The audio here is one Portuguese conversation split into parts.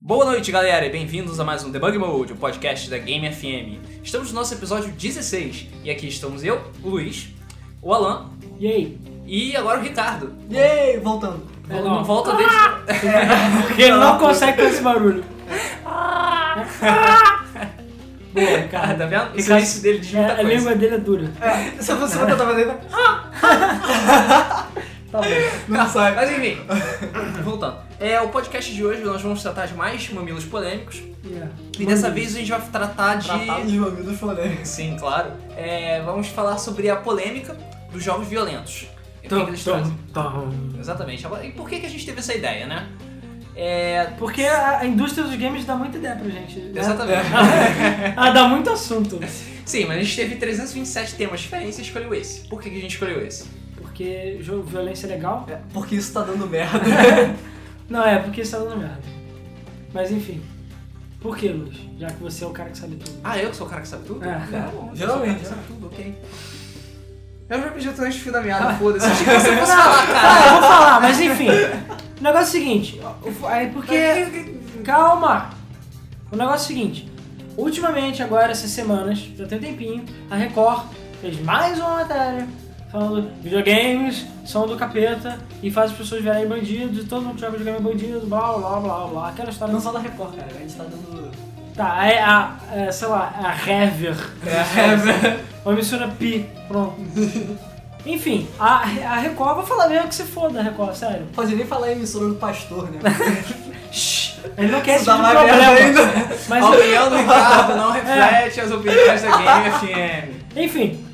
Boa noite, galera, e bem-vindos a mais um Debug Mode, o podcast da Game FM. Estamos no nosso episódio 16 e aqui estamos eu, o Luiz, o Alan E aí? e agora o Ricardo. E aí, voltando. É, Ele não. não volta desde. Ele não consegue com esse barulho. Boa, Cara, Ricardo. tá vendo? O Ricardo- silêncio dele diz muita É, um a coisa. língua dele é dura. É, se eu fosse uma que eu tava fazendo, Tá bom. não sai. Mas enfim, voltando. É, o podcast de hoje nós vamos tratar de mais mamilos polêmicos. Yeah. E dessa vez a gente vai tratar de. Tratado de mamilos polêmicos. Sim, claro. É, vamos falar sobre a polêmica dos jogos violentos. E o que que eles trazem. Tom, tom. Exatamente. Agora, E por que, que a gente teve essa ideia, né? É. Porque a, a indústria dos games dá muita ideia pra gente. né? Exatamente. Ah, dá muito assunto. Sim, mas a gente teve 327 temas diferentes e escolheu esse. Por que, que a gente escolheu esse? Porque jogo violência é legal? É, Porque isso tá dando merda. Não, é porque isso tá dando merda. Mas enfim. Por que, Luiz? Já que você é o cara que sabe tudo. Ah, eu que sou o cara que sabe tudo? É. Tá bom, eu Geralmente, sou o cara que sabe tudo, ok. Eu já pedi o trânsito fio da meada, foda-se. Achei que você fosse falar, cara. Ah, eu vou falar, mas enfim. O negócio é o seguinte. o- É porque. Calma! O negócio é o seguinte. Ultimamente, agora, essas semanas, já tem um tempinho, a Record fez mais uma matéria falando videogames são do capeta e faz as pessoas virarem bandidos e todo mundo que joga videogame é bandido, blá blá blá blá. Aquela história. Não só da Record, cara. A gente tá dando... Tá, aí a, é, sei lá, a Rever, É, uma emissora Pi, pronto. Enfim, a, a Record, vou falar mesmo que se foda a Record, sério. Pode nem falar a emissora do pastor, né? Shhh, Ele não quer esse Isso dá tipo de mais problema. merda ainda. A Mas, opinião do Ricardo não reflete as opiniões da Game FM. enfim,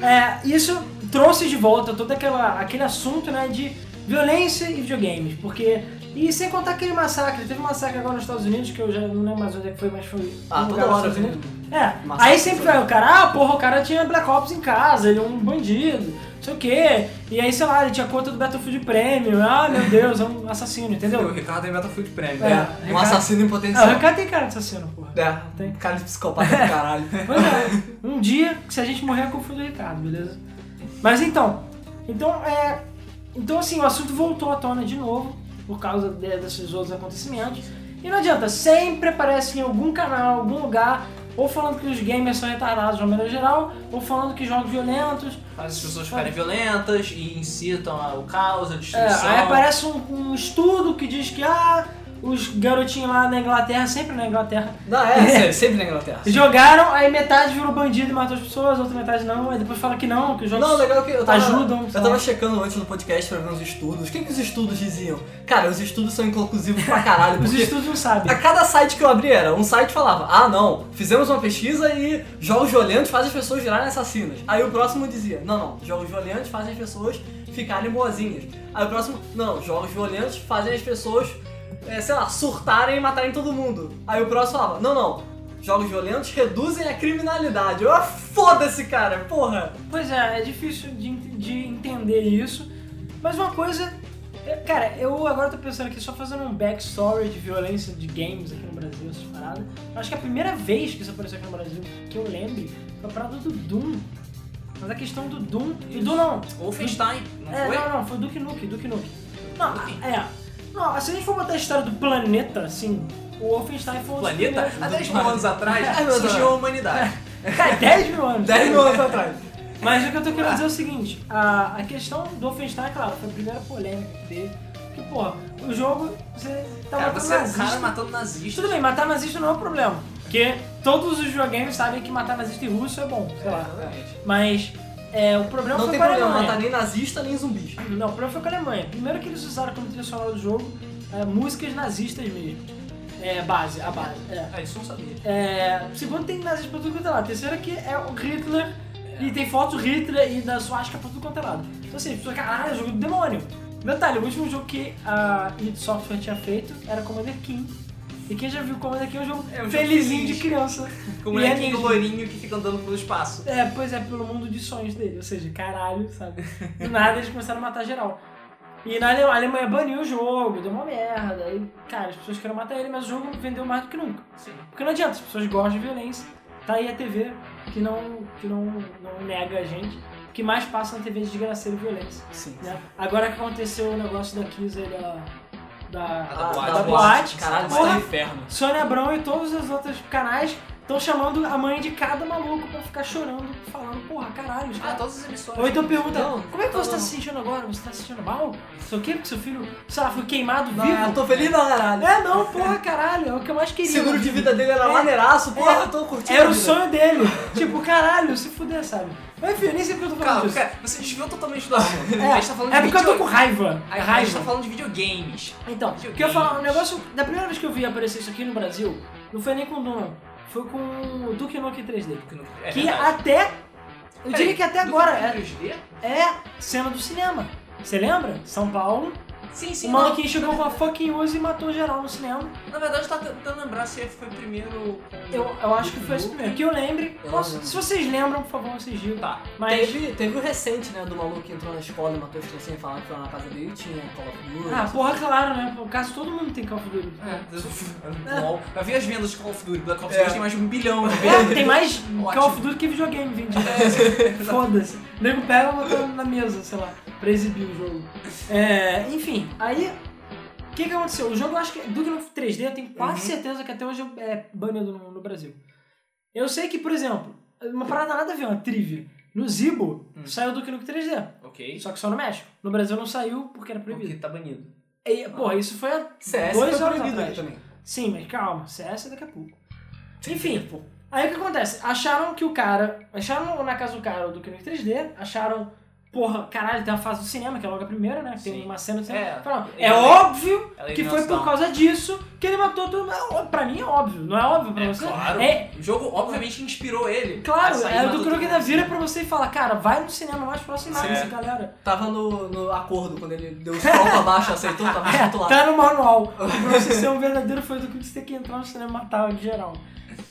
é, isso trouxe de volta todo aquela, aquele assunto né, de violência e videogames. Porque, e sem contar aquele massacre, teve um massacre agora nos Estados Unidos, que eu já não lembro mais onde é que foi, mas foi Ah, um toda lugar nos hora Estados Unidos. tem um É, massacre aí sempre vai o cara, ah, porra, o cara tinha Black Ops em casa, ele é um bandido, não sei o quê. E aí, sei lá, ele tinha conta do Battlefield Premium, ah, meu Deus, é um assassino, O entendeu? Ricardo é Metafood Prêmio. É. né? Um assassino em Ah, potencial. o cara tem cara de assassino, porra. É, Tem. tem cara de psicopata do caralho. Pois é. Um dia, que se a gente morrer, eu confundo o Ricardo, beleza? Mas então, então é. Então assim, o assunto voltou à tona de novo, por causa de- desses outros acontecimentos. E não adianta, sempre aparece em algum canal, algum lugar, ou falando que os gamers são retardados de uma maneira geral, ou falando que jogos violentos. Faz as pessoas ficarem violentas e incitam ao caos, à É, destruição. aí aparece um, um estudo que diz que ah, os garotinhos lá na Inglaterra, sempre na Inglaterra, Não, é, sempre, sempre na Inglaterra. jogaram, aí metade virou bandido e matou as pessoas, a outra metade não, aí depois fala que não, que os jogos. Não, o legal é que eu tava, Ajudam, eu sei lá. tava checando antes no podcast pra ver os estudos. O que, que os estudos diziam? Cara, os estudos são inclusivos pra caralho. Os porque estudos não sabem. A cada site que eu abri era, um site falava, ah não, fizemos uma pesquisa e jogos violentos fazem as pessoas virarem assassinas. Aí o próximo dizia, não, não, jogos violentos fazem as pessoas ficarem boazinhas. Aí o próximo, não, jogos violentos fazem as pessoas, é, sei lá, surtarem e matarem todo mundo. Aí o próximo falava, não, não, jogos violentos reduzem a criminalidade. Eu, ah, foda-se, cara, porra. Pois é, é difícil de, ent- de entender isso. Mas uma coisa. é, Cara, eu agora tô pensando aqui, só fazendo um backstory de violência de games aqui no Brasil, essas paradas. Eu Acho que a primeira vez que isso apareceu aqui no Brasil, que eu lembre, foi a parada do Doom. Mas a questão do Doom. E do não. Wolfenstein, não é, foi? não, não, foi Duke Nuke, Duke Nuke. Não, é. Não, se a gente for botar a história do planeta, assim, o Wolfenstein foi um O dos planeta, primeiros- há 10 mil anos Ai, atrás, É, meu Deus. É, surgiu a humanidade. Cara, 10 mil anos. 10 mil anos atrás. Mas o que eu tô querendo dizer é o seguinte, a, a questão do Wolfenstein, claro, foi a primeira polêmica que teve. Porque, porra, o jogo, você tá Cara, matando você é um nazista. cara matando nazista. Tudo bem, matar nazista não é um problema. Porque todos os videogames sabem que matar nazista e russo é bom, sei lá. Mas é, o problema Não foi tem com a problema Alemanha. matar nem nazista nem zumbis. Não, o problema foi com a Alemanha. Primeiro que eles usaram como trilha sonora do jogo é, músicas nazistas mesmo. É, base, a base. É. Ah, isso eu não sabia. É, segundo tem nazis pra tudo quanto é lado. Terceiro que é o Hitler É. e tem foto do Hitler e da suástica pra tudo quanto é lado. Então assim, as pessoas, caralho, jogo do demônio. Detalhe, o último jogo que a id Software tinha feito era Commander King. E quem já viu Commander King é um jogo É um jogo felizinho feliz. de criança. Com o E é molequinho mesmo. loirinho que fica andando pelo espaço. É, pois é, pelo mundo de sonhos dele. Ou seja, caralho, sabe? Do nada eles começaram a matar geral. E na Ale- a Alemanha baniu o jogo, deu uma merda. Aí, cara, as pessoas queriam matar ele, mas o jogo vendeu mais do que nunca. Sim. Porque não adianta, as pessoas gostam de violência. Tá aí a TV que não, que não, não nega a gente. O que mais passa na TV é desgraceiro e violência. Sim. Né? Agora que aconteceu o negócio da Kiss aí da, da, da boate. da boate. Caralho, isso é um Porra, inferno. Sônia Abrão e todos os outros canais estão chamando a mãe de cada maluco pra ficar chorando, falando, porra, caralho, os Ah, caras- todas as emissoras. Ou então pergunta, Não, como é que tá você tá bom. se sentindo agora? Você tá se sentindo mal? Não sei o quê, porque seu filho, sei lá, foi queimado Não, é vivo? eu tô feliz não, caralho. É, não, porra, caralho, é o que eu mais queria. Seguro de vida dele era É. maneiraço, porra, É. eu tô curtindo. Era a o vida. sonho dele. tipo, caralho, se fuder, sabe? Mas enfim, eu nem sei porque eu tô falando Calma, disso. cara, você desviou totalmente do assunto. É, a gente tá falando é de porque eu tô com video... raiva. É A gente raiva. tá falando de videogames. Então, Videogames. porque eu falo, o negócio. Da primeira vez que eu vi aparecer isso aqui no Brasil, não foi nem com o Doom, foi com o Duke Nukem 3D. Que, não- é que verdade. até. Eu Peraí, diria que até do agora é, 3D? é cena do cinema. Você lembra? São Paulo, Sim, sim. o não. maluquinho chegou com a fucking Uzi e matou geral no cinema. Na verdade, eu tava tentando lembrar se foi primeiro. Eu, eu acho que foi esse primeiro. Que eu lembre. Eu Nossa, lembro. se vocês lembram, por favor, vocês digam. Tá. Mas. Teve, teve o recente, né, do maluco que entrou na escola e matou os três sem falar que foi lá na casa dele, tinha Call of Duty. Ah, porra, claro, né? No caso, todo mundo tem Call of Duty. É. LOL. Eu vi as vendas de Call of Duty. Black Ops É. 2 tem mais de um bilhão de É, vendas. tem mais Ótimo. É, Call of Duty que videogame vendido. Foda-se. O nego pega e bota na mesa, sei lá, pra exibir o jogo. É, enfim, aí. O que, que aconteceu? O jogo, eu acho que. Duke Nukem 3D, eu tenho quase Uhum. certeza que até hoje é banido no, no Brasil. Eu sei que, por exemplo, uma parada nada a ver, uma trivia. No Zibo Hum. saiu Duke Nukem 3D, Ok. só que só no México. No Brasil não saiu porque era proibido. Porque tá banido. E, porra, isso foi há CS Ah, dois foi anos proibido atrás. aqui também. Sim, mas calma, CS é daqui a pouco. Enfim, aí o que acontece? Acharam que o cara. Acharam na casa do cara do Kinect 3D, acharam. Porra, caralho, tem uma fase do cinema, que é logo a primeira, né? Tem Sim. uma cena É. do cinema. Falaram, É, Ele- óbvio Ela é que foi por invenção. causa disso que ele matou todo mundo. Pra mim é óbvio, não é óbvio pra É você? claro. É O jogo, obviamente, inspirou ele. claro, a sair é na do luta. Krogan da vira pra você e fala, cara, vai no cinema mais próximo e mata Sim. É. essa galera. Tava no, no acordo, quando ele deu o scroll pra baixo, aceitou, tava É, escrito lá. tá no manual. Pra você ser um verdadeiro fã do Crooks, você tem que entrar no cinema e matar em geral.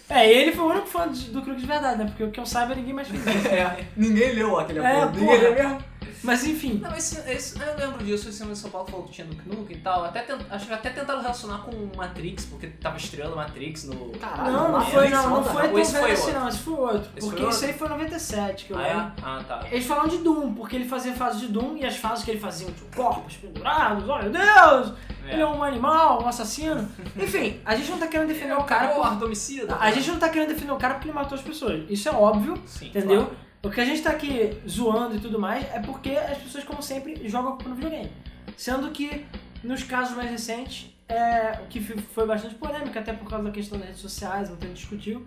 É, ele foi o único fã de- do Crooks de verdade, né? Porque o que eu saiba, ninguém mais fez isso. É, ninguém leu aquele É, acordo. porra. Ninguém leu mesmo. Mas enfim, Não, esse, esse- eu lembro disso, esse ano São Paulo falou que tinha Duke Nukem e tal. Até tent- acho que até tentaram relacionar com Matrix, porque tava estreando Matrix no. Caralho, não, não mas foi, isso não, não manda, foi Ah, não. tão Esse foi velho assim, outro. não. Esse foi outro. Esse Porque foi isso aí foi 97, que eu Ah, é? lembro. Ah, tá. Eles falam de Doom, porque ele fazia fase de Doom e as fases que ele fazia, tipo, corpos pendurados, oh meu Deus, ele é um animal, um assassino. Enfim, a gente não tá querendo É, defender o cara. Pô, Por... ardomicida. A gente não tá querendo defender o cara porque ele matou as pessoas. Isso é óbvio. Sim, Entendeu? claro. O que a gente tá aqui zoando e tudo mais é porque as pessoas, como sempre, jogam a culpa no videogame. Sendo que, nos casos mais recentes, é, o que fi- foi bastante polêmico, até por causa da questão das redes sociais, não tendo discutiu,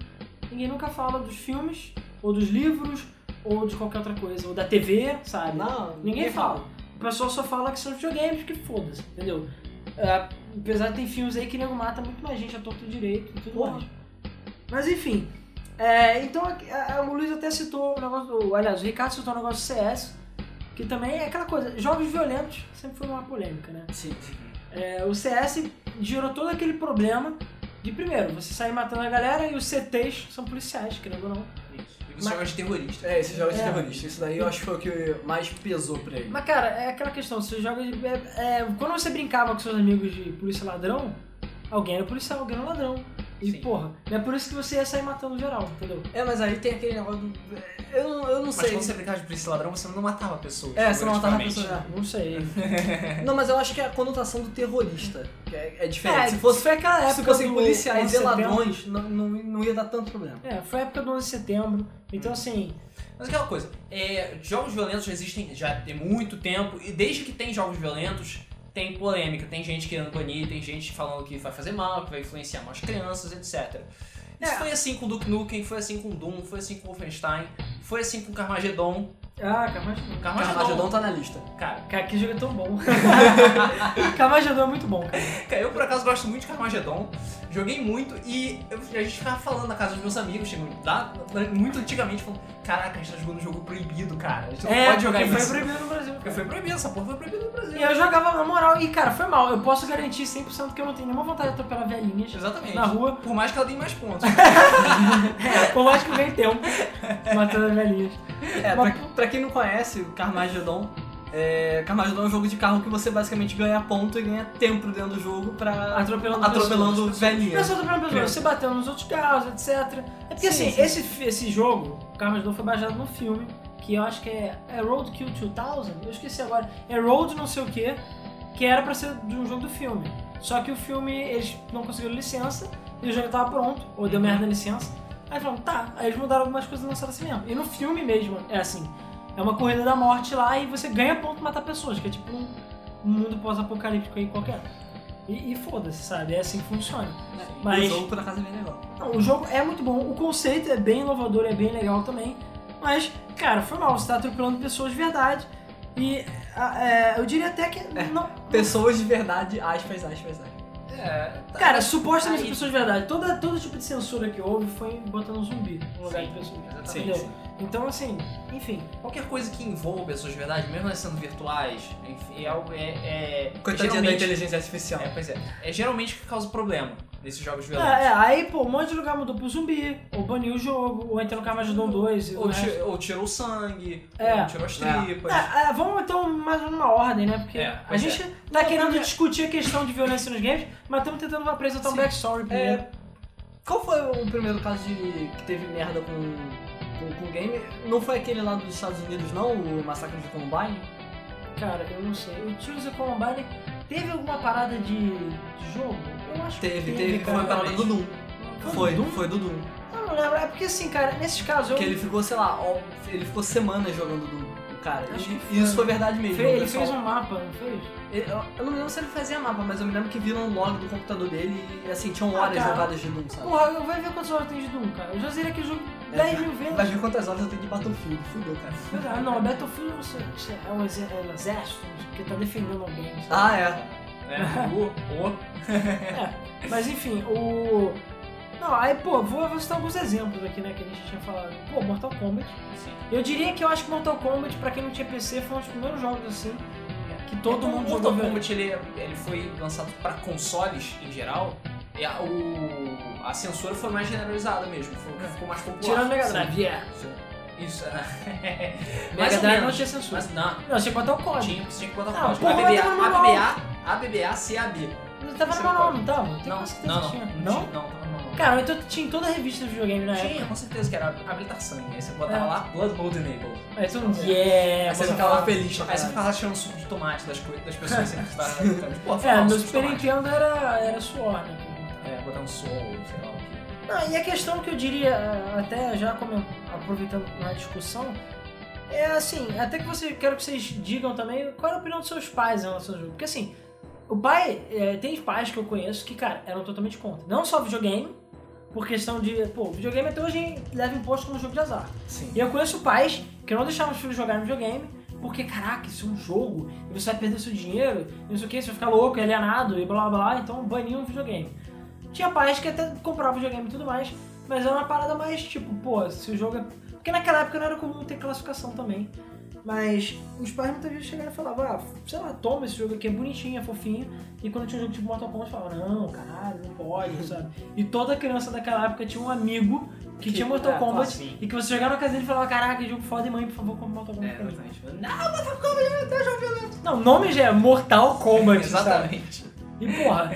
ninguém nunca fala dos filmes, ou dos livros, ou de qualquer outra coisa, ou da TV, sabe? Não, Ninguém fala. O pessoal só fala que são videogames, que foda-se, entendeu? É, apesar de ter filmes aí que nego mata muito mais gente a torto e direito e tudo Porra. mais. Mas enfim. é, então a- a- o Luiz até citou o negócio do. Aliás, o Ricardo citou o negócio do CS, que também é aquela coisa, jogos violentos sempre foi uma polêmica, né? Sim. uhum, É, o CS gerou todo aquele problema de primeiro, você sair matando a galera e os CTs são policiais, querendo ou não. Isso. E Mas- você joga de terrorista. É, esses jogos de É. terrorista. Isso daí eu acho que foi o que mais pesou pra ele. Mas, cara, é aquela questão, você joga de. é- é, quando você brincava com seus amigos de polícia e ladrão, alguém era policial, alguém era um ladrão. E, Sim. porra, não é por isso que você ia sair matando geral, entendeu? É, mas aí tem aquele negócio do... Eu, não- eu não Mas sei. quando você é brincava de polícia e ladrão, você não matava pessoas. É, você não matava figurativamente. pessoas. Ah, não sei. Não, mas eu acho que é a conotação do terrorista que é, é diferente. É, se fosse, um foi aquela se época fossem do policiais 11 e de setembro. ladrões, não, não, não ia dar tanto problema. É, foi a época do 11 de setembro. Então, assim, Mas aquela coisa, é, jogos violentos já existem já tem muito tempo, e desde que tem jogos violentos, tem polêmica, tem gente querendo banir, tem gente falando que vai fazer mal, que vai influenciar mais crianças, etc. Isso É. foi assim com Duke Nukem, foi assim com Doom, foi assim com Wolfenstein, foi assim com Carmageddon. ah, Carmagedon. Carmageddon, Carmageddon tá na lista. cara, Cara, que jogo é tão bom. Carmagedon é muito bom, cara. Cara, eu por acaso gosto muito de Carmageddon, joguei muito e eu- a gente ficava falando na casa dos meus amigos, chegou lá, muito antigamente, falando: Caraca, a gente tá jogando um jogo proibido, cara, a gente não pode jogar É, porque isso. foi proibido no Brasil. Porque foi proibido, essa porra foi proibida no Brasil. E eu jogava na moral, e cara, foi mal. Eu posso garantir 100% que eu não tenho nenhuma vontade de atropelar velhinhas Exatamente. na rua. Por mais que ela dê mais pontos. Por mais que ganhe tempo matando as velhinhas. É, pra, pra quem não conhece, o Carmageddon. É, Carmageddon é um jogo de carro que você basicamente ganha ponto e ganha tempo dentro do jogo pra Atropelando atropelando pessoas. velhinha. Eu sou atropelando pessoas, você batendo nos outros carros, etc. É porque Sim, assim, sim. Esse, fi- esse jogo, o Carmageddon foi baseado num filme que eu acho que é, é Road Kill 2000, eu esqueci agora, é Road não sei o que, que era pra ser de um jogo do filme. Só que o filme, eles não conseguiram licença, e o jogo tava pronto, ou Uhum. deu merda na licença. Aí falaram, tá, aí eles mudaram algumas coisas e lançaram assim mesmo. E no filme mesmo, é assim, é uma corrida da morte lá e você ganha ponto matar pessoas, que é tipo um, um mundo pós-apocalíptico aí qualquer. E, e foda-se, sabe? É assim que funciona. Mas- O jogo por acaso é bem legal. Não, o jogo é muito bom, o conceito é bem inovador, é bem legal também. Mas, cara, foi mal, você tá atropelando pessoas de verdade. E a- é, eu diria até que. Não, Pessoas de verdade, aspas, aspas, aspas. É, tá. cara, supostamente Aí. pessoas de verdade. Toda, todo tipo de censura que houve foi botando um zumbi no lugar Sim, de pessoas. Exatamente. Entendeu? Então, assim, enfim. Qualquer coisa que envolva pessoas de verdade, mesmo elas sendo virtuais, enfim, é algo. É, é, Coitadinha da geralmente- inteligência artificial. É, pois é. É geralmente o que causa problema nesses jogos É, violentos. é, aí, pô, um monte de lugar mudou pro zumbi, ou baniu o jogo, ou então entrou no Carmageddon 2. um E o Ou, resto. ti- ou tirou o sangue, É. ou tirou as tripas. É, é, vamos então mais numa ordem, né? Porque É, a pois gente tá querendo não, é. discutir a questão de violência nos games, mas estamos tentando apresentar um Sim. backstory primeiro. É, qual foi o primeiro caso de que teve merda com, com, com o game? Não foi aquele lá dos Estados Unidos, não? O massacre de Columbine? Cara, eu não sei. O Tears of Columbine teve alguma parada de, de jogo? Eu acho Teve, que teve. Foi cara. uma parada do Doom. Foi, do Doom? foi do Doom. Eu não lembro. É porque assim, cara, nesses casos eu... Porque ele ficou, sei lá, ó, ele ficou semanas jogando Doom, o cara. Acho E- que foi. e isso foi verdade mesmo. fe- o ele pessoal- fez um mapa, não fez? Ele- eu- eu não lembro se ele fazia mapa, mas eu me lembro que viram um log do computador dele e assim, tinham Ah, horas cara. jogadas de Doom, sabe? Porra, eu vou ver quantas horas tem de Doom, cara. Eu já zerei aquele jogo É, 10 mil vezes. Vai ver quantas horas eu tenho de Battlefield, fudeu, cara. Ah, não, Battlefield você, você é um exe- é um exército que tá defendendo alguém. sabe? Ah, é. Né? O, o- Mas enfim, o. Não, aí, pô, vou, vou citar alguns exemplos aqui, né, que a gente tinha falado. Pô, Mortal Kombat. Sim. Eu diria que eu acho que Mortal Kombat, pra quem não tinha PC, foi um dos primeiros jogos, assim, que todo Então, mundo o jogou. Mortal velho. Kombat ele, ele foi lançado pra consoles em geral. E a, o, a censura foi mais generalizada mesmo, foi o que ficou mais popular. É. Tirando o Mega Sim. Drive, yeah. Isso, é. Mais Mega ou Drive menos. não tinha censura. Mas não, Não, tinha que botar o código. tinha, um tinha que botar Não, código. porra, ABBA, tava no manual. ABBA, ABBA, CAB. Não tava no Sim, manual, pode. não tava? Tem Não, com certeza não, que tinha. não. Não? tinha, Não, tava no manual. Cara, então tinha em toda a revista de videogame né? na época. Tinha, com certeza que era habilitar sangue. Aí você botava É. lá Blood Bold Enable. Aí É, todo mundo. É, Yeah, Aí você botava- ficava feliz, pra Aí É, você caralho. ficava tirando suco de tomate das, co- das pessoas que você estava Pô, É, fala, meu suco de Super tomate. Nintendo era, era suor, né? É, botar um sol, sei lá o que. Não, e a questão que eu diria, eh, até já como- aproveitando na discussão, é assim, até que você quero que vocês digam também qual era a opinião dos seus pais em relação ao jogo. Porque assim, o pai, eh, tem pais que eu conheço que, cara, eram totalmente contra. Não só videogame, por questão de, pô, videogame até hoje leva imposto como jogo de azar. Sim. E eu conheço pais que não deixavam os filhos jogarem videogame, porque, caraca, isso é um jogo, e você vai perder seu dinheiro, e não sei o que, você vai ficar louco, alienado, e blá blá blá, então baniam o videogame. Tinha pais que até compravam videogame e tudo mais, mas era uma parada mais tipo, pô, se o jogo é. Porque naquela época não era comum ter classificação também. Mas os pais muitas vezes chegaram e falavam, ah, sei lá, toma esse jogo aqui, é bonitinho, é fofinho. E quando tinha um jogo tipo Mortal Kombat, falava, não, caralho, não pode, sabe? E toda criança daquela época tinha um amigo que, Que- tinha Mortal é, Kombat assim. e que você chegava na casa dele e falava, caraca, que jogo foda e mãe, por favor, compra Mortal Kombat. É, pra mim." exatamente. Não, Não, o nome já é Mortal Kombat, sabe? exatamente. E porra,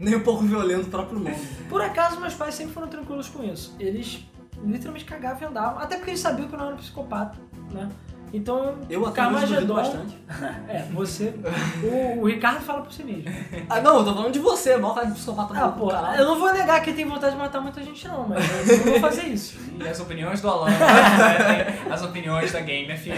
Nem um pouco violento o próprio nome. por acaso meus pais sempre foram tranquilos com isso. Eles literalmente cagavam e andavam, até porque eles sabiam que eu não era um psicopata, né? Então, Eu até hoje Carmageddon- duvido bastante. é, você... o, o Ricardo fala por si mesmo. Ah, não, eu tô falando de você, mal cara de psicopata Ah, do pô, caralho. eu não vou negar que tem vontade de matar muita gente não, mas eu não vou fazer isso. E as opiniões do Alan refletem as opiniões da Game FM.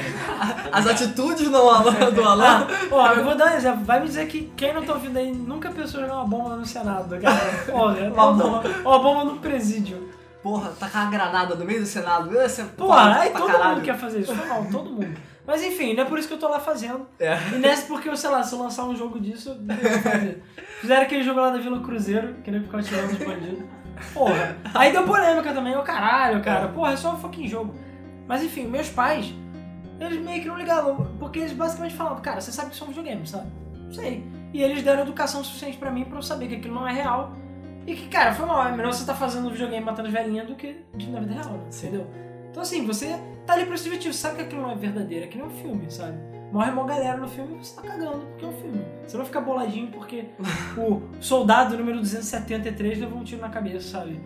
As atitudes não É. Alan, do Alan. Ó, eu vou dar um exemplo. Vai me dizer que quem não tá ouvindo aí nunca pensou em jogar uma bomba lá no Senado, cara. Olha, Uma uma bomba, uma bomba no presídio. Porra, tacar uma granada no meio do Senado. Esse é Porra, aí pra todo caralho. mundo quer fazer isso. Foi mal, todo mundo. Mas enfim, não é por isso que eu tô lá fazendo. É. E não é porque, eu, sei lá, se eu lançar um jogo disso, eu vou fazer. Fizeram aquele jogo lá da Vila Cruzeiro, querendo ficar tirando os bandidos. Porra. Aí deu polêmica também. Ô caralho, cara. Porra, é só um fucking jogo. Mas enfim, meus pais, eles meio que não ligavam. Porque eles basicamente falavam, cara, você sabe que isso é um videogame, sabe? Sei. E eles deram educação suficiente pra mim pra eu saber que aquilo não é real. E que, cara, foi mal. É melhor você tá fazendo um videogame matando as velhinhas do que de- na vida real, né? Sim. entendeu? Então assim, você tá ali pra se divertir. Você sabe que aquilo não é verdadeiro, é que nem um filme, sabe? Morre uma galera no filme e você tá cagando, porque é um filme. Você não fica boladinho porque o soldado número 273 levou um tiro na cabeça, sabe?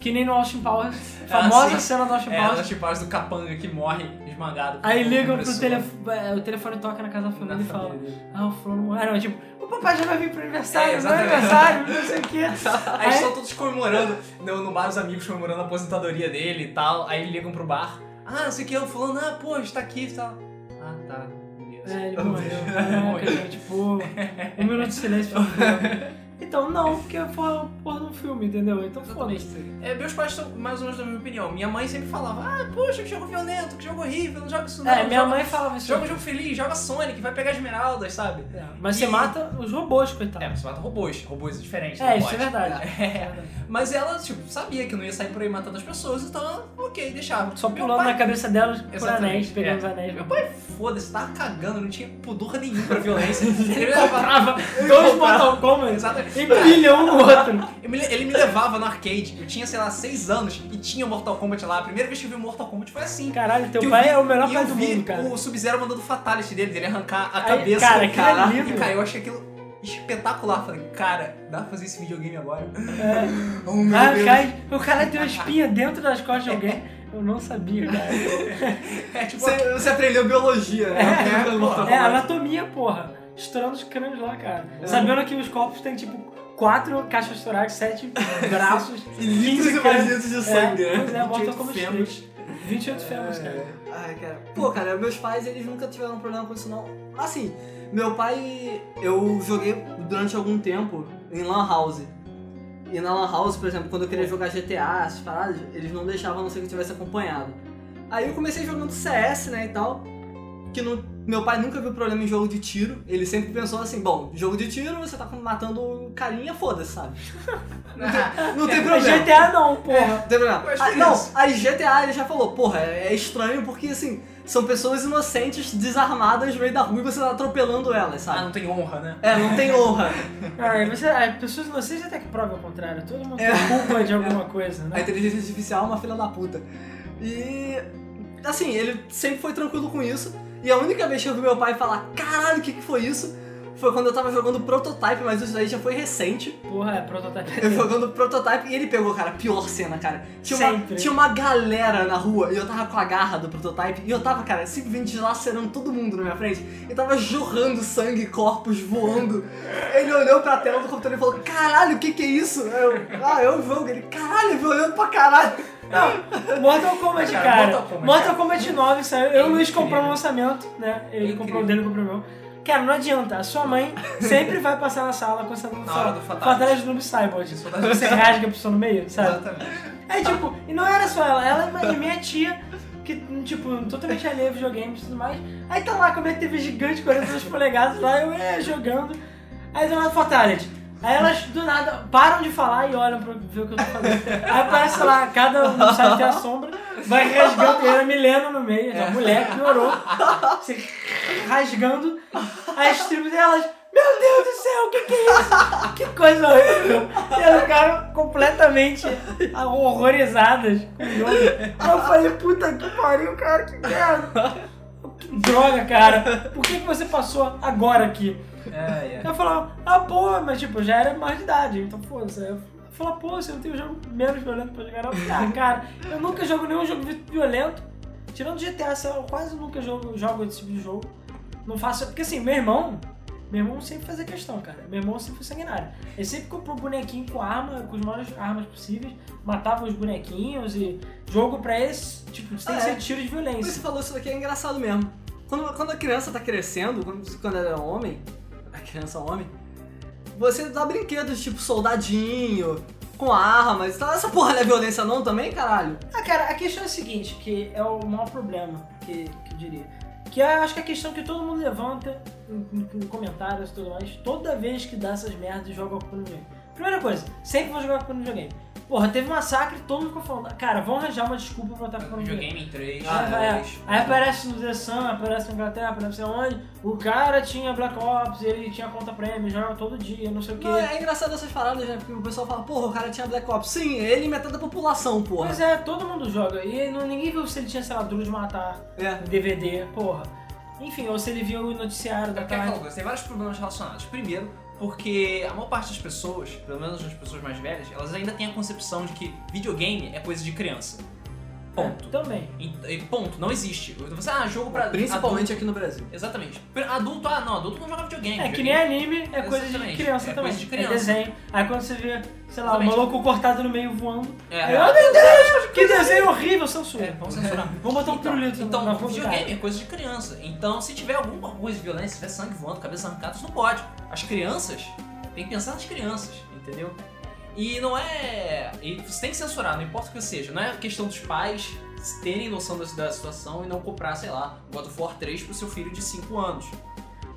Que nem no Austin Powers. Ah, Famosa sim. cena do Austin É, Powers. as tipares do capanga que morre esmagado. por Aí um ligam pro compressor. telefone. O telefone toca na casa da família Na e fala. família dele. Ah, o Flor não morreu. Ah, não, é tipo, o papai já vai vir pro aniversário, É, meu exatamente. aniversário, não sei o quê. Aí é? eles estão todos comemorando, no, no bar os amigos comemorando a aposentadoria dele e tal. Aí ligam pro bar. Ah, não sei o que, o fulano, ah, pô, a gente tá aqui e tal. Ah, tá. beleza. É, ele Tá morreu. bom. Caraca, Morreu. gente, tipo, um minuto de silêncio pra morrer. Então, não, porque é porra, porra de um filme, entendeu? Então foda-se. Exatamente. É, meus pais são mais ou menos da minha opinião. Minha mãe sempre falava, ah, poxa, que jogo violento, que jogo horrível, não joga isso não. É, minha joga- mãe falava isso. Joga um jogo feliz, joga Sonic, vai pegar esmeraldas, sabe? É, Mas você E- mata os robôs, É, coitado. mas você mata robôs, robôs é diferente. É, não isso é pode. verdade. É. Mas ela, tipo, sabia que não ia sair por aí matando as pessoas, então, ela, ok, deixava. Só Meu pulando pai- na cabeça delas por Exatamente, anéis, pegando é. os anéis. Meu pai, foda-se, tava cagando, não tinha pudor nenhum pra violência. Ele me levava. comprava comprava. dois Mortal Kombat Exatamente. e pilha um no outro. Ele me- Ele me levava no arcade. Eu tinha, sei lá, 6 anos e tinha Mortal Kombat lá. A primeira vez que eu vi o Mortal Kombat foi assim. Caralho, Que teu eu pai vi- é o melhor e pai eu do vi mundo, cara. O Sub-Zero mandando fatality dele, dele arrancar a Aí, cabeça. cara, aquilo é Caraca, lindo. Cara, eu achei aquilo espetacular. Falei, cara, dá pra fazer esse videogame agora? É. Oh, meu Ah, Deus. cara, o cara tem uma espinha dentro das costas de alguém. Eu não sabia, cara. É tipo, Você, você aprendeu biologia, né? É, Aprendeu Mortal É, Kombat. anatomia, porra. Estourando os crânios lá, cara. É. Sabendo que os corpos têm, tipo, quatro caixas torácicas, sete braços, E litros 15 e crânios. mais litros de É, sangue, né? pois é, Mortal 28 Kombat fêmeas. 3. 28 É. fêmeas, cara. Ai, cara. Pô, cara, meus pais, eles nunca tiveram problema com isso, não. Assim, meu pai, eu joguei durante algum tempo em Lan House. E na Lan House, por exemplo, quando eu queria jogar GTA, essas paradas, eles não deixavam, a não ser que eu tivesse acompanhado. Aí eu comecei jogando CS, né, e tal. Que não- meu pai nunca viu problema em jogo de tiro. Ele sempre pensou assim: bom, jogo de tiro, você tá matando carinha, foda-se, sabe? Não tem, É, não tem problema. GTA não, porra. Não tem problema. Mas Ah, por não, isso. aí GTA ele já falou, porra, é, é estranho porque assim, são pessoas inocentes, desarmadas no meio da rua e você tá atropelando elas, Ah, sabe? não tem honra, né? É, não tem honra. Cara, É, você, as pessoas vocês até que prova o contrário. Todo mundo É. tem culpa de alguma coisa, A né? inteligência artificial é uma filha da puta. E. Assim, ele sempre foi tranquilo com isso. E a única vez que eu vi meu pai falar, caralho, o que, que foi isso? Foi quando eu tava jogando prototype, mas isso aí já foi recente. Porra, é prototipo. Eu jogando prototype e ele pegou, cara, a pior cena, cara. Tinha uma, Sempre. tinha uma galera na rua e eu tava com a garra do prototype e eu tava, cara, simplesmente lacerando todo mundo na minha frente e tava jorrando sangue, corpos voando. Ele olhou pra tela do computador e falou: Caralho, o que que é isso? Aí Eu, ah, é o jogo. Ele, caralho, eu vi olhando pra caralho. Mortal Kombat, Cara, cara. Mortal Mortal Kombat, Kombat, cara. 9 saiu. Eu e o Luiz Incrível. compramos um lançamento, né? Ele Incrível. comprou o dele, eu comprei o meu. Cara, não adianta. A sua mãe sempre vai passar na sala com essa Na hora do Fatality. Fatality do Noob Cyborg. Isso, Fatality. Você rasga a pessoa no meio, sabe? Exatamente. É tipo, e não era só ela, ela é uma- e minha tia, que, tipo, totalmente alheia a videogames e tudo mais. Aí tá lá com a minha TV gigante, 42 polegadas lá, eu é, jogando. Aí do nada, Fatality. Aí elas do nada param de falar e olham pra ver o que eu tô fazendo. Aí aparece lá, cada um sabe tem a sombra, vai rasgando, e era Milena no meio, a mulher piorou, se rasgando. Aí as tribos delas, meu Deus do céu, o que, que é isso? Que coisa horrível! E elas ficaram completamente horrorizadas com o jogo. Aí eu falei, puta que pariu, cara, que merda! Que droga, cara! Por que, que você passou agora aqui? É, é. Eu falava, ah, pô, mas tipo, já era mais de idade, então foda-se. Aí Eu falava, pô, você não tem um jogo menos violento pra jogar, não? Ah, cara, eu nunca jogo nenhum jogo vi- violento. Tirando GTA, assim, eu quase nunca jogo, jogo esse tipo de jogo. Não faço. Porque assim, meu irmão. Meu irmão sempre fazia questão, cara. Meu irmão sempre foi sanguinário. Ele sempre comprou bonequinho com arma, com as maiores armas possíveis, matava os bonequinhos e jogo pra esse, tipo, tem Ah, que é? ser tiro de Quando violência. você falou isso daqui é engraçado mesmo. Quando, quando a criança tá crescendo, quando, quando ela é homem, a criança é homem, você dá brinquedos tipo soldadinho, com armas e tal. Essa porra não é violência não também, caralho? Ah, cara, a questão é a seguinte, que é o maior problema, que, que eu diria. Que é, acho que a questão que todo mundo levanta em, em- em comentários e tudo mais, toda vez que dá essas merdas e joga a culpa no videogame. Primeira coisa, sempre vão jogar a culpa no videogame. Porra, teve um massacre, todo mundo ficou falando, cara, vão arranjar uma desculpa pra botar a culpa no videogame. Videogame em 3, Ah, é. dois. Aí aparece no The Sun, aparece na Inglaterra, aparece onde, o cara tinha Black Ops, ele tinha conta prêmio, jogava todo dia, não sei o que. Não, é engraçado essas paradas, né? Porque o pessoal fala, porra, o cara tinha Black Ops. Sim, ele e metade da população, porra. Pois é, todo mundo joga. E não- ninguém viu se ele tinha, sei lá, duro de matar. É. DVD, porra. Enfim, ou se ele viu o noticiário da Eu quero tarde. é falar uma coisa, tem vários problemas relacionados. Primeiro, Porque a maior parte das pessoas, pelo menos as pessoas mais velhas, elas ainda têm a concepção de que videogame é coisa de criança. Ponto. É, também. E- e Ponto, não existe. Você, ah, jogo pra Principalmente aqui no Brasil. adulto. Exatamente. Pra Adulto, ah, não, adulto não joga videogame. É que nem videogame- anime, é coisa de Exatamente. criança É também. coisa de criança. É desenho. Aí quando você vê, sei lá, o Exatamente. maluco cortado no meio voando. É. Aí, oh meu Deus, que desenho horrível, censura. É, vamos censurar. Vamos botar um Então, pirulito Então, na fonte do videogame é coisa de criança. Então, se tiver alguma coisa de violência, se tiver sangue voando, cabeça arrancada, isso não pode. As crianças, tem que pensar nas crianças, entendeu? E não é. E você tem que censurar, não importa o que seja. Não é questão dos pais terem noção da, da situação e não comprar, sei lá, um God of War 3 pro seu filho de 5 anos.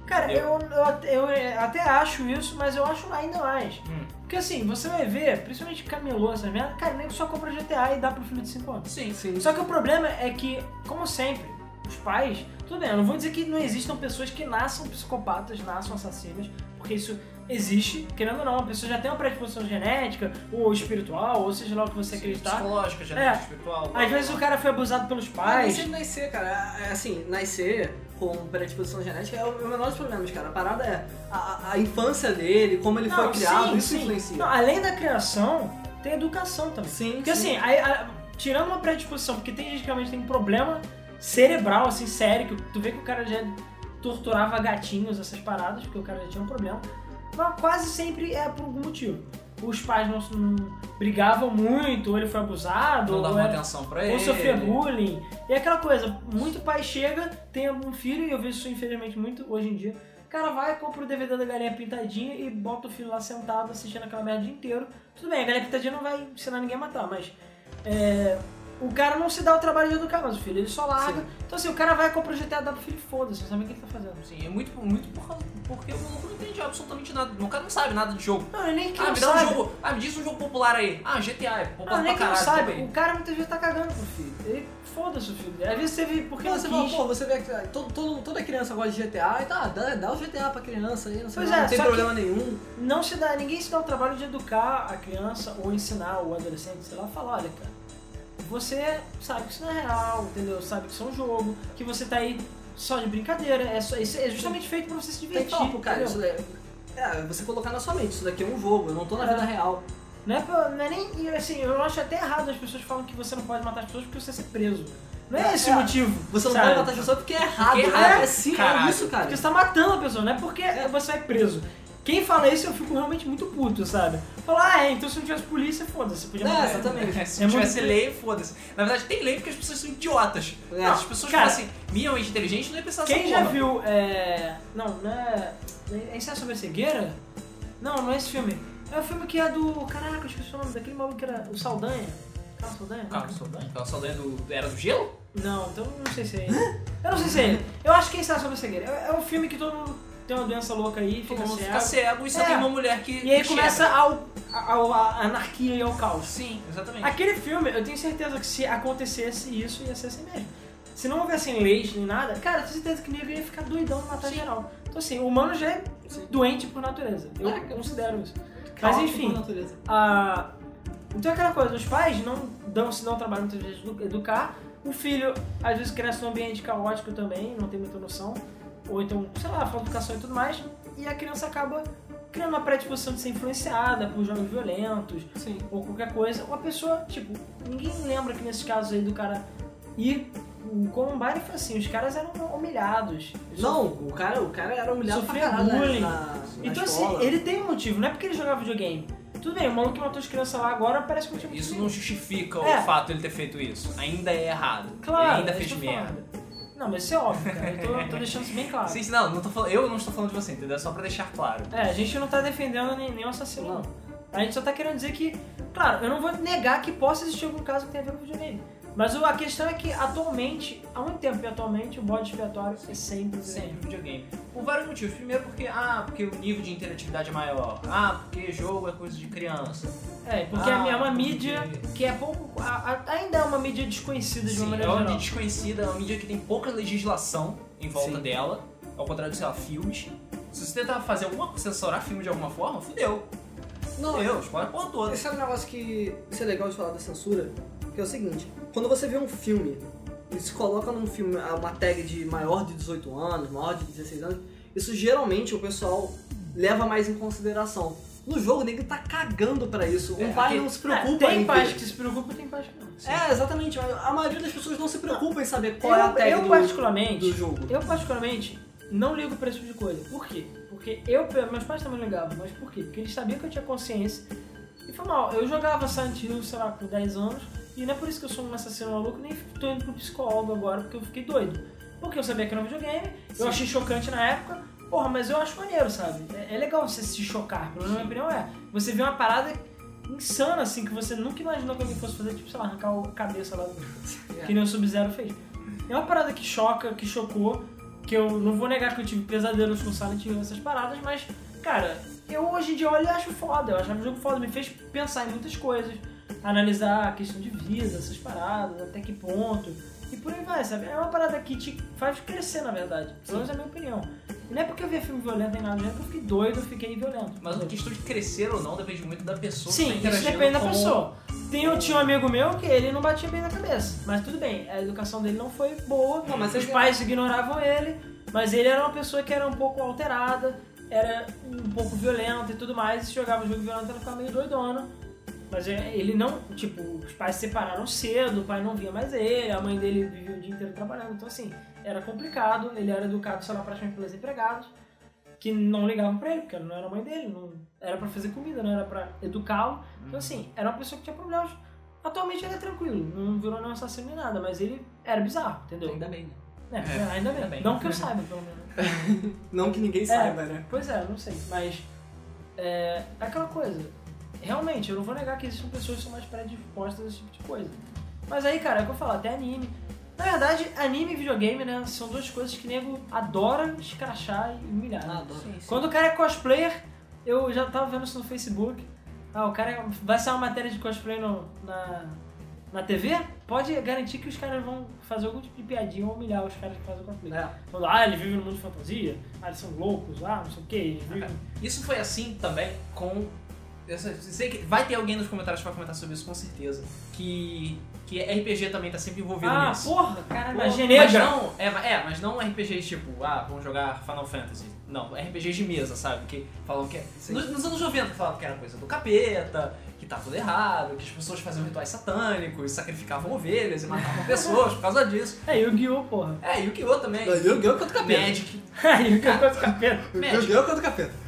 Cara, eu, eu, até- eu eh, até acho isso, mas eu acho ainda mais. Hum. Porque assim, você vai ver, principalmente camelô, essas merda, cara, nem só compra GTA e dá pro filho de 5 anos. Sim, Só que o problema é que, como sempre, os pais, tudo bem, eu não vou dizer que não existam pessoas que nasçam psicopatas, nasçam assassinas, porque isso existe, querendo ou não, a pessoa já tem uma predisposição genética, ou espiritual, ou seja lá o que você acreditar. Psicológica, genética, É. espiritual. Às vezes o cara foi abusado pelos tipo, Ah, Mas pais. você nascer, cara, é assim, nascer com predisposição genética é o o menor dos problemas, cara. A parada é a, a- a infância dele, como ele foi Não, criado, sim, isso sim. influencia. Não, além da criação, tem educação também. Sim, Porque sim. assim, a- a- tirando uma predisposição, porque tem gente que realmente tem um problema cerebral, assim, sério, que tu vê que o cara já torturava gatinhos, essas paradas, porque o cara já tinha um problema. Mas quase sempre é por algum motivo. Os pais não, não brigavam muito, ou ele foi abusado, não ou, dava era- atenção pra ele. ou sofria bullying. E é aquela coisa, muito pai chega, tem um filho, e eu vejo isso infelizmente muito hoje em dia. O cara vai, compra o DVD da galinha pintadinha e bota o filho lá sentado assistindo aquela merda o dia inteiro. Tudo bem, a galinha pintadinha não vai ensinar ninguém a matar, mas. é, o cara não se dá o trabalho de educar mais o filho, ele só larga. Sim. Então assim, o cara vai, compra o GTA, dá pro filho, foda-se, não sabe o que ele tá fazendo. Sim, é muito, muito por causa- porque o maluco não entende absolutamente nada. O cara não sabe nada de jogo. Não, ele nem que Ah, não me dá um sabe. jogo. Ah, me diz um jogo popular aí. Ah, GTA, é popular Não, pra nem que não caralho sabe. também. O cara muitas vezes tá cagando pro filho. Ele foda-se o filho. Às vezes você vê porque Porque você não fala, quis. pô, você vê que ah, todo, todo- toda criança gosta de GTA, e tá, dá, dá o GTA pra criança aí, não sei Pois lá, é, não tem só que- problema nenhum. não se dá, ninguém se dá o trabalho de educar a criança ou ensinar o adolescente, sei lá, falar, olha, cara, você sabe que isso não é real, entendeu? Sabe que isso é um jogo, que você tá aí só de brincadeira, é, só, isso é justamente feito pra você se Tem divertir, topo, cara. entendeu? Isso é, é, você colocar na sua mente, isso daqui é um jogo, eu não tô na É. vida real. Não é, pra- não é nem, e, assim, eu acho até errado as pessoas que falam que você não pode matar as pessoas porque você é ser preso. Não é esse É, o motivo, Você não sabe? pode matar as pessoas porque é errado. Porque é cara, errado. é sim, Caralho. é isso, cara. Porque você tá matando a pessoa, não é porque você vai preso. Quem fala isso, eu fico realmente muito puto, sabe? Falar, ah, é, então se não tivesse polícia, foda-se, podia É, matar. exatamente. Se não É muito- tivesse lei, foda-se. Na verdade, tem lei porque as pessoas são idiotas. É. Não, se as pessoas assim, cara, fossem minimamente inteligentes, é não ia pensar Quem assim, já porra. viu. É... Não, não é. É Ensaio sobre a cegueira? Não, não é esse filme. É o filme que é do. Caraca, eu esqueci o nome daquele maluco que era. O Saldanha. Carlos Saldanha? Carlos Saldanha? Carlos Saldanha do... era do gelo? Não, então eu não sei se é ele. Eu não sei se é ele. Eu acho que é Ensaio sobre a cegueira. É é um filme que todo mundo tem uma doença louca aí, fica Todo mundo cego. fica cego e só É. tem uma mulher que. E aí que começa ao, ao, a anarquia e ao caos. chega. Sim, exatamente. Aquele filme, eu tenho certeza que se acontecesse isso, ia ser assim mesmo. Se não houvessem leis nem nada, cara, eu tenho certeza que nego ia ficar doidão e matar Sim. geral. Então assim, o humano já é doente por natureza. Eu É, considero isso. Mas Caótico enfim, por natureza. a... então é aquela coisa, os pais não dão, se dão o trabalho muitas vezes de educar. O filho, às vezes, cresce num ambiente caótico também, não tem muita noção. Ou então, sei lá, falta educação e tudo mais. E a criança acaba criando uma predisposição de ser influenciada por jogos violentos, Sim. ou qualquer coisa, uma pessoa, tipo, ninguém lembra que nesses casos aí do cara ir. O Columbine foi assim, os caras eram humilhados. Não, o cara, o cara era humilhado pra Sofria caralho né, bullying. na, na Então escola. assim, ele tem um motivo, não é porque ele jogava videogame. Tudo bem, o maluco que matou as crianças lá agora parece que não tinha Isso motivo. não justifica É. o fato de ele ter feito isso. Ainda é errado. Claro, Ele ainda é isso fez que eu tô merda. falando. Não, mas isso é óbvio, cara. Eu tô, tô deixando isso bem claro. Sim, sim, não, não tô falando, eu não estou falando de você, entendeu? É só pra deixar claro. É, a gente não tá defendendo nem- nenhum assassino, não. Não. A gente só tá querendo dizer que, claro, eu não vou negar que possa existir algum caso que tenha a ver com videogame. Mas o- a questão é que atualmente, há muito tempo e atualmente, o bode expiatório é sempre Sempre videogame. videogame. Por vários motivos. Primeiro porque, ah, porque o nível de interatividade é maior. Ah, porque jogo é coisa de criança. É, porque Ah, é uma mídia porque- que é pouco. a- a- ainda é uma mídia desconhecida de uma Sim, é maneira uma mídia geral. desconhecida, é uma mídia que tem pouca legislação em volta Sim. dela, ao contrário de, sei lá, filmes. Se você tentar fazer alguma coisa, censurar filme de alguma forma, fudeu. Não, Fudeu, spoiler a porra toda. Esse é um negócio que isso é legal de falar da censura, que é o seguinte, quando você vê um filme e se coloca num filme ah, uma tag de maior de 18 anos, maior de 16 anos, isso geralmente o pessoal leva mais em consideração. No jogo, o nego tá cagando pra isso. Não É, vai, aqui- não se preocupa ah, tem em pais ver. que se preocupam tem pais que não. É, exatamente. A maioria das pessoas não se preocupa em saber qual é a Eu, tag eu do, particularmente, do jogo. eu particularmente não ligo pra esse tipo de coisa. Por quê? Porque eu, meus pais também não ligavam, mas por quê? Porque eles sabiam que eu tinha consciência. E foi mal, eu jogava Silent Hill, sei lá, com 10 anos, e não é por isso que eu sou um assassino maluco, nem tô indo pro psicólogo agora, porque eu fiquei doido. Porque eu sabia que era um videogame, eu achei chocante na época, porra, mas eu acho maneiro, sabe? É, é legal você se chocar, pelo menos na minha opinião é. Você vê uma parada insana, assim, que você nunca imaginou que alguém fosse fazer, tipo, sei lá, arrancar a cabeça lá do que nem o Sub-Zero fez. É uma parada que choca, que chocou, que eu não vou negar que eu tive pesadelos com Silent Hill essas paradas, mas, cara, eu hoje em dia olho e acho foda, eu achava o jogo foda, me fez pensar em muitas coisas, analisar a questão de vida, essas paradas, até que ponto, e por aí vai, sabe? É uma parada que te faz crescer, na verdade, pelo menos é a minha opinião. E não é porque eu vi filme violento nem nada, não é porque eu fiquei doido, eu fiquei violento. Mas a questão de crescer ou não depende muito da pessoa. que tá Sim, isso interagindo depende da com- pessoa. Tem, eu tinha um amigo meu que ele não batia bem na cabeça. Mas tudo bem, a educação dele não foi boa. Não, mas os ele- pais ignoravam ele. Mas ele era uma pessoa que era um pouco alterada, era um pouco violenta e tudo mais. E jogava jogo violento, ela ficava meio doidona. Mas é, ele não, tipo, os pais se separaram cedo, o pai não via mais ele, a mãe dele vivia o dia inteiro trabalhando. Então, assim, era complicado. Ele era educado, sei lá, praticamente pelos empregados, que não ligavam pra ele, porque não era a mãe dele, não era pra fazer comida, não era pra educá-lo. Então, assim, era uma pessoa que tinha problemas. Atualmente ele é tranquilo, não virou nenhum assassino nem nada, mas ele era bizarro, entendeu? Ainda bem, né? É, ainda bem. ainda bem. Não que eu saiba, pelo menos. Não que ninguém saiba, né? Pois é, não sei, mas é é aquela coisa. Realmente, eu não vou negar que existem pessoas que são mais predispostas a esse tipo de coisa. Mas aí, cara, é o que eu falo, até anime. Na verdade, anime e videogame, né, são duas coisas que nego adora escrachar e humilhar. né? Ah, adoro. Sim, sim. Quando o cara é cosplayer, eu já tava vendo isso no Facebook. Ah, o cara vai sair uma matéria de cosplay no- na, na TV? Pode garantir que os caras vão fazer algum tipo de piadinha ou humilhar os caras que fazem cosplay. É. Falando, ah, eles vivem no mundo de fantasia, ah, eles são loucos, ah, não sei o que, eles vivem. Isso foi assim também com. Eu sei- sei que vai ter alguém nos comentários que vai comentar sobre isso com certeza. Que. Que RPG também tá sempre envolvido Ah, nisso. porra, cara, imagina né? Mas negra. não, é, é, mas não RPGs tipo, ah, vamos jogar Final Fantasy. Não, RPGs de mesa, sabe? Que falam que. é- Sim. Nos, nos anos 90 falavam que era coisa do capeta, que tá tudo errado, que as pessoas faziam rituais satânicos, sacrificavam ovelhas e matavam pessoas por causa disso. É, Yu-Gi-Oh, porra. É, e o Kyo também. Yu-Gi-Oh! contra o capeta. Magic. É, Yu-Gi-Oh contra o capeta. Magic. Yu-Gi-Oh! contra o capeta.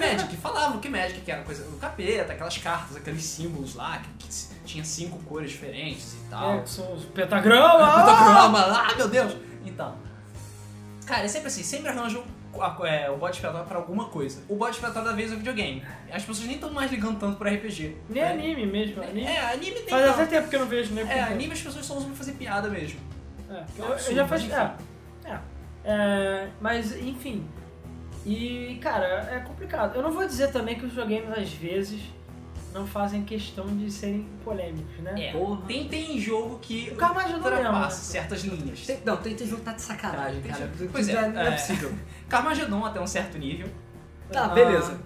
Magic, falavam que Magic que era coisa do capeta, aquelas cartas, aqueles símbolos lá, que, que tinha cinco cores diferentes e tal. É, são os pentagrama. Puta ah! croma, ah, meu Deus! Então. Cara, é sempre assim, sempre arranjam a- é, o bode expiatório pra alguma coisa. O bode expiatório da vez é o videogame. As pessoas nem estão mais ligando tanto pro RPG. Nem É. anime mesmo, anime. É, anime tem Faz não. até tempo que eu não vejo, né? É, porque- anime as pessoas só usam pra fazer piada mesmo. É, É um eu, eu absurdo, já faz. enfim. É, é, É, mas, enfim. E, cara, é complicado. Eu não vou dizer também que os videogames, às vezes, não fazem questão de serem polêmicos, né? É, Porra. tem, tem jogo que O Carmageddon não lembra. ultrapassa certas linhas. Tem- Não, tem, tem jogo que tá de sacanagem, Tem cara. jogo- pois é, Não é é. possível. Carmageddon até um certo nível. Tá, Ah, beleza.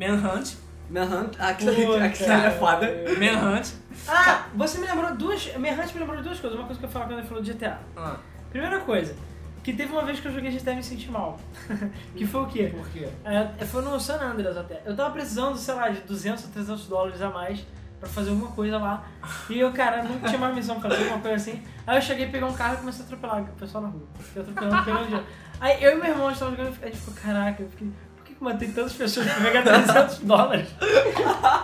Manhunt. Manhunt, aquilo ali, Puta, aquilo ali é foda. Manhunt. Ah, você me lembrou duas. Merrante me lembrou duas coisas. Uma coisa que eu falo quando ele falou de GTA. Ah, Primeira coisa, que teve uma vez que eu joguei GTA e me senti mal. que foi o quê? por quê? É, foi no San Andreas até. Eu tava precisando, sei lá, de 200 ou 300 dólares a mais pra fazer alguma coisa lá. E eu, cara, não tinha mais missão pra fazer alguma coisa assim. Aí eu cheguei, peguei um carro e comecei a atropelar o pessoal na rua. Fiquei atropelando, pegando dinheiro. Aí eu e meu irmão estavam jogando, a gente ficou, caraca, eu fiquei, por que que eu matei tantas pessoas pra pegar 300 dólares?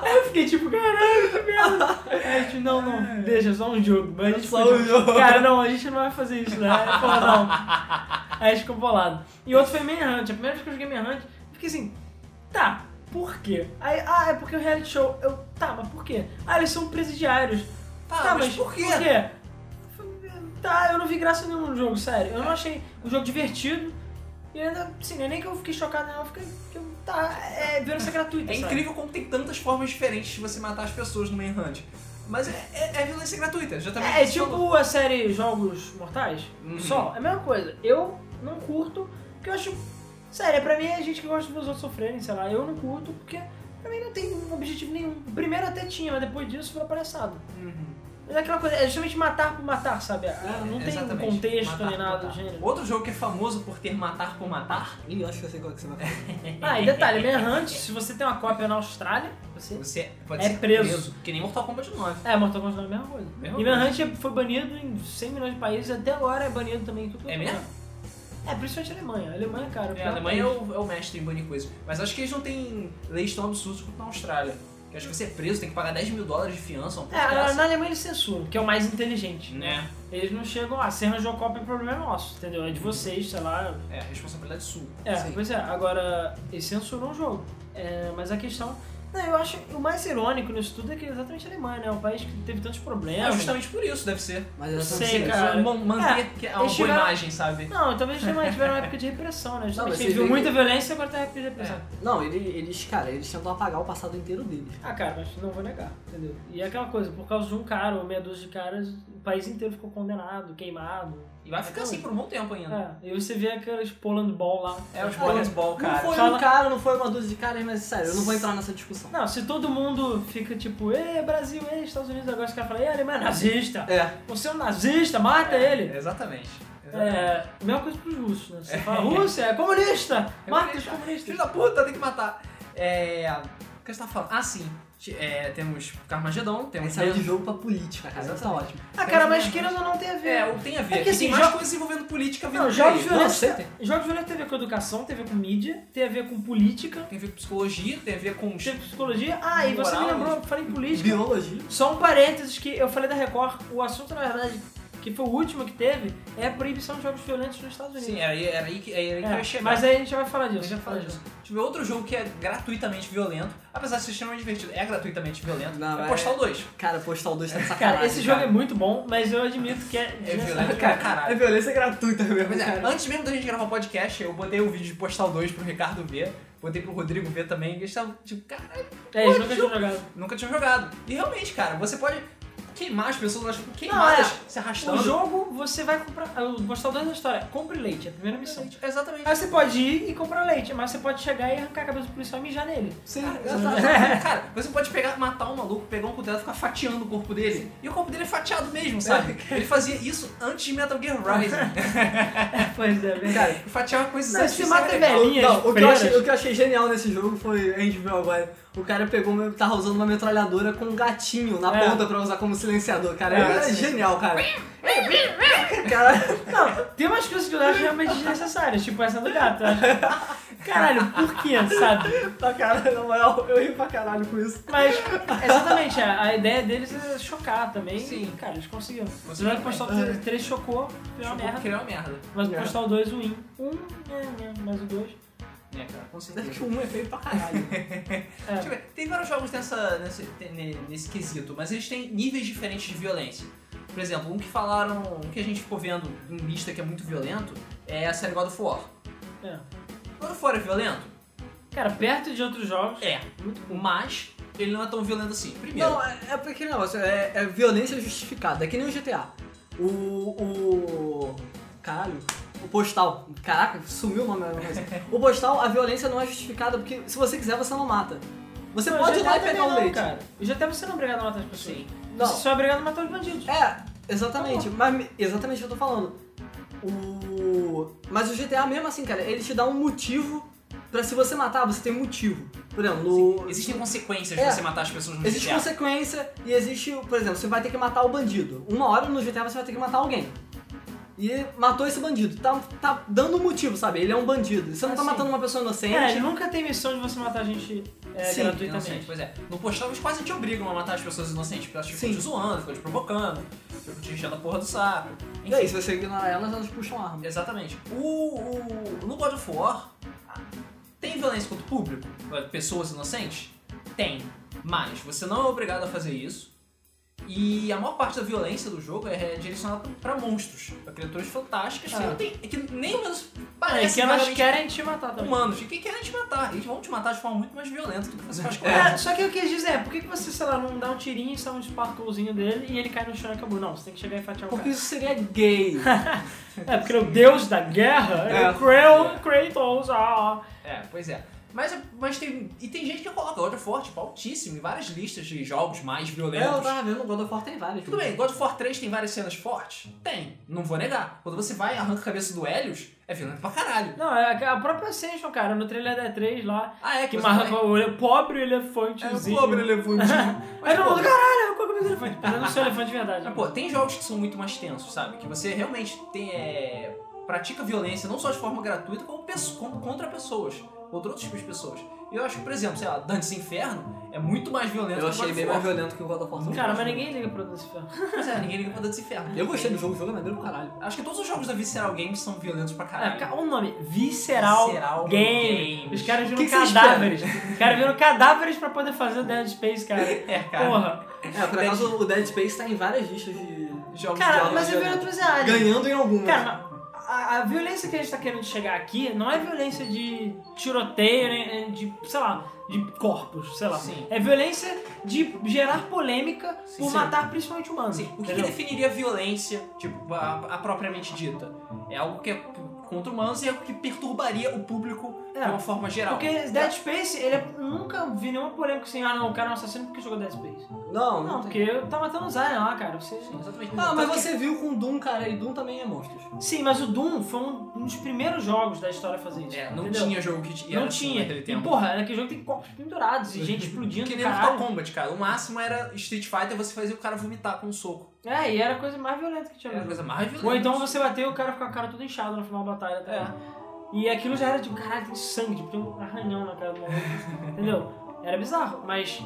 Aí eu fiquei tipo, caralho, que merda. Aí a gente, não, não, deixa, só um jogo. Mas a gente Só ficou, um tipo, jogo. Cara, não, a gente não vai fazer isso, né? Aí falou, não. Aí ficou bolado. E outro foi Manhunt. A primeira vez que eu joguei Manhunt, eu fiquei assim, tá, por quê? Aí, ah, é porque o reality show. Eu, tá, mas por quê? Ah, eles são presidiários. Tá, mas por quê? Por quê? Eu falei, Tá, eu não vi graça nenhuma no jogo, sério. Eu não achei o jogo divertido. E ainda, assim, não é nem que eu fiquei chocado, não. Eu fiquei, que eu, tá, é violência gratuita, É sabe? incrível como tem tantas formas diferentes de você matar as pessoas no Manhunt. Mas é, é, é violência gratuita, já também. É, é tipo a série Jogos Mortais, Uhum. só, é a mesma coisa. Eu não curto, porque eu acho. Sério, é pra mim é gente que gosta de ver os outros sofrerem, sei lá. Eu não curto, porque pra mim não tem um objetivo nenhum. O primeiro até tinha, mas depois disso foi palhaçada. Uhum. Mas é aquela coisa, é justamente matar por matar, sabe? Ah, não tem É, Exatamente. um contexto Matar nem por nada do matar. gênero. Outro jogo que é famoso por ter matar por matar, Ih, eu acho que eu sei qual é que você vai falar. Ah, e detalhe, Manhunt, se você tem uma cópia na Austrália, você. você pode É ser preso. Que nem Mortal Kombat 9. É, Mortal Kombat é a mesma coisa. Mesma e Manhunt foi banido em 100 milhões de países, até agora é banido também. em tudo. É mesmo? É, principalmente a Alemanha. A Alemanha, cara. É, a Alemanha é o, é o mestre em banir coisa. Mas acho que eles não têm leis tão absurdas quanto na Austrália. Que acho que você é preso, tem que pagar 10 mil dólares de fiança, uma É, porra a- dessa. na Alemanha eles censuram, que é o mais inteligente. Né? Eles não chegam a ser arranjou cópia, o problema é nosso, entendeu? É de vocês, sei lá. É, responsabilidade sua. É, Sim. pois é, agora eles censuram o jogo. É, mas a questão. Não, eu acho o mais irônico nisso tudo é que é exatamente a Alemanha, né? Um país que teve tantos É, problemas. justamente por isso, deve ser. Mas eu Sei, sei, cara. Man- Manter que é uma eles boa tiveram- imagem, sabe? Não, talvez eles também tiveram uma época de repressão, né? Não, Justamente mas eles você viram vê muita violência, agora tem a época de repressão. É. Não, ele- eles, cara, eles tentam apagar o passado inteiro deles. Ah, cara, mas não vou negar, entendeu? E é aquela coisa, por causa de um cara ou meia dúzia de caras, o país inteiro ficou condenado, queimado. E vai ficar assim por um bom tempo ainda. É, e você vê aquelas Poland Ball lá. É, os Ah, Bolas Ball, cara. Não foi Fala- um cara, não foi uma dúzia de caras, mas sério, eu não vou entrar nessa discussão. Não, se todo mundo fica tipo, ê, Brasil, ê, Estados Unidos, agora os caras falam, ê, Alemanha, nazista. É, Você é um nazista, mata ele. Exatamente. Exatamente. É, a mesma coisa pros russos, né? Você fala, Rússia é comunista, mata os comunistas. Filho da puta, tem que matar. É. O que você tá falando? é Ah, sim. T- É, temos Carmageddon, temos. mas saiu é de jogo pra política, cara. Isso tá Exatamente. ótimo. Ah, cara, mas querendo ou não tem a ver. É, o tem a ver. É que Aqui assim, tem mais jo- coisas envolvendo política vindo Não, por jogos aí. violentos, Nossa, tem. jogos violentos tem a ver com educação, tem a ver com mídia, tem a ver com política, Tem a ver com psicologia, tem a ver com. tem a ver com psicologia. Ah, e você me Moral, lembrou, eu falei em política. Biologia. Só um parênteses que eu falei da Record, o assunto, na verdade, que foi o último que teve, é a proibição de jogos violentos nos Estados Unidos. Sim, era, aí- era aí que, era aí que eu ia É, chegar. mas aí a gente vai falar disso. A gente vai falar disso. Deixa eu ver outro jogo que é gratuitamente violento, apesar de ser extremamente divertido, é gratuitamente violento. Não, é mas- Postal 2. Cara, Postal 2 tá de sacanagem. Cara, esse jogo é muito bom, mas eu admito que é. É desnecessário. violento pra caralho. É violência gratuita mesmo, Pois é, cara. antes mesmo da gente gravar o podcast, eu botei o vídeo de Postal 2 pro Ricardo ver, botei pro Rodrigo ver também, e eles estavam tipo, caralho, É, eles nunca tinham jogado. nunca tinha jogado. E realmente, cara, você pode queimar as pessoas, elas ficam Não, queimadas, é. se O arrastando. jogo, você vai comprar. O Postal 2 é a história. Compre leite, é a primeira missão. Exatamente. Aí você pode ir e comprar leite, mas você pode chegar e arrancar a cabeça do policial e mijar nele. Sim, Cara, exato. É. exatamente. Cara, você pode pegar, matar um maluco, pegar um cutelo e ficar fatiando o corpo dele. E o corpo dele é fatiado mesmo, sabe? É. Ele fazia isso antes de Metal Gear Rising. pois é, verdade. Cara, Fatiava coisas Não, antes você disso, era mata legal. velhinho. Linhas Não, o, que eu achei, freiras. o que eu achei genial nesse jogo foi, a gente viu agora, o cara pegou, uma- tava usando uma metralhadora com um gatinho na É. ponta pra usar como silenciador, cara. É, É, sim. genial, cara. cara, Não, tem umas coisas que eu acho realmente desnecessárias, tipo essa do gato. eu acho. Caralho, por quê, sabe? tá, cara, na moral, eu ri pra caralho com isso. Mas, exatamente, a, a ideia deles é chocar também. Sim. E, cara, eles conseguiram. Você Conseguiram vai postar o 3 chocou, foi uma Tipo, merda. criou uma merda. Mas o É. Postal 2, o win. Um, é, é, mas o 2. É, cara, com Até certeza. que um é feio pra caralho. É. Deixa eu ver, Tem vários jogos nessa, nessa- tem- ne- nesse quesito, mas eles têm níveis diferentes de violência. Por exemplo, um que falaram, um que a gente ficou vendo em lista que é muito violento é a série God of War. é. God of War é violento? Cara, perto de outros jogos. É, mas ele não é tão violento assim. Primeiro, Não, é, é porque aquele negócio, é, é violência justificada, é que nem o GTA. O. o. Caralho. O postal. Caraca, sumiu o nome da coisa. O postal, a violência não é justificada, porque se você quiser, você não mata. Você Não, pode ir GTA lá e também pegar o não, leite. Cara. O GTA você não é obrigado a matar as pessoas. sim. Não. Você só é obrigado a matar os bandidos. É, exatamente. Mas me- exatamente o que eu tô falando. O. Mas o GTA mesmo assim, cara, ele te dá um motivo pra se você matar, você tem motivo. Por exemplo, no. Existem consequências É. de você matar as pessoas no Existe GTA. consequência e existe, por exemplo, você vai ter que matar o bandido. Uma hora no GTA você vai ter que matar alguém. E matou esse bandido. Tá, tá dando um motivo, sabe? Ele é um bandido. Você não Ah, tá sim. matando uma pessoa inocente. É, ele nunca tem missão de você matar a gente é, Sim, Inocente, gratuitamente. pois é. No postal eles quase te obrigam a matar as pessoas inocentes, porque elas ficam Sim. te zoando, ficam te provocando, ficam te enchendo a porra do saco. E Enfim, aí, se você ignorar elas, elas puxam arma. Exatamente. O, o- no God of War, tem violência contra o público? Pessoas inocentes? Tem. Mas você não é obrigado a fazer isso. E a maior parte da violência do jogo é direcionada pra monstros, pra criaturas fantásticas que Ah. não tem. que nem menos É, parecem que elas vagamente querem te matar também. humanos. E que querem te matar? Eles vão te matar de forma muito mais violenta do que você acha que É, só que eu quis dizer, por que, que você, sei lá, não dá um tirinho e sai um sparklezinho dele e ele cai no chão e acabou? Não, você tem que chegar e fatiar o Porque isso seria gay. cara. É, porque ele é o deus da guerra, é, É. o Krail, Kratos, ah, ah. É, pois é. Mas, mas tem. E tem gente que coloca God of War, tipo, altíssimo, em várias listas de jogos mais É, eu violentos. tava vendo, God of War tem vários. Tudo bem, God of War 3 tem várias cenas fortes? Tem, não vou negar. Quando você vai e arranca a cabeça do Helios, é violento pra caralho. Não, é a a própria Ascension, cara, no trailer da 3 lá, Ah, é que você marca também- o ele- pobre elefantezinho. É o pobre elefantinho. Aí todo mundo, caralho, eu com a cabeça do elefante. Mas eu não sou elefante de verdade. Mas, pô, tem jogos que são muito mais tensos, sabe? Que você realmente tem, é, pratica violência não só de forma gratuita, como, pesso- como contra pessoas, contra outros tipos de pessoas. E eu acho que, por exemplo, sei lá, Dantes Inferno é muito mais violento Eu que God achei of bem War. mais violento que o God of War. Cara, mas ninguém liga pra esse filme. Mas é, ninguém liga pra Dantes Inferno. Eu gostei do jogo, o jogo é maneiro pra caralho. Acho que todos os jogos da Visceral Games são violentos pra É, caralho. ca- o nome, Visceral, Visceral Game. Games. Os caras viram Que que você cadáveres. Os caras viram cadáveres pra poder fazer o Dead Space, cara. É, cara. Porra. É, por acaso o Dead Space tá em várias listas de jogos Cara, de mas eu vi violento. outras áreas. Ganhando em algumas. Cara, a, a violência que a gente tá querendo chegar aqui não é violência de tiroteio, né, de, sei lá, de corpos, sei lá. Sim. É violência de gerar polêmica Sim, por sim. matar principalmente humanos. Assim, o que, que entendeu? definiria violência, tipo, a, a propriamente dita? É algo que é contra humanos e é algo que perturbaria o público É. de uma forma geral. Porque Dead Space, ele é- nunca vi nenhuma polêmica assim, ah não, o cara é um assassino porque jogou Dead Space. Não, Não, não. tem. porque tá matando os aliens lá, cara. Você... Exatamente. Ah, mas Tanto que- você viu com Doom, cara, e Doom também é monstros. Sim, mas o Doom foi um, um dos primeiros jogos da história a fazer isso. É, não entendeu? tinha jogo que era Não assim tinha. naquele E, tempo. porra, naquele jogo tem corpos pendurados e gente explodindo. que nem Mortal caralho. Kombat, cara. O máximo era Street Fighter você fazia o cara vomitar com um soco. É, e era a coisa mais violenta que tinha Era a no coisa jogo. mais violenta. Ou então você bateu e o cara ficou com a cara toda inchada no final da batalha, tá ligado? E aquilo já era tipo, caralho, tem sangue, tipo, tem um arranhão na cara do maluco. entendeu? Era bizarro, mas.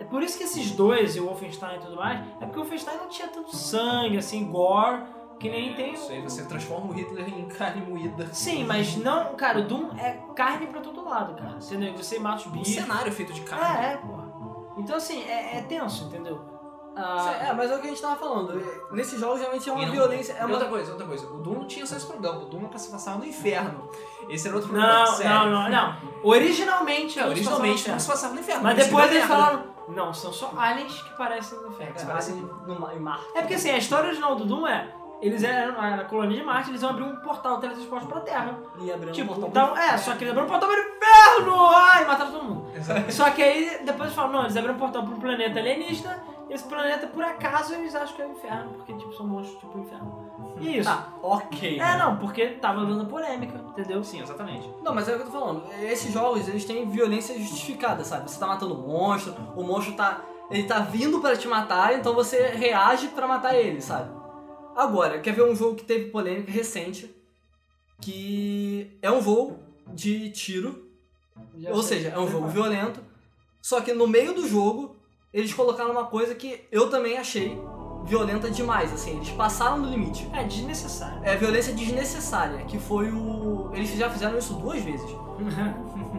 É por isso que esses dois, e o Wolfenstein e tudo mais, é porque o Wolfenstein não tinha tanto sangue, assim, gore, que nem tem. Isso aí você transforma o Hitler em carne moída. Sim, mas não, cara, o Doom é carne pra todo lado, cara. Entendeu? Você mata os Um bichos. cenário feito de carne. É, é, porra. Então assim, é, é tenso, entendeu? Ah, É, mas é o que a gente tava falando. Nesse jogo geralmente é E uma não- violência. e É uma... outra coisa, outra coisa. O Doom não tinha só esse problema. O Doom é se passava no inferno. Esse era outro problema. Não, sério. não, não, não. Originalmente, É, não se originalmente passava não no se passava no inferno. inferno. Mas depois eles falaram. falaram, não, são só aliens que parecem no inferno. É, Parece no mar, em Marte. É porque assim, a história original do Doom é, eles eram na colônia de Marte, eles iam abrir um portal teletransporte pra Terra. E abrindo um tipo, portal então, é, só que eles abriram um portal pro inferno! Ai, mataram todo mundo. Só que aí depois eles falam, não, eles abriram um portal pra um planeta alienígena, esse planeta, por acaso, eles acham que é o inferno, porque tipo, são monstros tipo o inferno. E isso. Tá, ok. É, não, porque tava dando polêmica, entendeu? Sim, exatamente. Não, mas é o que eu tô falando. Esses jogos, eles têm violência justificada, sabe? Você tá matando um monstro, o monstro tá. Ele tá vindo pra te matar, então você reage pra matar ele, sabe? Agora, quer ver um jogo que teve polêmica recente? Que é um jogo de tiro, Já ou sei. seja, é um jogo violento. Só que no meio do jogo, eles colocaram uma coisa que eu também achei violenta demais, assim. Eles passaram do limite É desnecessário. é violência desnecessária, que foi o. Eles já fizeram isso duas vezes.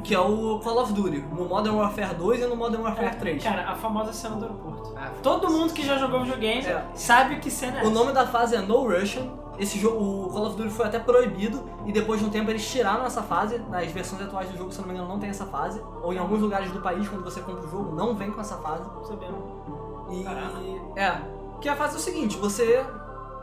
que é o Call of Duty, no Modern Warfare 2 e no Modern Warfare 3. É, Cara, a famosa cena do aeroporto. Ah, Todo mundo que já jogou videogame É. sabe que cena é O essa. nome da fase é No Russian. Esse jogo, o Call of Duty foi até proibido e depois de um tempo eles tiraram essa fase. Nas versões atuais do jogo, se eu não me engano, não tem essa fase. Ou em alguns lugares do país, quando você compra o jogo, não vem com essa fase. Sabendo. E Caraca. é, que a fase é o seguinte, você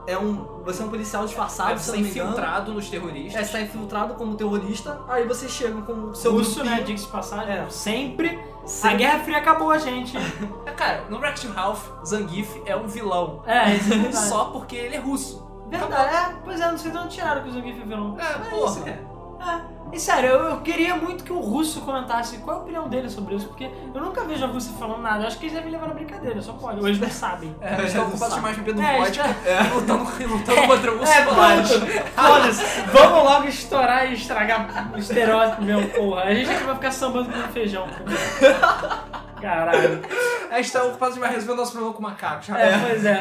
é um, você é um policial disfarçado, Aí se eu você é não me engano. infiltrado nos É, terroristas. você tá infiltrado como terrorista, aí você chega com o seu Russo, né? grupinho. Diga-se de passagem. É. Sempre. A Sim. Guerra Fria acabou, gente. É, Cara, no Wrecked Ralph, Zangief é um vilão. É, isso é verdade. Só porque ele é russo. Verdade. É, pois é, não sei de onde tiraram que os alguém viram. É, isso, porra. é. É. E sério, eu, eu queria muito que o Russo comentasse qual é a opinião dele sobre isso, porque eu nunca vejo a Rússia falando nada. Eu acho que eles devem levar na brincadeira, só pode. Ou eles não sabem. É, eles estão ocupados demais bebendo É, vodka e lutando, lutando É, contra o É, Solange. pronto. Foda-se. Vamos logo estourar e estragar o estereótipo mesmo, porra. A gente aqui vai ficar sambando com feijão. Caralho. A gente tá ocupado demais resolvendo nosso problema com macacos. É, pois é.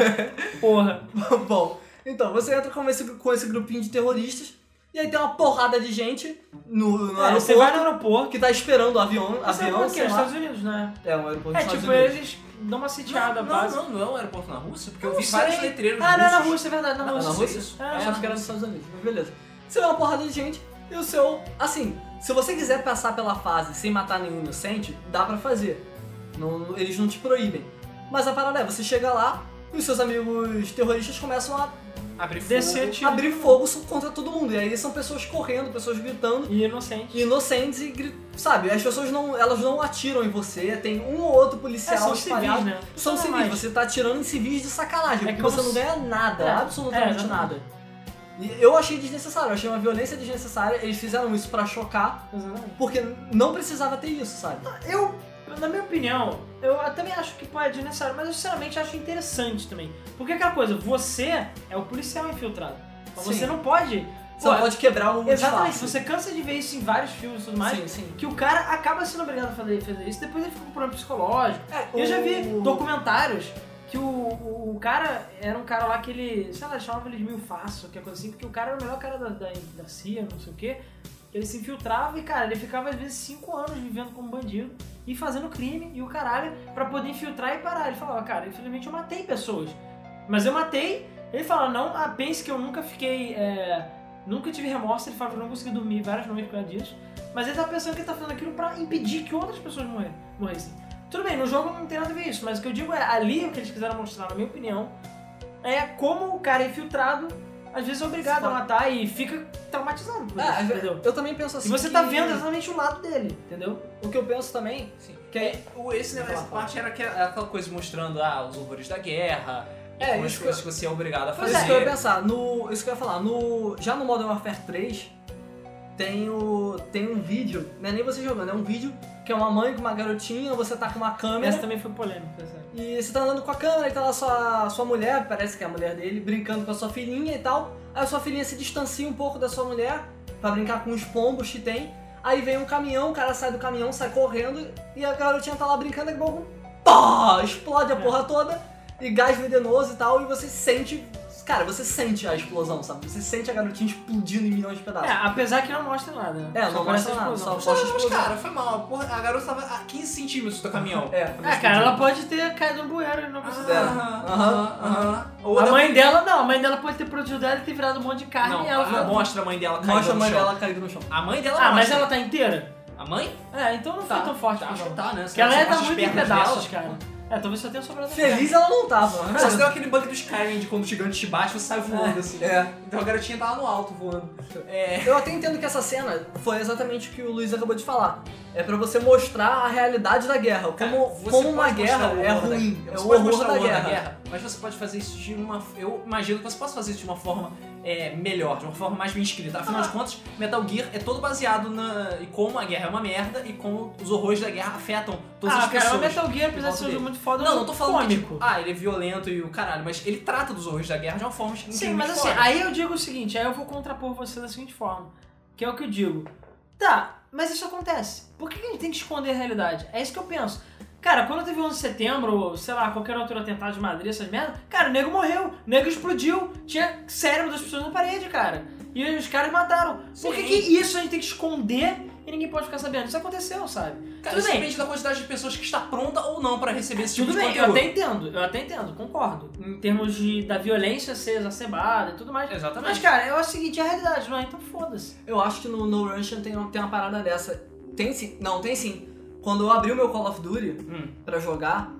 Porra. Tá Bom, então você entra com esse, com esse grupinho de terroristas e aí tem uma porrada de gente no, no É, aeroporto você vai no aeroporto. que tá esperando o avião, Você avião, é sei lá. Estados Unidos, né? É um aeroporto É, dos tipo, Estados Unidos. eles dão uma sitiada Não, não, base. não, não é um aeroporto na Rússia, porque eu Não vi sei. vários letreiros Ah, não, é na russos. Rússia, é verdade, na Na- na Rússia. Rússia? Isso. É, É, eu só achava que era nos Estados Unidos, mas beleza. Você vê uma porrada de gente e o seu, assim, se você quiser passar pela fase sem matar nenhum inocente, dá pra fazer. Não- eles não te proíbem. Mas a parada é, você chega lá e os seus amigos terroristas começam a Abrir fogo. Descer tipo tiro. abrir fogo contra todo mundo. E aí são pessoas correndo, pessoas gritando. E inocente. inocentes e gri- sabe, as pessoas não, elas não atiram em você, tem um ou outro policial É, são espalhado. civis, né? São Nada civis, mais. você tá atirando em civis de sacanagem, É porque como você não se- ganha nada, É, é, absolutamente exatamente. nada. E eu achei desnecessário, eu achei uma violência desnecessária, eles fizeram isso pra chocar, Exatamente. porque não precisava ter isso, sabe? Eu, na minha opinião, eu também acho que pode é desnecessário, mas eu sinceramente acho interessante também. Porque aquela coisa, você é o policial infiltrado. Então Sim. você não pode. Você não Pô, pode quebrar o Exatamente, disfarce. você cansa de ver isso em vários filmes e tudo mais. Sim, sim. Que o cara acaba sendo obrigado a fazer, fazer isso, depois ele fica com problema psicológico. É, Eu já vi o- documentários que o, o, o cara era um cara lá que ele, sei lá, eles chamavam ele de mil fácil, que coisa assim, porque o cara era o melhor cara da, da, da CIA, não sei o quê. Ele se infiltrava e, cara, ele ficava às vezes cinco anos vivendo como bandido e fazendo crime e o caralho pra poder infiltrar e parar. Ele falava, cara, infelizmente eu matei pessoas, mas eu matei. Ele fala, não, ah, pense que eu nunca fiquei. é, nunca tive remorso. Ele fala que eu não consegui dormir várias noites por dias. Mas ele tá pensando que ele tá fazendo aquilo pra impedir que outras pessoas morre- morressem. Tudo bem, no jogo não tem nada a ver isso, mas o que eu digo é, ali o que eles quiseram mostrar, na minha opinião, é como o cara infiltrado às vezes é obrigado a matar e fica traumatizado por isso, É, entendeu? eu também penso assim. E você que- tá vendo exatamente o lado dele, entendeu? O que eu penso também, que é É, o- esse negócio, Fala, essa parte era aquela, aquela coisa mostrando ah, os horrores da guerra, e É, como as isso coisas que você é obrigado a Pois fazer. isso que eu ia pensar, no, isso que eu ia falar, no, já no Modern Warfare 3 tem, o, tem um vídeo, não é nem você jogando, é um vídeo que é uma mãe com uma garotinha, você tá com uma câmera Essa também foi polêmica, sabe? e você tá andando com a câmera e tá lá sua, sua mulher, parece que é a mulher dele, brincando com a sua filhinha e tal. Aí a sua filhinha se distancia um pouco da sua mulher pra brincar com os pombos que tem. Aí vem um caminhão, o cara sai do caminhão, sai correndo e a garotinha tá lá brincando, daqui a pouco pá, explode a É. porra toda e gás venenoso e tal. E você sente, cara, você sente a explosão, sabe? Você sente a garotinha explodindo em milhões de É, pedaços. apesar que não mostra nada, né? Ah. É, não parece mostra uma nada, explosão. só- Poxa, mas cara, foi mal. Porra, a garota tava a 15 centímetros do caminhão. É, É, cara, ela pode ter caído no bueiro e não percebeu. considera. Aham, Ou a ela- mãe dela, não, a mãe dela pode ter produzido ela e ter virado um monte de carne Não, e ela ela ficou- é mostra a mãe dela caindo mostra a no mãe chão. dela caída no chão. A mãe dela Ah, mas mostra. ela tá inteira? A mãe? É, então não foi Tá, tão forte. Acho não. que tá, né? Porque ela Só ia tá mostra as muito em pernas pedaços, dela. tipo, cara. É, talvez só tenha sobrado Feliz ela não tá, tava. Só se deu aquele bug do Skyrim de quando o gigante te bate, você sai voando, assim. É. Então a garotinha tá lá no alto voando. É. Eu até entendo que essa cena foi exatamente o que o Luiz acabou de falar. É pra você mostrar a realidade da guerra. Como, É, Você como uma pode mostrar guerra o é horror da- ruim. Você É o pode horror mostrar da o horror guerra. mas você pode fazer isso de uma. Eu imagino que você possa fazer isso de uma forma é, melhor, de uma forma mais bem escrita. Afinal Ah. de contas, Metal Gear é todo baseado na. e como a guerra é uma merda e como os horrores da guerra afetam todas Ah, as cara, o pessoas. Metal Gear, apesar volta de ser um jogo dele. muito foda, não, não tô falando que, cômico. tipo, ah, ele é violento e o caralho, mas ele trata dos horrores da guerra de uma forma Sim, mas assim, aí eu digo o seguinte, aí eu vou contrapor você da seguinte forma, que é o que eu digo. Tá, mas isso acontece. Por que que a gente tem que esconder a realidade? É isso que eu penso. Cara, quando teve 11 de setembro, ou, sei lá, qualquer outro atentado de Madrid, essas merdas, cara, o nego morreu, o nego explodiu, tinha cérebro das pessoas na parede, cara. E os caras mataram. Por que, Sim. que isso a gente tem que esconder e ninguém pode ficar sabendo? Isso aconteceu, sabe? Cara, ah, tudo isso bem. depende da quantidade de pessoas que está pronta ou não pra receber esse tipo Tudo de bem, eu conteúdo. até entendo, eu até entendo, concordo. Em termos de, da violência ser exacerbada e tudo mais. Mas, Exatamente. cara, eu acho o seguinte, é a realidade, não é? Então foda-se. Eu acho que no No Russian tem, tem uma parada dessa. Tem sim. Não, tem sim. Quando eu abri o meu Call of Duty Hum. pra jogar,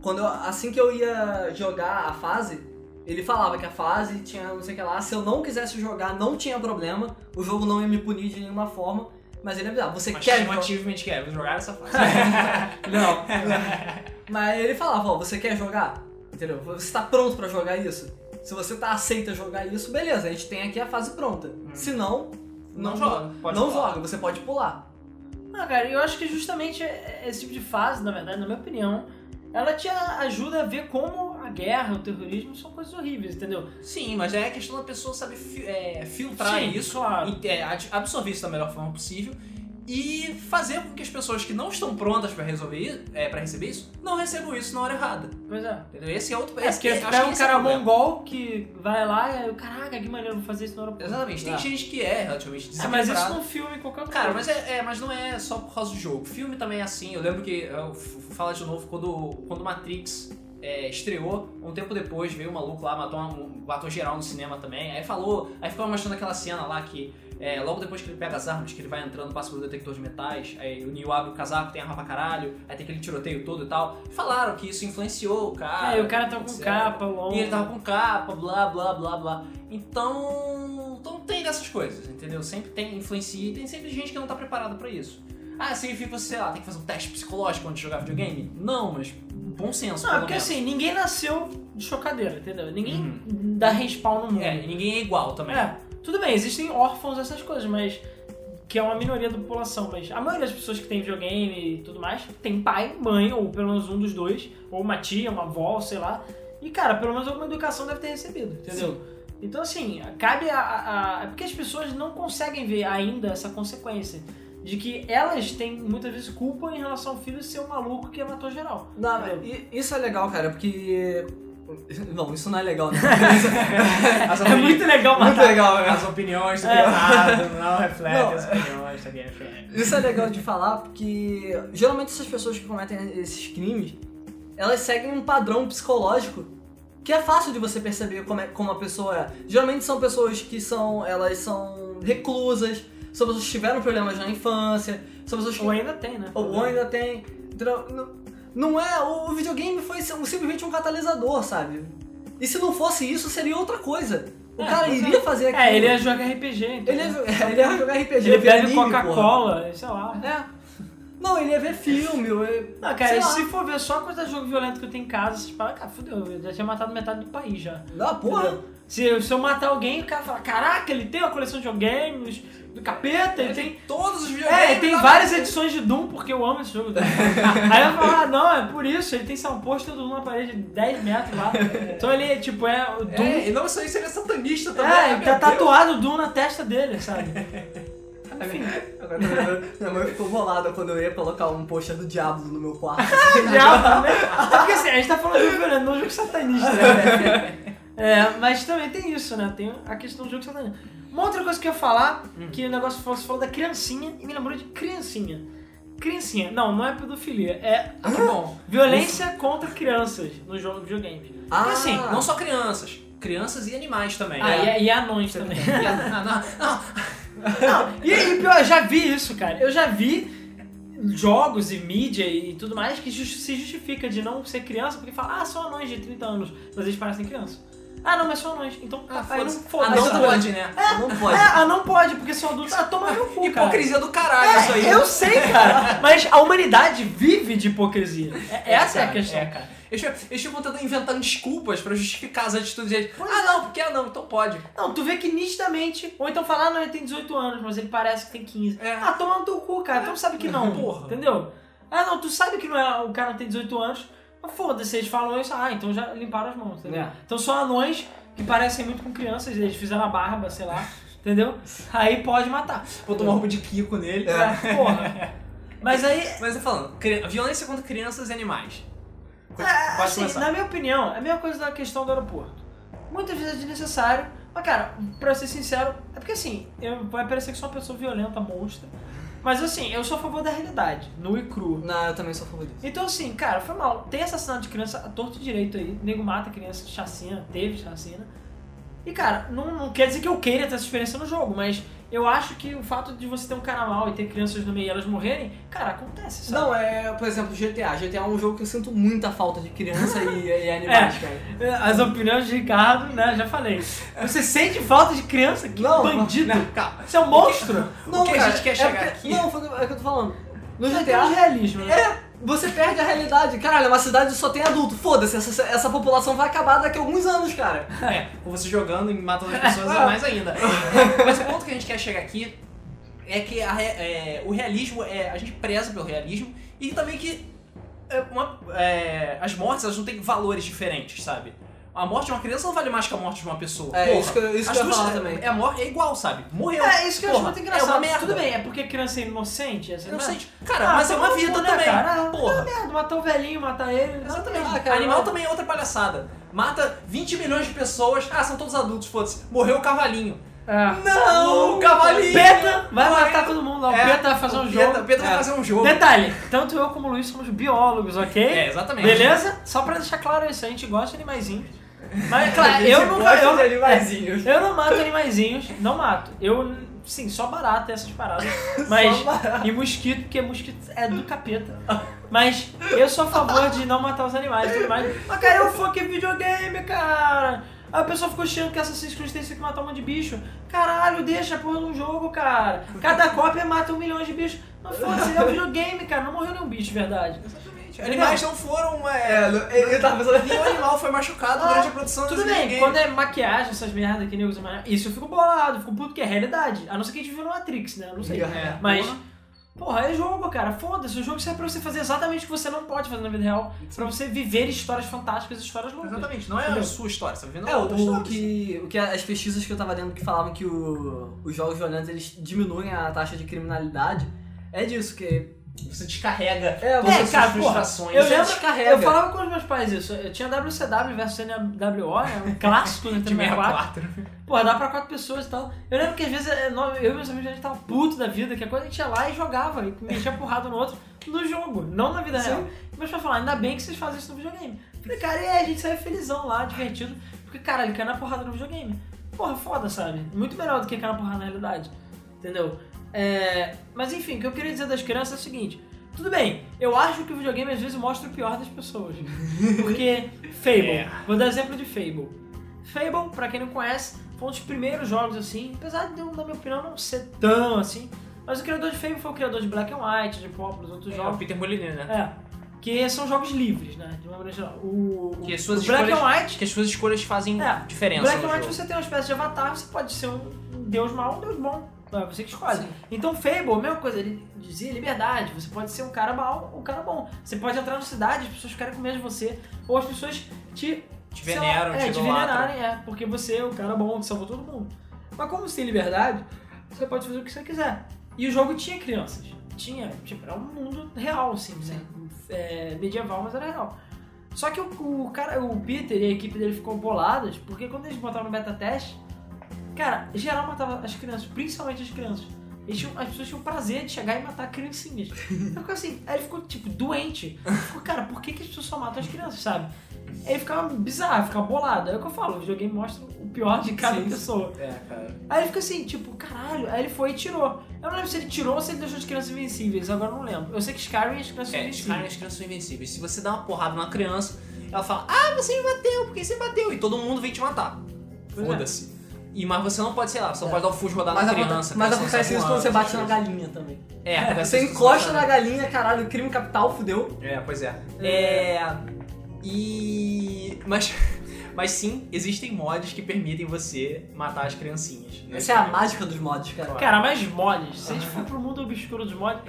quando eu- assim que eu ia jogar a fase, ele falava que a fase tinha não sei o que lá. Se eu não quisesse jogar, não tinha problema. O jogo não ia me punir de nenhuma forma. Mas ele avisava, você Mas quer tinha um jogar? achievement que é, vou jogar essa fase. Não. Mas ele falava, ó, você quer jogar? Entendeu? Você tá pronto pra jogar isso? Se você tá aceita jogar isso, beleza, a gente tem aqui a fase pronta. Se não, Não, joga. pode não pular. joga, você pode pular. Não, Ah, cara, eu acho que justamente esse tipo de fase, na verdade, na minha opinião, ela te ajuda a ver como a guerra, o terrorismo são coisas horríveis, entendeu? Sim, mas é a questão da pessoa saber fi- é, filtrar Sim, isso, claro. e, é, ad- absorver isso da melhor forma possível e fazer com que as pessoas que não estão prontas pra resolver isso, é, para receber isso, não recebam isso na hora errada. Pois é. Entendeu? Esse é outro. É, esse, porque acho pega que um esse é o cara problema. mongol que vai lá e aí, caraca, que maneiro, vou fazer isso na hora. Exatamente. Tem Ah. gente que é relativamente Ah, mas isso desequilibrada. num filme, em qualquer coisa. Cara, mas, é, é, mas não é só por causa do jogo. Filme também é assim. Eu lembro que, eu f- vou falar de novo, quando, quando Matrix é, estreou, um tempo depois veio um maluco lá, matou, uma, matou geral no cinema também, aí falou, aí ficava mostrando aquela cena lá que é, logo depois que ele pega as armas, que ele vai entrando, passa pelo detector de metais, aí o Neo abre o casaco, tem arma pra caralho, aí tem aquele tiroteio todo e tal, falaram que isso influenciou o cara. É, e o cara tava com etc. capa, longa. ah, E ele tava com capa, blá, blá, blá, blá. Então, então tem dessas coisas, entendeu? Sempre tem, influencia e tem sempre gente que não tá preparada pra isso. Ah, significa você, sei lá, tem que fazer um teste psicológico antes de jogar videogame? Não, mas bom senso, Não, pelo porque menos. assim, ninguém nasceu de chocadeira, entendeu? Ninguém Uhum. dá respawn no mundo. É, ninguém é igual também. É, tudo bem, existem órfãos essas coisas, mas. Que é uma minoria da população, mas a maioria das pessoas que tem videogame e tudo mais tem pai, mãe, ou pelo menos um dos dois, ou uma tia, uma avó, sei lá. E cara, pelo menos alguma educação deve ter recebido, entendeu? Então assim, cabe a, a- a- É porque as pessoas não conseguem ver ainda essa consequência. De que elas têm muitas vezes culpa em relação ao filho ser um maluco que matou geral. Não, Entendeu? e- isso é legal, cara, porque. Não, isso não é legal, né? As É muito legal Muito matar. legal, né? As opiniões do É. errado não é. refletem Não. as opiniões tá da Game FM. Isso é legal de falar porque geralmente essas pessoas que cometem esses crimes, elas seguem um padrão psicológico que é fácil de você perceber como, é, como a pessoa é. Geralmente são pessoas que são, elas são reclusas, são pessoas que tiveram problemas na infância, são pessoas que Ou ainda tem, né? ou ainda tem. entendeu? Não- Não é, o o videogame foi sim- simplesmente um catalisador, sabe? E se não fosse isso, seria outra coisa. O É, cara pois é. iria fazer aquilo. É, ele é joga RPG, então. Ele ia, ele ia jogar RPG, Ele ver bebe anime, porra. Coca-Cola, sei lá. É. Não, ele ia ver filme. ou ia- Não, cara, sei lá. se for ver só quanto jogo violento que eu tenho em casa, vocês falam, cara, fudeu, eu já tinha matado metade do país já. Ah, porra. Entendeu? Se, eu- se eu matar alguém, o cara fala, caraca, ele tem uma coleção de videogames do capeta, É, ele tem... todos os videogames. É, ele tem lá. várias edições de Doom, porque eu amo esse jogo. Doom. Aí eu falo, ah, não, é por isso, ele tem só um pôster do Doom na parede de 10 metros lá. Então ele, tipo, é o Doom... É, e não só isso, ele é então- satanista também. né? É, meu tá Deus. tatuado o Doom na testa dele, sabe? Enfim. Agora tá lembrando, Minha mãe ficou bolada quando eu ia colocar um pôster do diabo no meu quarto. Já, né? É porque assim, a gente tá falando de jogo violento, não jogo satanista, né? É, mas também tem isso, né? Tem a questão do jogo satanista. Uma outra coisa que eu ia falar, que o negócio falou, você falou da criancinha e me lembrou de criancinha. Criancinha, não, não é pedofilia, é Ah, que bom. violência contra crianças no jogo de videogame. Ah, assim, não só crianças, crianças e animais também. Ah, né? e, e anões também. E a- não, não, não. Não, e, e pior, eu já vi isso, cara. Eu já vi jogos e mídia e tudo mais que ju- se justifica de não ser criança porque fala, ah, são anões de 30 anos, mas eles parecem criança. Ah, não, mas são anões. Então, Ah, tá, aí não foda-se. foda Ah, não tá. pode, né? não É, pode. ah, não pode, porque são adultos. Ah, toma meu cu, cara. É, Hipocrisia do caralho isso aí. Eu sei, cara. Mas a humanidade vive de hipocrisia. É- essa é a cara, questão, é, cara. Eles eles ficam tentando inventar desculpas pra justificar as atitudes deles. Pois é. Ah, não, porque ah, não, então pode. Não, tu vê que nitidamente. Ou então falar, não, ele tem 18 anos, mas ele parece que tem 15. É. Ah, toma no teu cu, cara. Então sabe que não. Porra. Entendeu? Ah, não, tu sabe que não é, o cara não tem 18 anos. Mas foda-se, eles falam isso. Ah, então já limparam as mãos, entendeu? É. Então são anões que parecem muito com crianças, eles fizeram a barba, sei lá. Entendeu? Aí pode matar. Botou uma roupa de Kiko nele. É, porra. Mas aí, Mas eu falando, cri- violência contra crianças e animais. É, Pode assim, começar. na minha opinião, é a mesma coisa da questão do aeroporto. Muitas vezes é desnecessário, mas cara, pra ser sincero, é porque assim, eu, vai parecer que sou uma pessoa violenta, monstra, mas assim, eu sou a favor da realidade, nua e crua. Não, eu também sou a favor disso. Então assim, cara, foi mal. Tem assassinato de criança a torto e direito aí, nego mata criança, chacina, teve chacina. E cara, não, não quer dizer que eu queira ter essa experiência no jogo, mas eu acho que o fato de você ter um cara mal e ter crianças no meio e elas morrerem, cara, acontece, sabe? Não, é, por exemplo, GTA. GTA é um jogo que eu sinto muita falta de criança e, e animais, cara. É, As opiniões de Ricardo, né? Já falei. Você sente falta de criança? Que Não, bandido! Não, calma. Você é um monstro! Não, que a cara, gente quer é chegar porque- aqui? Não, foi o que- é o que eu tô falando. No Não tem um GTA, realismo, né? você perde a realidade. Caralho, é uma cidade que só tem adulto. Foda-se, essa, essa população vai acabar daqui a alguns anos, cara. É, com você jogando e matando as pessoas é mais ainda. Mas o ponto que a gente quer chegar aqui é que a re- é, o realismo, é, a gente preza pelo realismo e também que é, uma- é, as mortes elas não têm valores diferentes, sabe? A morte de uma criança não vale mais que a morte de uma pessoa. É, Porra, isso que eu- isso as que eu ia duas- falar também. É, a morte é igual, sabe? Morreu. É isso que eu acho Porra, muito engraçado. É uma merda. Tudo bem, é porque criança é inocente? Assim, Eu não né? sei. Cara, Ah, mas é tá uma bom, vida né, também. cara? Ah, Porra. Merda, matar o tá- velhinho, matar ele. Exatamente. Ah, cara, Animal mas- também é outra palhaçada. Mata 20 milhões de pessoas. Ah, são todos adultos, foda-se. Morreu o cavalinho. Ah. Não, O O cavalinho! Peta vai matar todo mundo lá. O É, Peta vai fazer um jogo. Peta- Peta vai É. fazer um jogo. Detalhe, tanto eu como o Luiz somos biólogos, ok? É, exatamente. Beleza? Só pra deixar claro isso, a gente gosta de animaizinhos. Mas, A claro, gente eu não, gosta de eu, animaizinhos. eu não mato animaizinhos, não mato. Eu, sim, só barata essas paradas. Mas, e mosquito, porque mosquito é do capeta. Mas eu sou a favor de não matar os animais e tudo mais. Mas, cara, eu fucking videogame, cara! Aí A pessoa ficou achando que Assassin's Creed tem que matar um monte de bicho. Caralho, deixa a porra num jogo, cara. Cada cópia mata um milhão de bichos. Mas foda-se, é um videogame, cara. Não morreu nenhum bicho, de verdade. Exatamente. Animais não foram. É, eu- eu tava pensando- assim, Nenhum animal foi machucado Ah, durante a produção Tudo desse bem, videogame. quando é maquiagem, essas merdas que nem usa maquiagem, isso eu fico bolado, fico puto que é realidade. A não ser que a gente vive no Matrix, né? Eu Não sei. É, Mas, porra. porra, é jogo, cara. Foda-se, o jogo serve pra você fazer exatamente o que você não pode fazer na vida real. Pra você viver histórias fantásticas, histórias loucas. Exatamente, não é a Entendeu? sua história, você tá vivendo É, outra o história. que, o que as pesquisas que eu tava lendo que falavam que o- os jogos violentos eles diminuem a taxa de criminalidade. É disso que. Você descarrega É, todas você as cara, suas porra, frustrações. eu Você lembro- descarrega. Eu falava com os meus pais isso. Eu tinha WCW versus NWO, né? Um clássico do de Nintendo 64. 64. Porra, dá pra quatro pessoas e tal. Eu lembro que às vezes é, nó- eu e meus amigos a gente tava puto da vida, que a coisa a gente ia lá e jogava, e metia porrada no outro no jogo, não na vida Sim. real. Mas pra falar, ainda bem que vocês fazem isso no videogame. Falei, cara, e aí, a gente saiu felizão lá, divertido, porque caralho, caiu na porrada no videogame. Porra, foda, sabe? Muito melhor do que cair na porrada na realidade. Entendeu? É, Mas enfim, o que eu queria dizer das crianças é o seguinte. Tudo bem, eu acho que o videogame às vezes mostra o pior das pessoas. Porque Fable, É. vou dar exemplo de Fable. Fable, pra quem não conhece, foi um dos primeiros jogos assim, apesar de, eu, na minha opinião, não ser tão assim. Mas o criador de Fable foi o criador de Black and White, de Populous, outros É, o jogos. Peter Molyneux, né? É. Que são jogos livres, né? De uma maneira geral. O, o- Que as suas o Black escolhas- and White. Que as suas escolhas fazem É, diferença. Black no and White jogo. você tem uma espécie de avatar, você pode ser um deus mau ou um deus bom. É você que escolhe. Sim. Então Fable, a mesma coisa, ele dizia liberdade. Você pode ser um cara mau ou um cara bom. Você pode entrar na cidade, as pessoas ficarem com medo de você. Ou as pessoas te Te sei lá, veneram, é, te te idolatram. venerarem, é, porque você é o cara bom que salvou todo mundo. Mas como você tem liberdade, você pode fazer o que você quiser. E o jogo tinha crianças. Tinha, tipo, era um mundo real, assim, né? É, medieval, mas era real. Só que o, o cara, o Peter e a equipe dele ficou boladas, porque quando eles botaram no beta teste, cara, geral matava as crianças, principalmente as crianças. Eles tinham- as pessoas tinham prazer de chegar e matar criancinhas. Eu ficava assim, aí ele ficou, tipo, doente. Ele Ficou, cara, por que, que as pessoas só matam as crianças, sabe? Aí ele ficava bizarro, ficava bolado. É o que eu falo, o videogame mostra o pior de cada Sim. pessoa. É, cara. Aí ele fica assim, tipo, caralho. Aí ele foi e tirou. Eu não lembro se ele tirou ou se ele deixou as crianças invencíveis, agora eu não lembro. Eu sei que Skyrim e as crianças É, invencíveis. Skyrim as crianças são invencíveis. Se você dá uma porrada numa criança, ela fala, ah, você me bateu, porque você me bateu. E todo mundo vem te matar. Pois é. Foda-se. E, mas você não pode, sei lá, só É. pode dar um fujo rodar Mas, na aconte- criança. mas criança não acontece sabe isso voar, quando você essas bate na coisas. galinha também. É, acontece Você isso quando bate encosta na galinha, caralho, crime capital, fudeu. É, pois é. É. E. Mas. Mas sim, existem mods que permitem você matar as criancinhas. né? Essa é a mágica dos mods, cara. Cara, mas mods. Se a gente for pro mundo obscuro dos mods.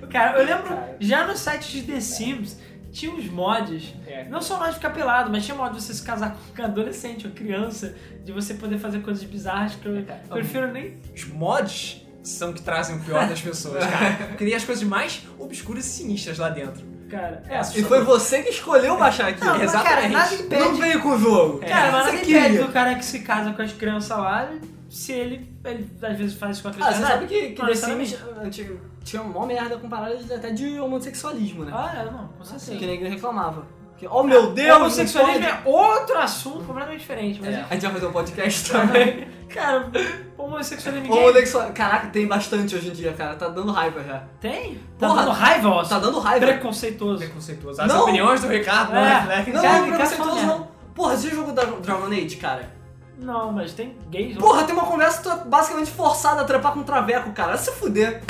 eu- cara, eu lembro já no site de The Sims tinha uns mods. É. Não só mod de ficar pelado, mas tinha mod de você se casar com um adolescente ou criança, de você poder fazer coisas bizarras que eu É, cara. eu prefiro nem. Os mods são que trazem o pior das pessoas, cara. Cria as coisas mais obscuras e sinistras lá dentro. Cara, É, E foi você que escolheu baixar aqui. Não, mas, cara, nada impede. Não É. veio com o jogo. Cara, mas Você nada queria. Ah, impede do cara que se casa com as crianças lá, se ele, ele às vezes faz isso com a Ah, criança. você sabe que, que Não, The sinceramente. Sims antigo, tinha uma maior merda comparada de- até de homossexualismo, né? Ah, é, não, com certeza. Que ninguém reclamava. Que, oh meu Deus! não Homossexualismo pode. é outro assunto completamente diferente, mas É. A gente vai fazer um podcast também. Cara, homossexualismo ninguém Homossexual... Caraca, tem bastante hoje em dia, cara. Tá dando raiva já. tem? Tá Porra, dando raiva, ó. Tá dando raiva. preconceituoso. Preconceituoso. As Não. opiniões do Ricardo, É. né? Cara, Não, não é cara, fala preconceituoso, merda. não. Porra, você jogou Dra- Dragon Age, cara? Não, mas tem gays. ó. Porra, tem uma conversa que tu é basicamente forçada a trampar com um traveco, cara. Vai se fuder.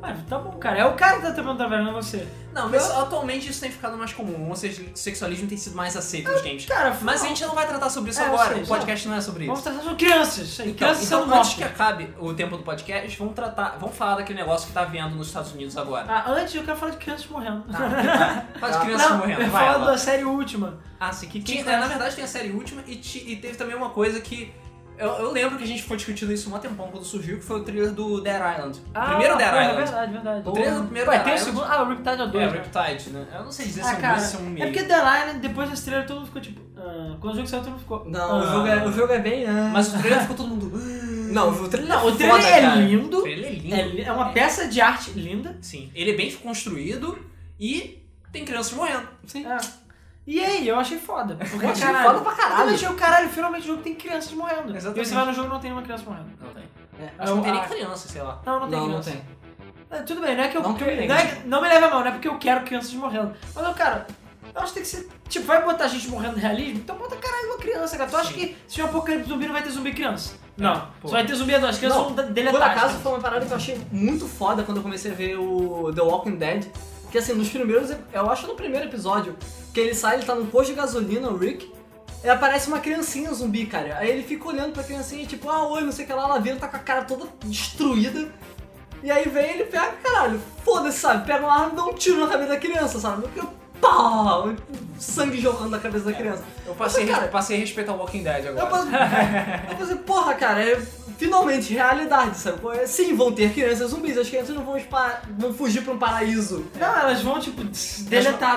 Mas tá bom, cara. É o cara que tá tomando taverna, não é você. Não, mas atualmente isso tem ficado mais comum. Ou seja, o sexualismo tem sido mais aceito nos games. Cara, Mas a não. gente não vai tratar sobre isso É, eu agora. sei, o podcast não é sobre Vamos é isso. tratar sobre crianças. Isso aí. Então, crianças então sendo antes mortas. que acabe o tempo do podcast, vamos tratar, vamos falar daquele negócio que tá vendo nos Estados Unidos agora. Ah, antes eu quero falar de crianças morrendo. Faz Tá. crianças Ah, não, morrendo, eu vai. falo Ela. da série última. Ah, sim, que Quem tinha, conhece? na verdade tem a série última e, ti- e teve também uma coisa que Eu, eu lembro que a gente foi discutindo isso um tempão quando surgiu, que foi o trailer do Dead Island. Ah, primeiro Dead porra, Island. verdade, verdade. O trailer do primeiro Ué, Dead tem o Island. segundo. Ah, o Riptide é o 2. É, Riptide, né? Eu não sei dizer se é Ah, um dois, cara, se é um meio. é porque Dead Island, depois desse trailer, todo mundo ficou tipo... ah, quando o jogo saiu, todo mundo ficou... Não, Ah. o, jogo é, o jogo é bem. ah. Mas o trailer ficou todo mundo. "Ah, Não, o trailer, Não, o foda, trailer é cara. O lindo. trailer é lindo. É, li- é uma peça de arte linda. Sim. Ele é bem construído e tem crianças morrendo. Sim. É. E aí, eu achei foda. Porque, Eu achei caralho, foda pra caralho. Eu achei o caralho, finalmente o jogo tem crianças morrendo. Exatamente. E você vai no jogo e não tem nenhuma criança morrendo. Não tem. É, Acho que não tem Ah, nem criança, sei lá. Não, não tem Não, não criança. tem. É, Tudo bem, não é que eu. Não Não, que eu lembre. não, é que- não me leve a mão, não é porque eu quero crianças morrendo. Mas, eu, cara, eu acho que tem que ser. Tipo, vai botar gente morrendo no realismo? Então bota caralho uma criança, cara. Tu acha Sim. que se tiver um apocalipse zumbi não vai ter zumbi criança? Não. pô. Só vai ter zumbi adulto. As crianças Não, vão de- Por deletar. acaso foi uma parada que eu achei muito foda quando eu comecei a ver o The Walking Dead. Que assim, nos primeiros, eu acho no primeiro episódio, que ele sai, ele tá num posto de gasolina, o Rick, e aparece uma criancinha zumbi, cara. Aí ele fica olhando pra criancinha e tipo, ah, oi, não sei o que lá, ela vira, tá com a cara toda destruída. E aí vem ele pega, caralho, foda-se, sabe? Pega uma arma e dá um tiro na cabeça da criança, sabe? Eu, pá! Sangue jogando na cabeça da criança. Eu passei, Mas, cara- passei a respeitar o Walking Dead Eu agora. posso... eu falei, porra, cara, é finalmente realidade, sabe? Pô, é- Sim, vão ter crianças zumbis, as crianças não vão, espa- vão fugir pra um paraíso. Não, elas vão, tipo, Deletado.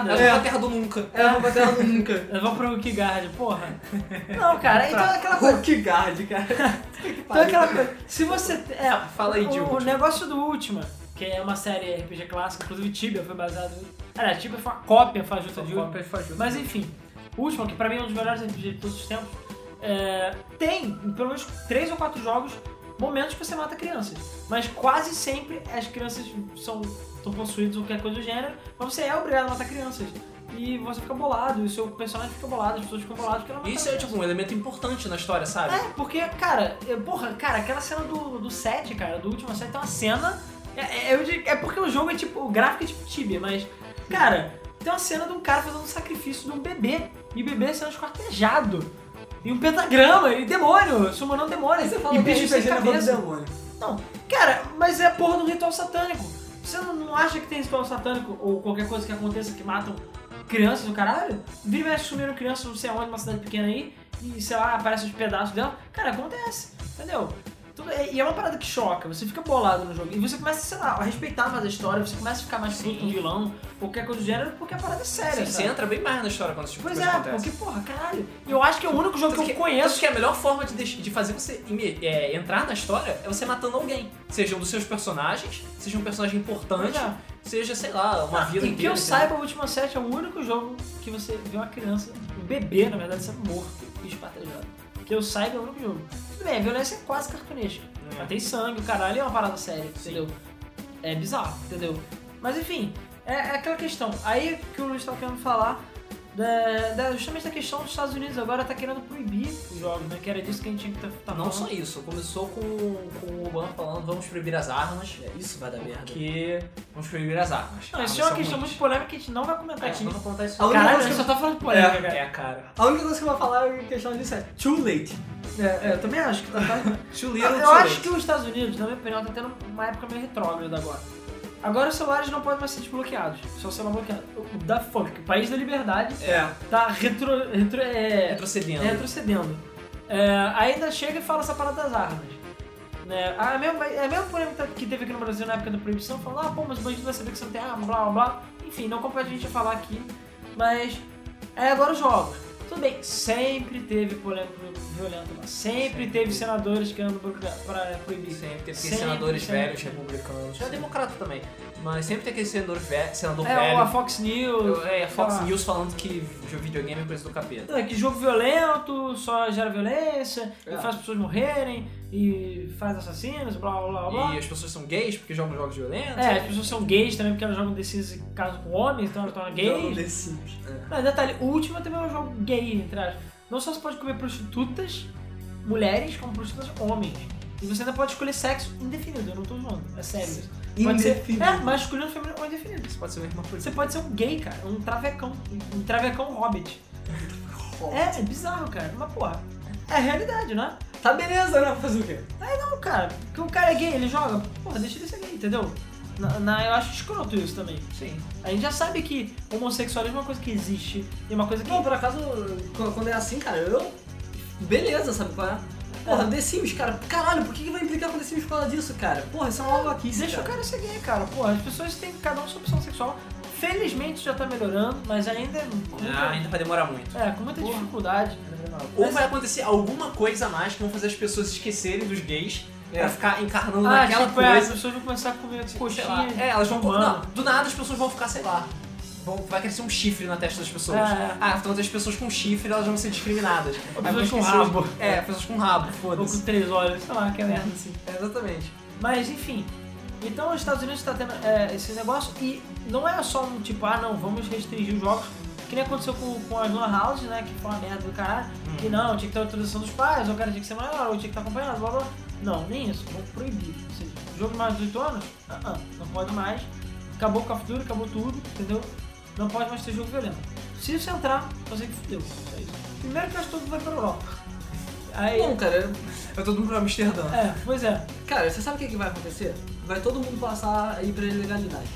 deletadas. É a terra do nunca. Elas não vão pra terra nunca. Elas vão pro Kigard, porra. Não, cara, Tá. então é aquela coisa. Hulk Guard, cara. Então é aquela coisa. Se você. É, Fala aí, o- de O, Última. negócio do Última, que é uma série RPG clássica, inclusive Tibia foi baseado. Aliás, Tibia foi uma cópia fajuta um de Última. Mas enfim, o último, que pra mim é um dos melhores RPG de todos os tempos, é, tem pelo menos três ou quatro jogos, momentos que você mata crianças. Mas quase sempre as crianças são, são possuídas ou qualquer coisa do gênero, mas você é obrigado a matar crianças. E você fica bolado, e o seu personagem fica bolado, as pessoas ficam boladas porque ela mata Isso é tipo um elemento importante na história, sabe? é, porque, cara, eu- porra, cara, aquela cena do, do set, cara, do último set, tem uma cena. É, é- eu digo- é porque o jogo é tipo. O gráfico é tipo Tibia, mas. Cara, tem uma cena de um cara fazendo um sacrifício de um bebê. E o bebê é sendo esquartejado. E um pentagrama, e demônio, sumonando demônio. Aí você fala e que bicho sem RPG é contra o cabeça. demônio. Não, cara, mas é a porra do ritual satânico. Você não, não acha que tem ritual satânico ou qualquer coisa que aconteça que matam crianças do caralho? Vira e mexe sumiram crianças, não sei aonde, numa cidade pequena aí, e sei lá, aparecem os pedaços dela. Cara, acontece, entendeu? Tudo- é- E é uma parada que choca, você fica bolado no jogo. E você começa, sei lá, a respeitar mais a história, você começa a ficar mais puto com o vilão, qualquer coisa do gênero, porque a parada é séria. Sim, você sabe? entra bem mais na história quando esse tipo Pois de é, coisa acontece. porque, porra, caralho. E eu acho que é o único jogo que, Tanto eu conheço. tanto que a melhor forma de, deix- de fazer você ime- é, entrar na história é você matando alguém. Seja um dos seus personagens, seja um personagem importante, Pois é. seja, sei lá, uma Ah, vida e que inteira, eu né? saiba, o Ultima 7 é o único jogo que você vê uma criança, um bebê, na verdade, sendo morto e espartejado. Que eu saiba é o único jogo. Tudo bem, a violência é quase cartunesca. É. Mas tem sangue, o caralho, é uma parada séria, entendeu? É bizarro, entendeu? Mas enfim, é, é aquela questão. Aí o que o Luiz tá querendo falar, da, da- justamente da questão dos Estados Unidos agora tá querendo proibir os jogos, né? Que era disso que a gente tinha que tá, tá Não falando. só isso, começou com, com o Obama falando vamos proibir as armas, É, Isso vai dar merda. porque vamos proibir as armas. Não, Armas isso é uma são questão ruins. muito polêmica que a gente não vai comentar É, aqui. não vou contar isso. A única Caralho, a coisa que gente eu- só tá falando É, polêmica, cara. é, cara. A única coisa que eu vou falar é a questão disso é too late. É, eu também acho que tá Too Eu, little, eu too acho late. que os Estados Unidos, na minha opinião, tá tendo uma época meio retrógrada agora. Agora os celulares não podem mais ser desbloqueados. Só o celular bloqueado. O da fuck, o país da liberdade É. tá retro, retro, é, Retrocedendo. retrocedendo. É, ainda chega e fala essa parada das armas. Né? Ah, É o mesmo, é mesmo problema que teve aqui no Brasil na época da proibição, falando, ah, pô, mas o bandido vai saber que você não tem arma, blá blá blá. Enfim, não compete a gente a falar aqui, mas é agora os jogos. Tudo bem, sempre teve polêmica violenta lá, sempre, Sempre teve teve. senadores querendo pra, pra proibir. Sempre tem aqueles Sempre, senadores sempre. velhos republicanos. É democrata também. Mas sempre tem aquele senador, ve senador É, velho. ou a Fox News. Eu- É, a Fox sei lá. News falando que videogame é coisa do capeta. É, Que jogo violento só gera violência, É. e faz pessoas morrerem, e faz assassinos, blá blá blá blá. E as pessoas são gays porque jogam jogos violentos. É, as pessoas são gays também porque elas jogam The Sims e casam com homens, então elas tornam Jogam gays. The Sims. Mas detalhe, o último também é um jogo gay, entre aspas. Não só você pode comer prostitutas, mulheres, como prostitutas homens. E você ainda pode escolher sexo indefinido, eu não tô zoando, é sério. isso. Pode ser, Indefinido. é, masculino, feminino ou indefinido. Isso pode ser uma irmã por Você pode ser um gay, cara, um travecão, um travecão hobbit. É, é bizarro, cara, mas porra, é a realidade, né? Tá beleza, né? Fazer o quê? Não, cara, porque o cara é gay, ele joga, porra, deixa ele ser gay, entendeu? Na- na, eu acho escroto isso também. Sim. A gente já sabe que homossexualismo é uma coisa que existe e é uma coisa que. Não, por acaso, quando quando é assim, cara, eu. Beleza, sabe qual é? Porra, The Sims, cara, caralho, por que, que vai implicar com The Sims por causa disso, cara? Porra, isso é uma babaquice, Deixa o cara. cara ser gay, cara. Porra, as pessoas têm cada um sua opção sexual. Felizmente isso já tá melhorando, mas ainda é com Ah, muita, ainda vai demorar muito. é, com muita Porra. dificuldade. Ou Mas- vai acontecer alguma coisa a mais que vão fazer as pessoas esquecerem dos gays É. pra ficar encarnando Ah, naquela tipo, é, as coisa. pessoas vão começar a comer tipo, Sei coxinha. lá. É, elas vão. humana. Não, do nada as pessoas vão ficar, sei lá. Vão, vai crescer um chifre na testa das pessoas. É. Ah, então as pessoas com chifre elas vão ser discriminadas. Aí vão pessoas com esquecer os- rabo. É, pessoas com rabo, Ou foda-se. com três olhos, sei lá, que merda assim. É, exatamente. Mas enfim. Então os Estados Unidos está tendo é, esse negócio e não é só um tipo, ah não, vamos restringir os jogos, que nem aconteceu com, com as Lan House, né? Que foi uma merda do caralho. Que não, tinha que ter autorização dos pais, ou o cara tinha que ser maior, ou tinha que estar acompanhado, blá blá. Não, nem isso, vamos proibir. Ou seja, jogo de mais de 18 anos? Ah, ah, não pode mais. Acabou o Call of Duty, acabou tudo, entendeu? Não pode mais ter jogo violento. Se isso entrar, você que fudeu. É isso. Primeiro que acho que todo mundo vai pra Europa. Aí. Bom, cara, Vai todo mundo pra Amsterdã. É, pois é. cara, você sabe o que, que vai acontecer? Vai todo mundo passar aí pra ilegalidade.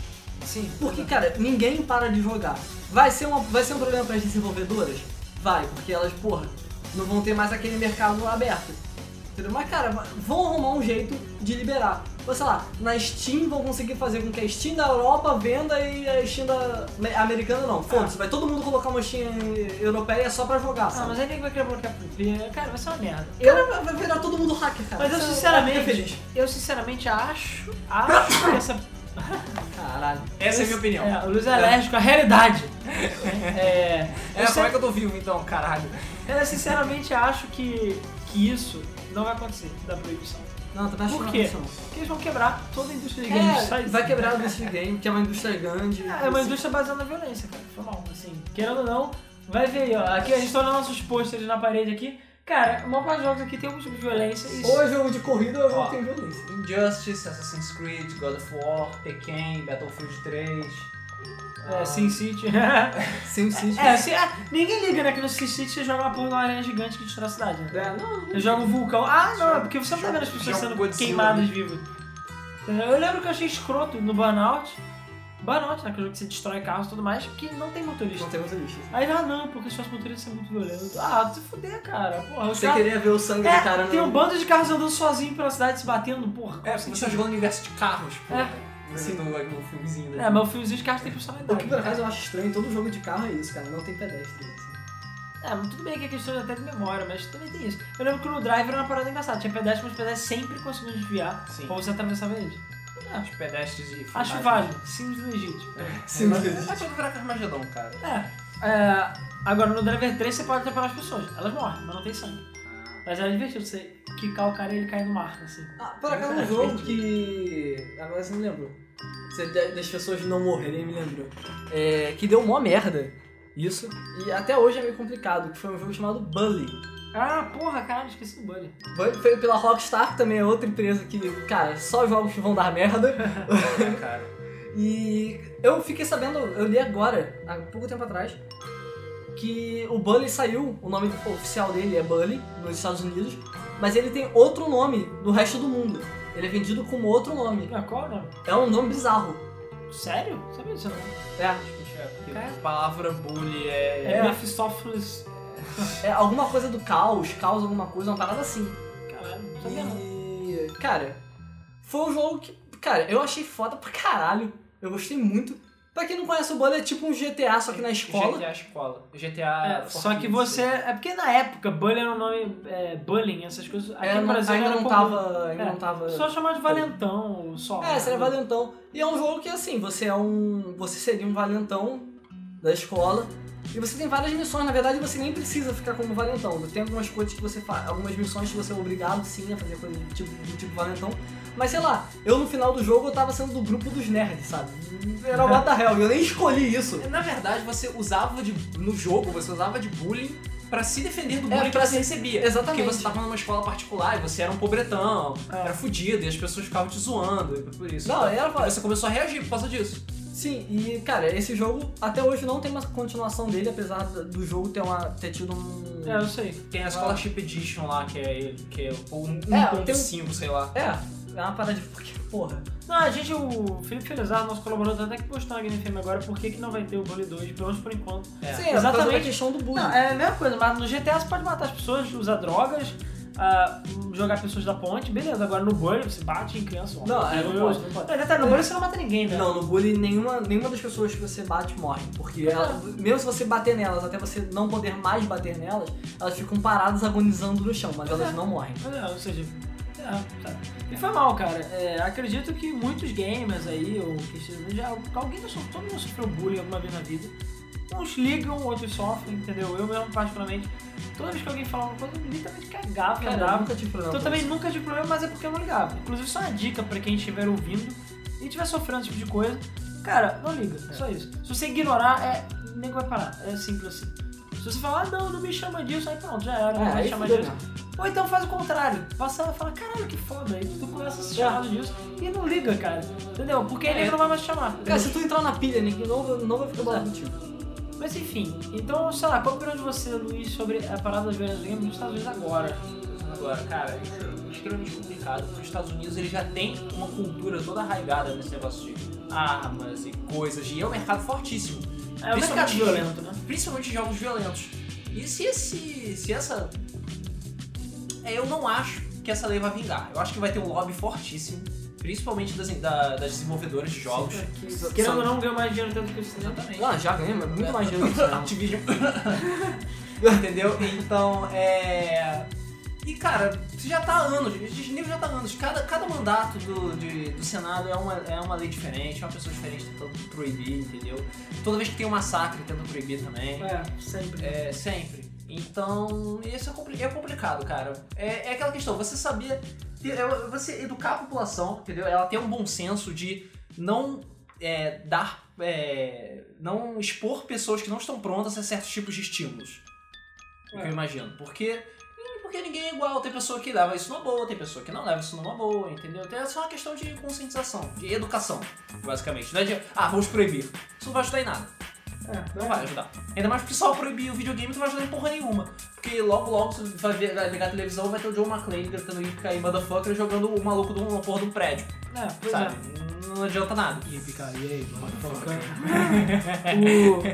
Sim. Porque, cara, ninguém para de jogar. Vai ser, uma, vai ser um problema para as desenvolvedoras? Vai, porque elas, porra, não vão ter mais aquele mercado aberto. Entendeu? Mas, cara, vão arrumar um jeito de liberar. Ou sei lá, na Steam vão conseguir fazer com que a Steam da Europa venda e a Steam da me- americana não. Foda-se, vai todo mundo colocar uma Steam europeia só pra jogar, Ah, sabe? mas aí nem vai querer bloquear por quê? Cara, vai ser uma merda. Cara, vai- vai virar todo mundo hacker, cara. Mas eu Você vai sinceramente. ficar feliz. Eu sinceramente acho. Acho que essa. Caralho. Essa é a minha opinião. É, o Luiz é alérgico à realidade. É. É, eu como sin- é que eu tô vivo então, caralho? eu sinceramente acho que, que isso não vai acontecer da proibição. Não, também acho Por que não quê? funciona. Porque eles vão quebrar toda a indústria de games. É, Sai- vai quebrar a indústria de game, que é uma indústria grande. É, é uma indústria baseada na violência, cara. Foi mal, assim. Querendo ou não, vai ver aí, ó. Aqui a gente tá olhando nossos pôsteres na parede aqui. Cara, o maior parte dos jogos aqui tem algum tipo de violência. E... Ou é jogo de corrida ou é jogo Ó. que tem violência. Injustice, Assassin's Creed, God of War, Tekken, Battlefield 3. É, Sin City. Sim, sim. É, se, é, ninguém liga, né? Que no Sin City você joga uma porra de uma arena gigante que destrói a cidade, né? É, um não. Eu jogo um vulcão. Ah, não, é porque você não tá vendo as pessoas Jogo sendo Godzilla queimadas ali. vivas. Entendeu? Eu lembro que eu achei escroto no Burnout. Burnout, né? Que é o jogo que você destrói carros e tudo mais, que não tem motorista. Não tem muita lixo. Aí, ah, não, porque se fosse motorista é muito violento. Ah, se fuder, cara. Porra, os Você caras- queria ver o sangue É, do cara tem né, no... um bando de carros andando sozinho pela cidade se batendo, porra. É, você tá jogando universo de carros, pô. É. Assim, no, no filmezinho, né? É, mas o filmezinho de carros tem O que, personalidade. por acaso, eu acho estranho em todo jogo de carro é isso, cara. Não tem pedestre. assim. É, mas tudo bem que é questão até de memória, mas também tem isso. Eu lembro que no Drive era uma parada engraçada. Tinha pedestre, mas os pedestres sempre conseguiam desviar. Sim. Ou você atravessava eles. Os pedestres e Acho filmagens. válido. Sims legítimo. Sim, mas- É pra virar Carmagedon, cara. É. é. Agora, no Driver 3 você pode atropelar as pessoas. Elas morrem, mas não tem sangue. Mas era divertido você quicar o cara e ele cair no mar, assim. Ah, por acaso, um jogo é que... Agora você me lembrou. Você de- das pessoas não morrerem, me lembrou. É, que deu mó merda. Isso. E até hoje é meio complicado, que foi um jogo chamado Bully. Ah, porra, caralho, esqueci do Bunny. Foi foi pela Rockstar, que também é outra empresa que, cara, só jogos que vão dar merda. É, cara. E eu fiquei sabendo, eu li agora, há pouco tempo atrás, que o Bully saiu, o nome oficial dele é Bully, nos Estados Unidos, mas ele tem outro nome no resto do mundo. Ele é vendido como outro nome. Ah, qual não? É um nome bizarro. Sério? Sabia disso não? É, Puxa, porque É. a palavra bully é... É. Mephistopheles. é alguma coisa do caos, caos alguma coisa, uma parada assim. Caralho, não sabia não. E, cara, foi um jogo que, cara, eu achei foda pra caralho. Eu gostei muito. Pra quem não conhece o Bully, é tipo um GTA, só que na escola. GTA é escola. GTA... É, só que Fortnite. você. É porque na época, bullying era o nome. É, bullying, essas coisas. Aqui É, no não- Brasil ainda era não comum. tava, ainda É, não tava. Só chamar de valentão, ou só. né? É, seria valentão. E é um jogo que assim, você é um. Você seria um valentão da escola. E você tem várias missões, na verdade você nem precisa ficar como valentão. Tem algumas coisas que você faz, algumas missões que você é obrigado sim a fazer coisa de tipo, de tipo valentão. Mas sei lá, eu no final do jogo eu tava sendo do grupo dos nerds, sabe? Era o what the hell, e eu nem escolhi isso. Na verdade, você usava de... No jogo, você usava de bullying pra se defender do É, bullying pra que você recebia. Exatamente. Porque você tava numa escola particular e você era um pobretão, era fudido, e as pessoas ficavam te zoando, e por isso. Não, é, era E você começou a reagir por causa disso. Sim, e cara, esse jogo até hoje não tem uma continuação dele, apesar do jogo ter, uma, ter tido um. É, eu sei. Tem a Scholarship Edition lá, que é, que é o 1.5, 1.5, sei lá. É, é uma parada de porque, porra. Não, a gente, o Felipe Felizardo, nosso colaborador, até que postou na Game FM agora por que que não vai ter o Bully 2, pelo menos por enquanto. É. Sim, é por causa Exatamente. da questão do bullying. Não, é a mesma coisa, mas no GTA você pode matar as pessoas, usar drogas, ah, jogar pessoas da ponte, beleza. Agora no banho você bate em criança. ó. Não, é, não Eu- pode, não pode. já tá, no banho você não mata ninguém, né? Não, no bullying nenhuma, nenhuma das pessoas que você bate morre. Porque ela- mesmo se você bater nelas, até você não poder mais bater nelas, elas ficam paradas agonizando no chão, mas elas não morrem. É, ou seja, é, sabe? E foi mal, cara. É, acredito que muitos gamers aí, ou que estejam- já, alguém já sofreu, todo mundo sofreu bullying alguma vez na vida. Uns ligam, outros sofrem, entendeu? Eu mesmo, particularmente, toda vez que alguém falava uma coisa, eu literalmente cagava, Cara, eu andava. nunca tive problema. Então eu com também isso. nunca tive problema, mas é porque eu não ligava. Inclusive, só uma dica pra quem estiver ouvindo e estiver sofrendo esse tipo de coisa, cara, não liga, É. só isso. Se você ignorar, é, o nego vai parar. É simples assim. Se você falar, ah, não, não me chama disso, aí pronto, já era, não É, vai aí chamar fudeu disso. mesmo. Ou então faz o contrário, passa e fala, caralho, que foda, aí tu começa a se chamar disso e não liga, cara. Entendeu? Porque ele não vai mais te chamar. Cara, se tu entrar na pilha, ninguém não, vai- não vai ficar bolado contigo. Mas enfim, então, sei lá, qual a opinião de você, Luiz, sobre a parada das violências games nos Estados Unidos agora? Agora, cara, é extremamente complicado, porque os Estados Unidos ele já tem uma cultura toda arraigada nesse negócio de armas e coisas, e é um mercado fortíssimo. É um mercado Principalmente- violento, né? principalmente jogos violentos. E se esse. se essa. É, Eu não acho que essa lei vai vingar. Eu acho que vai ter um lobby fortíssimo, principalmente das, da- das desenvolvedoras de jogos. Querendo ou não, ganha mais dinheiro tanto que o cinema também. Ah, já ganhei, mas muito mais dinheiro que isso. né? Activision. Entendeu? Então, é. E cara, isso já tá há anos, esse nível já tá há anos. Cada, cada mandato do, de- do Senado é uma, é uma lei diferente, é uma pessoa diferente tentando proibir, entendeu? Toda vez que tem um massacre, tentam proibir também. É, sempre. É, sempre. Então, isso é, compli- é complicado, cara. É, é aquela questão, você sabia. ter- é, Você educar a população, entendeu? Ela ter um bom senso de não é, dar. é, não expor pessoas que não estão prontas a certos tipos de estímulos. É o que É. eu imagino. Porque. Porque ninguém é igual, tem pessoa que leva isso numa boa, tem pessoa que não leva isso numa boa, entendeu? Então é só uma questão de conscientização, de educação, basicamente. Não é de, ah, vamos proibir. Isso não vai ajudar em nada. É, Não Então vai ajudar. Ainda mais porque só proibir o videogame não vai ajudar em porra nenhuma. Porque logo logo você vai, ver, vai ligar a televisão vai ter o John McClane gritando Ipica e motherfucker jogando o maluco de uma porra de um prédio. É, pois sabe? é. Não adianta nada. E aí, O-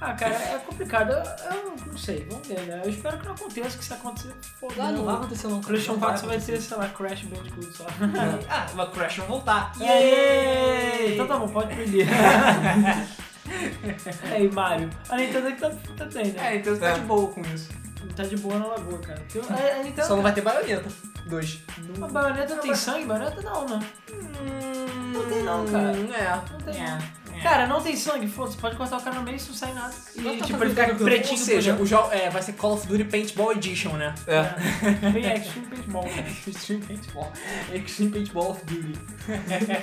Ah, cara, é complicado. Eu, eu não sei, vamos ver, né? Eu espero que não aconteça, que se acontecer, pô, Ah, não vai não. acontecer não. O PlayStation Não 4 só vai acontecer. ter, sei lá, Crash Bandicoot só. Ah, o Crash vai voltar. E aí? Então tá bom, pode perder. E aí, Mario? A Nintendo que tá, tá bem, né? É, então você tá É. de boa com isso. Tá de boa na lagoa, cara. um- Porque A, a Nintendo. Só não vai ter baioneta. Dois. A baioneta tem sangue? Baioneta não, né? Hum, Não tem não, cara. É. Não tem. É. Cara, não tem sangue, foda-se, pode cortar o cara no meio e não sai nada. Mas E tá tipo, fazendo ele fica tudo. pretinho Ou seja, por o jogo é, vai ser Call of Duty Paintball Edition, né? É. dentro. Bem tipo um Extreme Paintball. Extreme Paintball. Extreme Paintball of Duty.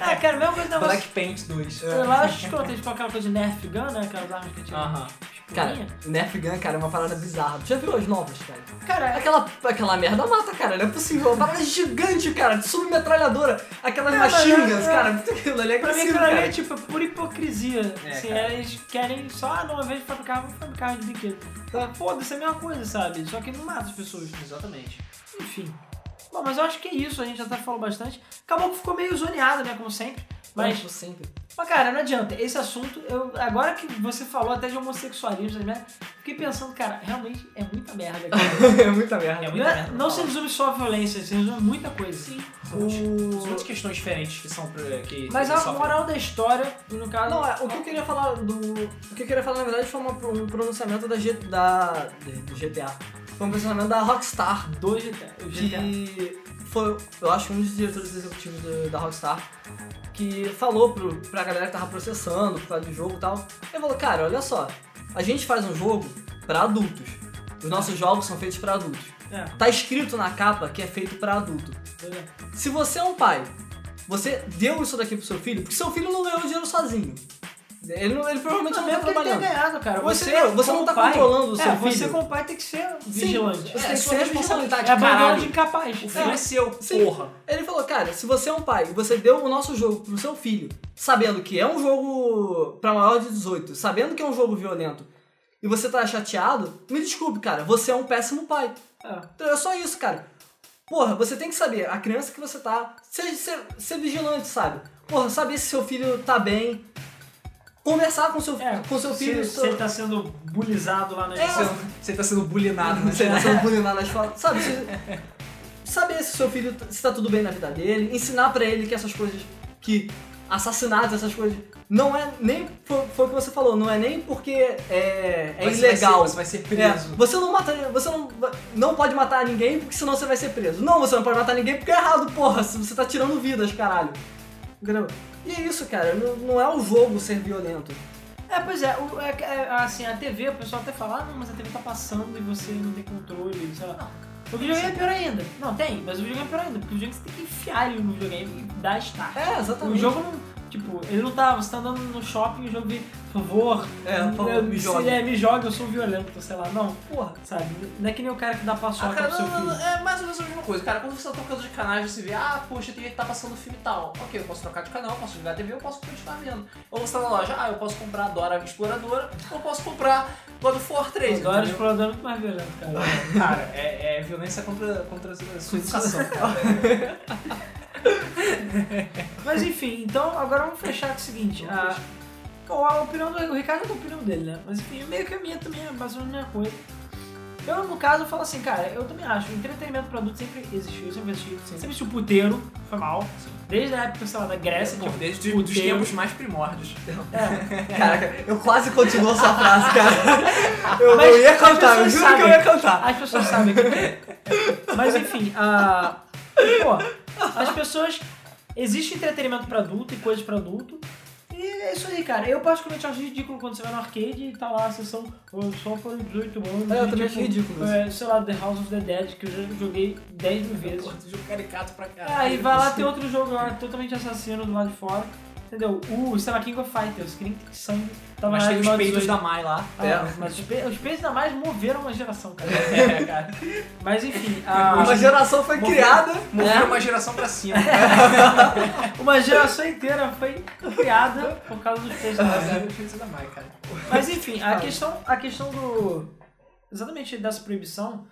Ah, cara, mesmo coisa da Black Paint 2. Lá eu acho escroto, tipo aquela coisa de Nerf Gun, né? Aquelas armas que Tipo, atiram. Aham. Cara, espuminha. Nerf Gun, cara, é uma parada bizarra. Tu já viu as novas, cara? Cara, Aquela, aquela merda mata, cara, não é possível. Uma parada gigante, cara, de submetralhadora. Aquelas É, mas machine é- guns, é- cara. Aquilo ali é pra mim agressivo, aquilo ali é cara. tipo pura hipocrisia. É, assim, cara. eles querem só ah, não, ao invés de fabricar, vamos fabricar de brinquedo. Tá. Foda-se, é a mesma coisa, sabe? Só que não mata as pessoas. Exatamente. Enfim. Bom, mas eu acho que é isso, a gente já tá falando bastante. Acabou que ficou meio zoneado, né? Como sempre. Mas Uhum. Tipo, sempre. Mas, cara, não adianta. Esse assunto, eu, agora que você falou até de homossexualismo, né? Fiquei pensando, cara, realmente é muita merda. Cara. é muita merda. É não muita é- merda. não se resume só a violência, se resume a muita coisa. Sim. São muitas questões diferentes que são. pra- Que Mas que a sofrem. moral da história, e no caso. Não, é, o que eu queria falar do. O que eu queria falar, na verdade, foi uma- um pronunciamento da, G, da do GTA. Foi um pronunciamento da Rockstar. do GTA. O que GTA. foi, eu acho, um dos diretores executivos do- da Rockstar, que falou pro, pra galera que tava processando por causa do jogo e tal. Ele falou, cara, olha só, a gente faz um jogo pra adultos. Os nossos jogos são feitos pra adultos. É, Tá escrito na capa que é feito pra adulto. pois é. Se você é um pai, você deu isso daqui pro seu filho, porque seu filho não ganhou dinheiro sozinho. Ele, não- ele provavelmente não, Mesmo tá que é ele tenha trabalhando. ganhado, cara. Você- Você, você não como tá pai- controlando o seu é, Você, filho. como pai, tem que ser vigilante. Você É, tem que sua ser responsabilidade, É abandono caralho. de incapaz. O filho é, É. seu, Sim. porra. Ele falou, cara, se você é um pai e você deu o nosso jogo pro seu filho, sabendo que é um jogo pra maior de 18, sabendo que é um jogo violento, e você tá chateado, me desculpe, cara, você é um péssimo pai. É. Então é só isso, cara. Porra, você tem que saber, a criança que você tá, ser, ser, ser vigilante, sabe? Porra, saber se seu filho tá bem. conversar com seu, com seu filho. É, se, seu- se ele tá sendo bulizado lá na É, escola. Você tá sendo bulinado, né? Você tá sendo bullyingado na escola. Sabe, se- saber se seu filho tá- se tá tudo bem na vida dele, ensinar pra ele que essas coisas, que assassinatos, essas coisas, não é nem, foi, foi o que você falou, não é nem porque é, é Mas você vai ilegal. ser- Você vai ser É, preso. você não mata, você não, não pode matar ninguém porque senão você vai ser preso. Não, você não pode matar ninguém porque é errado, porra, se você tá tirando vidas, caralho. Entendeu? E é isso, cara, não, não é o jogo ser violento. É, pois é, o- é- é, assim, a TV, o pessoal até fala, ah, não, mas a TV tá passando e você não tem controle, sei lá. O videogame é pior ainda. Não, tem, mas o videogame é pior ainda, porque o videogame você tem que enfiar ele no videogame e dar start. É, O exatamente. jogo não. Tipo, ele não tá, você tá andando no shopping, o jogo vem, por favor, É, por favor, me se- jogue. é, me joga, eu sou violento, sei lá, não, Porra. sabe? Não é que nem o cara que dá Ah, paçoca cara, pro seu não, não, filho. não, é mais ou menos a mesma coisa, cara. Quando você tá trocando de canais, você vê, ah, poxa, tem tá passando filme tal. Ok, eu posso trocar de canal, eu posso ligar a TV, eu posso continuar vendo. Ou você tá na loja, ah, eu posso comprar Dora Exploradora, ou eu posso comprar God of War 3. Agora o entendeu? explorador é muito mais violento, cara. Cara, é, é violência contra, contra a sua educação. Mas enfim, então agora vamos fechar com o seguinte. Vamos A, qual a opinião do o Ricardo é da opinião dele, né? Mas enfim, meio que a minha também é mais ou menos a mesma coisa. Eu, no caso, eu falo assim, cara, eu também acho, entretenimento pra adulto sempre existiu, sempre existiu. Sempre existiu puteiro, foi mal. Desde a época, sei lá, da Grécia, que É Bom, eu- desde os dos Puteiro. tempos mais primórdios. é. Caraca, eu quase continuo essa frase, cara. Eu Mas não ia as cantar, eu pessoas juro que eu sabem. ia cantar. As pessoas sabem o que é. Mas enfim, a, pô, as pessoas. Existe entretenimento pra adulto e coisa pra adulto. E é isso aí, cara. Eu particularmente acho ridículo quando você vai no arcade e tá lá a sessão oh, só por 18 anos. É, eu e, também acho tipo, ridículo isso. é, sei lá, The House of the Dead, que eu já joguei 10 mil vezes. Porra, É, jogo caricato pra caralho. Aí vai lá, tem outro jogo lá, totalmente assassino do lado de fora. Entendeu? O, sei lá, King of Fighters, que nem tem sangue. Tava Mas lá tem de os 9 peitos 18. da Mai lá. Ah, É. Mas os pe- os peixes da mais moveram uma geração, cara. É, cara. Mas enfim, Uma a, geração foi Morreu. criada. É? Moveram uma geração pra cima. uma geração inteira foi criada por causa dos É. peixes da Amazônia. Os peitos da Mai, cara. Mas enfim, a questão, a questão do. Exatamente dessa proibição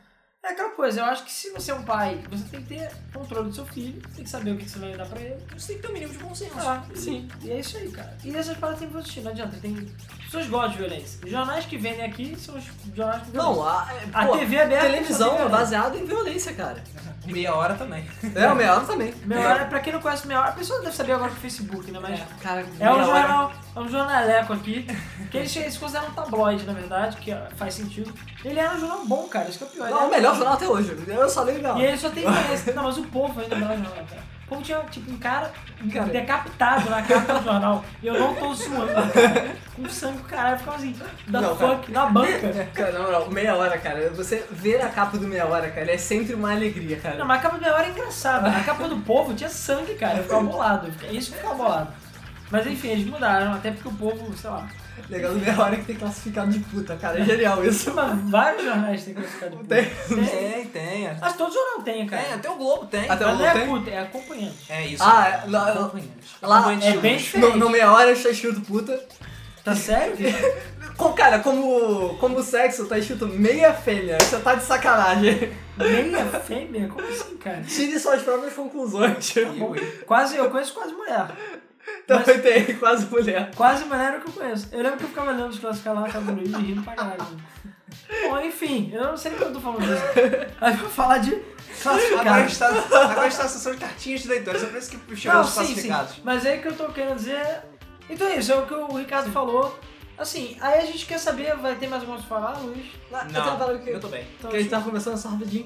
é aquela coisa. Eu acho que se você é um pai, você tem que ter controle do seu filho, tem que saber o que você vai dar pra ele. Você tem que ter um mínimo de consenso. Ah, sim. E é isso aí, cara. E essas paradas tem que assistir, não adianta. Tem... As pessoas gostam de violência. Os jornais que vendem aqui são os jornais que Não, a, é, a pô, TV aberta. televisão é é baseada em violência, cara. Meia hora também. É, o melhor também. Meia hora, pra quem não conhece meia hora, a pessoa deve saber agora do Facebook, né? Mas Cara, É um meia hora. jornal, é um jornaleco aqui, que eles, eles consideram um tabloide, na verdade, que ó, faz sentido. Ele era um jornal bom, cara, isso que é o pior. ele Não, era o melhor bom. jornal até hoje. Eu só leio não. E ele só tem esse. Não, mas o povo ainda é o melhor jornal, cara. O povo tinha, tipo, um cara, Cara. decapitado na capa do jornal. E eu não tô suando, cara. Com sangue, pro caralho, ficava assim, da Não, cara. fuck, na banca. Cara, na moral, meia hora, cara. Você ver a capa do meia hora, cara, é sempre uma alegria, cara. Não, mas a capa do meia hora é engraçada. A capa do povo tinha sangue, cara. Eu ficava bolado. É isso que eu ficava bolado. Mas enfim, eles mudaram, até porque o povo, sei lá. Legal do meia hora é que tem classificado de puta, cara. É genial isso. Mas vários jornais têm classificado de Tem. povo. tem. é. Mas todo jornal tem, cara. Tem, até o Globo tem. Até Mas o não é então, tem? puta, é acompanhante. É isso. Ah, é, lá- Acompanhantes. lá- Acompanhantes é juntos. bem diferente. No, no meia hora está escrito puta. Tá sério? Vitor? Com, cara, como, como sexo tá escrito meia fêmea, você tá de sacanagem. Meia fêmea? Como assim, cara? Tire suas próprias conclusões. Tá Eu, hein? Quase, eu conheço quase mulher. Também tem quase mulher. Quase mulher é o que eu conheço. Eu lembro que eu ficava olhando os classificados lá, tava Luiz e rindo pra caralho. Bom, enfim, eu não sei porque eu tô falando disso. Aí eu vou falar de Agora classificados. está, agora está a sessão de cartinhas de leitores, é por isso que chegou Não, os sim, sim. classificados. Mas aí o que eu tô querendo dizer é... Então é isso, é o que o Ricardo falou. Assim, aí a gente quer saber, vai ter mais alguma coisa pra falar, Luiz? Lá, eu tava falando que, eu tô bem. Então, que a gente tava conversando só rapidinho.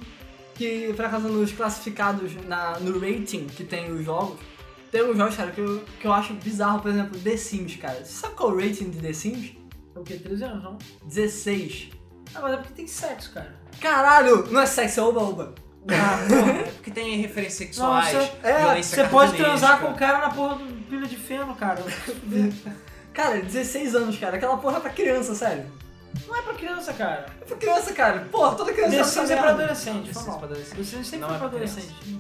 Que por acaso nos classificados, na, no rating que tem os jogos, tem uns jogos, cara, que eu, que eu acho bizarro, por exemplo, The Sims, cara. Você sabe qual é o rating de The Sims? O quê? 13 anos, não? 16. Ah, mas é porque tem sexo, cara. Caralho! Não é sexo, é oba-oba. Ah, porra. É porque tem referências sexuais, Não, você- é, violência Você pode transar cartunesca. com o cara na porra do pilha de feno, cara. Cara, 16 anos, cara. Aquela porra é pra criança, sério. Não é pra criança, cara. É pra criança, cara. Porra, toda criança The sabe Sims essa é pra merda. adolescente, foi Vocês mal. podem dizer. The Sims sempre Não foi é pra pra adolescente.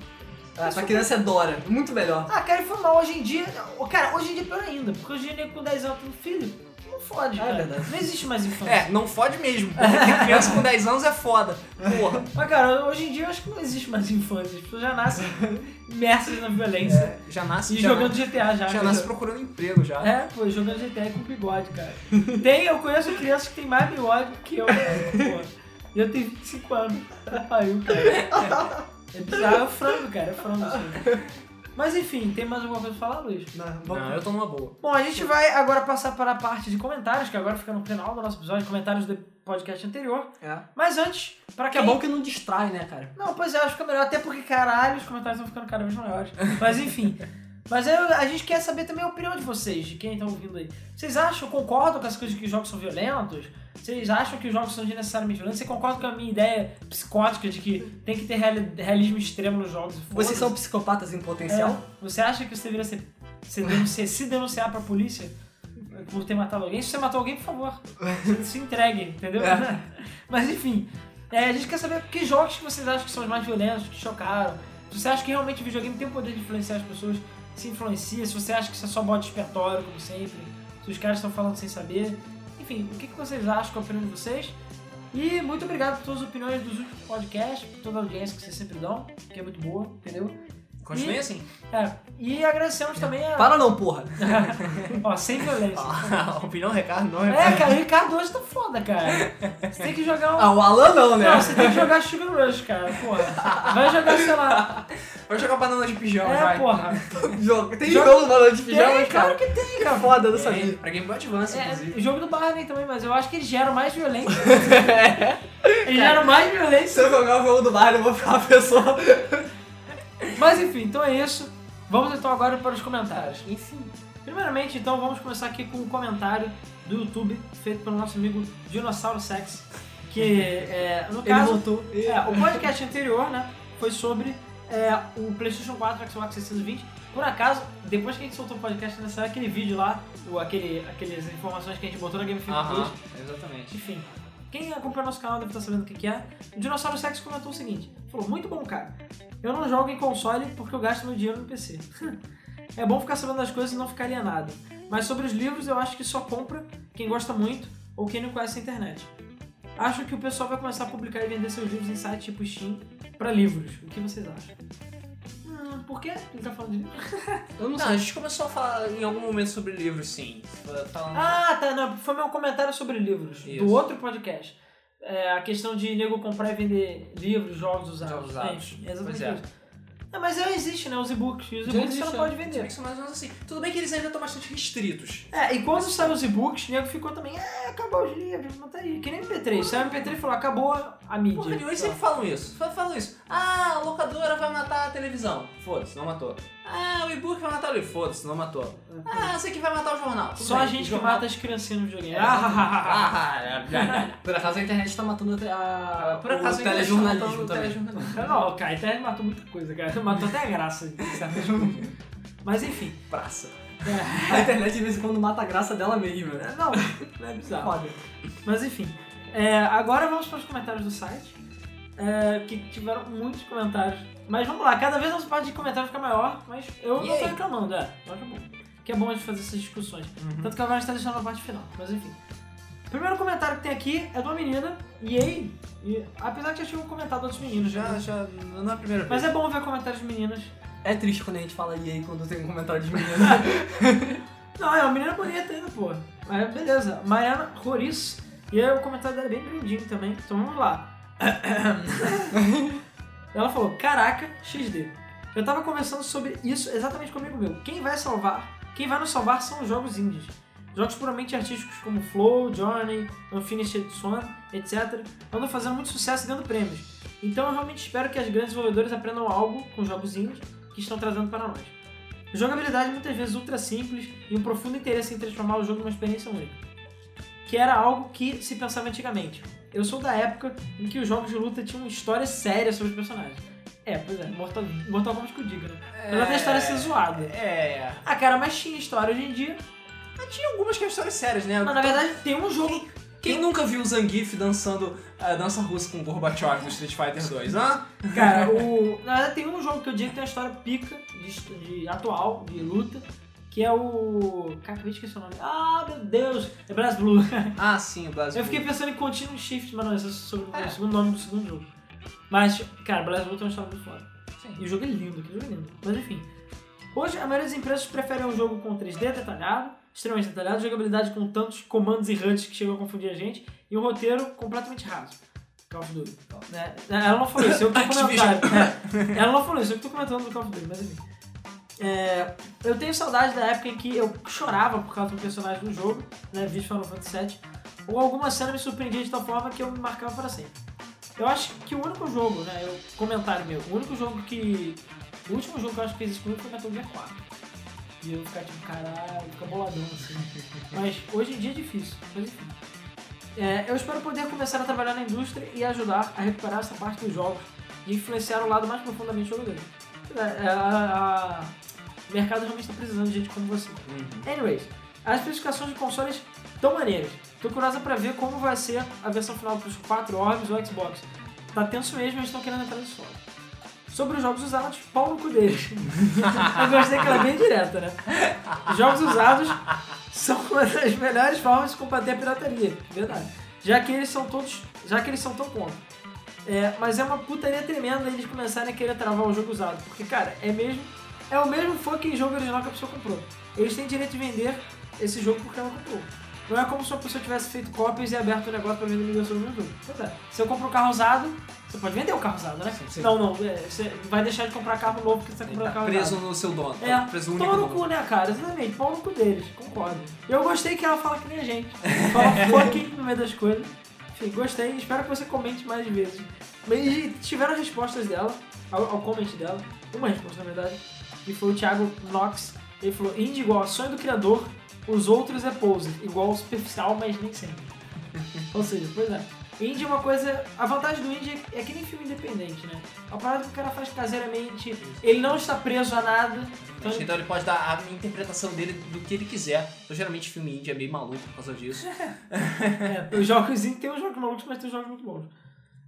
Ah, pra criança é Dora. Muito melhor. Ah, cara, foi mal. Hoje em dia... Cara, hoje em dia é pior ainda. Porque hoje em dia, com 10 anos, tem um filho... Não não fode, É cara. verdade. Não existe mais infância. É, não fode mesmo, porque criança com 10 anos é foda. Porra. Mas, cara, hoje em dia eu acho que não existe mais infância. As pessoas já nascem imersas na violência. É, Já nasce, E já jogando nasce, GTA É. já. já cara. nasce procurando emprego já. É, pô, jogando GTA com bigode, cara. Tem, eu conheço crianças que tem mais bigode que eu, cara, pô. E eu tenho 25 anos. Puta que Pariu, cara. É bizarro, é frango, cara, é frango. Assim. Mas enfim, tem mais alguma coisa pra falar, Luiz? Não, vamos- Não, eu tô numa boa. Bom, a gente vai agora passar para a parte de comentários, que agora fica no final do nosso episódio, comentários do podcast anterior. É. Mas antes, para Que é bom que não distrai, né, cara? Não, pois é, acho que é melhor, até porque, caralho, os comentários estão ficando cada vez maiores. Mas enfim. Mas eu- a gente quer saber também a opinião de vocês, de quem tá ouvindo aí. Vocês acham, concordam com as coisas que os jogos são violentos? Vocês acham que os jogos são desnecessariamente violentos? Você concorda com a minha ideia psicótica de que tem que ter reali- realismo extremo nos jogos? e foda-se? Vocês são psicopatas em potencial? É. Você acha que você deveria ser, se, denunciar, se denunciar pra polícia por ter matado alguém? Se você matou alguém, por favor, se- se entregue, entendeu? É. Mas enfim, é, a gente quer saber que jogos que vocês acham que são os mais violentos, que chocaram. Se você acha que realmente o videogame tem o poder de influenciar as pessoas, se influencia, se você acha que isso é só bode expiatório, como sempre, se os caras estão falando sem saber. Enfim, o que, que vocês acham, qual a opinião de vocês? E muito obrigado por todas as opiniões dos últimos podcasts, por toda a audiência que vocês sempre dão, que é muito boa, entendeu? Continue assim. É, e agradecemos também a. Para não, porra. Ó, sem violência. Ah, opinião, recado, não recado. É, cara, o Ricardo hoje tá foda, cara. Você tem que jogar um. Ah, o Alan não, né? Não, você tem que jogar Sugar Rush, cara, porra. Vai jogar, sei lá. Vai jogar banana de pijama, É, vai. porra. Jogo. Tem Jogo. jogo no Balão de Pijama, Tem, cara? claro que tem. Que foda dessa É, vida. pra Game Boy Advance, É, inclusive. jogo do Barney também, mas eu acho que eles geram mais violência. Eles geram mais Se violência. eu jogar o jogo do Mario, eu vou ficar uma pessoa. Mas enfim, então é isso. Vamos então agora para os comentários. Enfim. Primeiramente, então, vamos começar aqui com um comentário do YouTube feito pelo nosso amigo Dinossauro Sex, que é, no Ele caso. voltou. É, o podcast anterior, né, foi sobre é, o PlayStation 4 Xbox 620. Por acaso, depois que a gente soltou o podcast, ainda saiu aquele vídeo lá, ou aquele, aquelas informações que a gente botou na Game Film Aham, Plus. exatamente. Enfim, quem acompanha nosso canal deve estar sabendo o que, que é. O Dinossauro Sex comentou o seguinte: falou, muito bom, cara. Eu não jogo em console porque eu gasto meu dinheiro no PC. é bom ficar sabendo das coisas e não ficar alienado. Mas sobre os livros, eu acho que só compra quem gosta muito ou quem não conhece a internet. Acho que o pessoal vai começar a publicar e vender seus livros em sites tipo Steam pra livros. O que vocês acham? Hum, por que ele tá falando de livro? Eu não sei. a gente começou a falar em algum momento sobre livros, sim. Falando... Ah, tá, não. Foi meu comentário sobre livros, Isso. do outro podcast. É, a questão de nego comprar e vender livros, jogos usados. Jogos usados. É, exatamente Pois é. isso. Não, mas já existe, né? Os e-books. E Os e-books Já você existe, não né? pode Se bem vender. que são mais ou menos assim. Tudo bem que eles ainda estão bastante restritos. É, e quando saiu os e-books, o nego ficou também, ah, acabou os livros, não tá aí. Que nem MP3. Saiu o MP3 e falou, acabou a mídia. Porra, é nenhuma, Tipo, eles Sei lá. sempre falam isso. Fa- Falam isso. Ah, a locadora vai matar a televisão. Foda-se, não matou. Ah, o e-book vai matar o livro. Foda-se, não matou. Ah, você que vai matar o jornal. Tudo É. Só a bem, gente que jornal- mata as criancinhas no É, videogame. Ah, Ah, Por acaso a internet tá matando até a... tá por acaso o telejornalismo também. Ah, não, cara, a internet matou muita coisa, cara. Matou até a graça. de certas coisas. Mas enfim. Praça. É. A internet de vez em quando mata a graça dela mesma, né? Não, não é tá. bizarro. Foda. Mas enfim, é, agora vamos para os comentários do site, é, que tiveram muitos comentários. Mas vamos lá, cada vez a nossa parte de comentário fica maior, mas eu não Yay. tô reclamando, é. Eu acho bom. Que é bom a gente fazer essas discussões. Tanto que agora a gente tá deixando na parte final, mas enfim. O primeiro comentário que tem aqui é de uma menina, e aí, e- apesar que já tinha comentado outros meninos já. Já, né? já, não é a primeira Mas vez. é bom ver comentários de meninas. É triste quando a gente fala EA quando tem um comentário de menino. Não, é uma menina bonita ainda, pô. Mas beleza. Mariana Roriz. E aí o comentário dela é bem grandinho também. Então vamos lá. Ela falou, caraca, XD. Eu tava conversando sobre isso exatamente comigo meu. Quem vai salvar, quem vai nos salvar são os jogos indies. Jogos puramente artísticos como Flow, Journey, Unfinished Swan, etc. andam fazendo muito sucesso e ganhando prêmios. Então eu realmente espero que as grandes desenvolvedoras aprendam algo com os jogos indies que estão trazendo para nós. Jogabilidade muitas vezes ultra simples e um profundo interesse em transformar o jogo numa experiência única, que era algo que se pensava antigamente. Eu sou da época em que os jogos de luta tinham histórias sérias sobre os personagens. É, pois é, Mortal, Mortal Kombat que eu diga, né? Ela tem a história ser zoada. É. Ah, cara, mas tinha história hoje em dia. Mas tinha algumas questões sérias, né? Mas na verdade tem um jogo Quem nunca viu o Zangief dançando a dança russa com o Gorbachev no Street Fighter 2, hã? Cara, o. Na verdade, tem um jogo que eu digo que tem uma história pica de, hist- de atual, de luta, que é o. Cara, acabei de esquecer o nome. Ah, meu Deus! É Brass Blue. Ah, sim, o Brasil. Eu fiquei pensando em Continuum Shift, mas não, esse é sobre É. o segundo nome do segundo jogo. Mas, cara, Brass Blue tem uma história muito foda. E Sim. o jogo é lindo, que jogo é lindo. Mas enfim. Hoje, a maioria das empresas prefere um jogo com 3D detalhado, extremamente detalhado, jogabilidade com tantos comandos e HUDs que chegam a confundir a gente, e um roteiro completamente raso. Call of Duty. Né? Ela não falou isso, eu que tô Activision. comentando. É, ela não falou isso, eu que tô comentando do Call of Duty, mas enfim. É, eu tenho saudade da época em que eu chorava por causa do personagem do jogo, né? Vídeo Final Fantasy VII, ou alguma cena me surpreendia de tal forma que eu me marcava para sempre. Eu acho que o único jogo, né? Eu, comentário meu, o único jogo que. O último jogo que eu acho que fez isso comigo foi Metal Gear 4. E eu ficar tipo, caralho, ficar boladão assim. Mas hoje em dia é difícil, mas enfim. É, eu espero poder começar a trabalhar na indústria e ajudar a recuperar essa parte dos jogos e influenciar o lado mais profundamente do jogador. É, é, a- a- O mercado realmente está precisando de gente como você. Uhum. Anyways, as especificações de consoles tão maneiras. Tô curiosa pra ver como vai ser a versão final pros 4 orbs ou Xbox. Tá tenso mesmo, eles estão querendo entrar no solo. Sobre os jogos usados, pau no cu deles. Eu gostei que ela é bem direta, né? Jogos usados são uma das melhores formas de combater a pirataria, verdade. Já que eles são todos. Já que eles são tão contra. É, mas é uma putaria tremenda eles começarem a querer travar o jogo usado. Porque, cara, é mesmo. É o mesmo fucking jogo original que a pessoa comprou. Eles têm direito de vender esse jogo porque ela comprou. Não é como se a pessoa tivesse feito cópias e aberto o negócio pra vender ligações no jogo. Pois é. Se eu compro um carro usado, você pode vender o carro usado, né? Sim, sim. Não, não. é, você vai deixar de comprar carro novo porque você tá Ele comprando tá carro usado. preso no seu dono. É, Tá preso único. Toma no dono. cu, né, cara? Exatamente, pau no cu deles, concordo. E eu gostei que ela fala que nem a gente. Fala fucking no meio das coisas. Enfim, gostei, espero que você comente mais vezes. Mas e tiveram respostas dela, ao, ao comment dela, uma resposta na verdade, que foi o Thiago Knox. Ele falou: Indie igual a sonho do criador, os outros é poser, igual ao superficial, mas nem sempre. Ou seja, pois é. Indie é uma coisa. A vantagem do indie é que nem filme independente, né? É uma parada que o cara faz caseiramente, ele não está preso a nada. Então, Então ele pode dar a interpretação dele do que ele quiser. Então geralmente filme indie é meio maluco por causa disso. É, os jogos indie tem uns jogos malucos, mas tem uns jogos muito bons.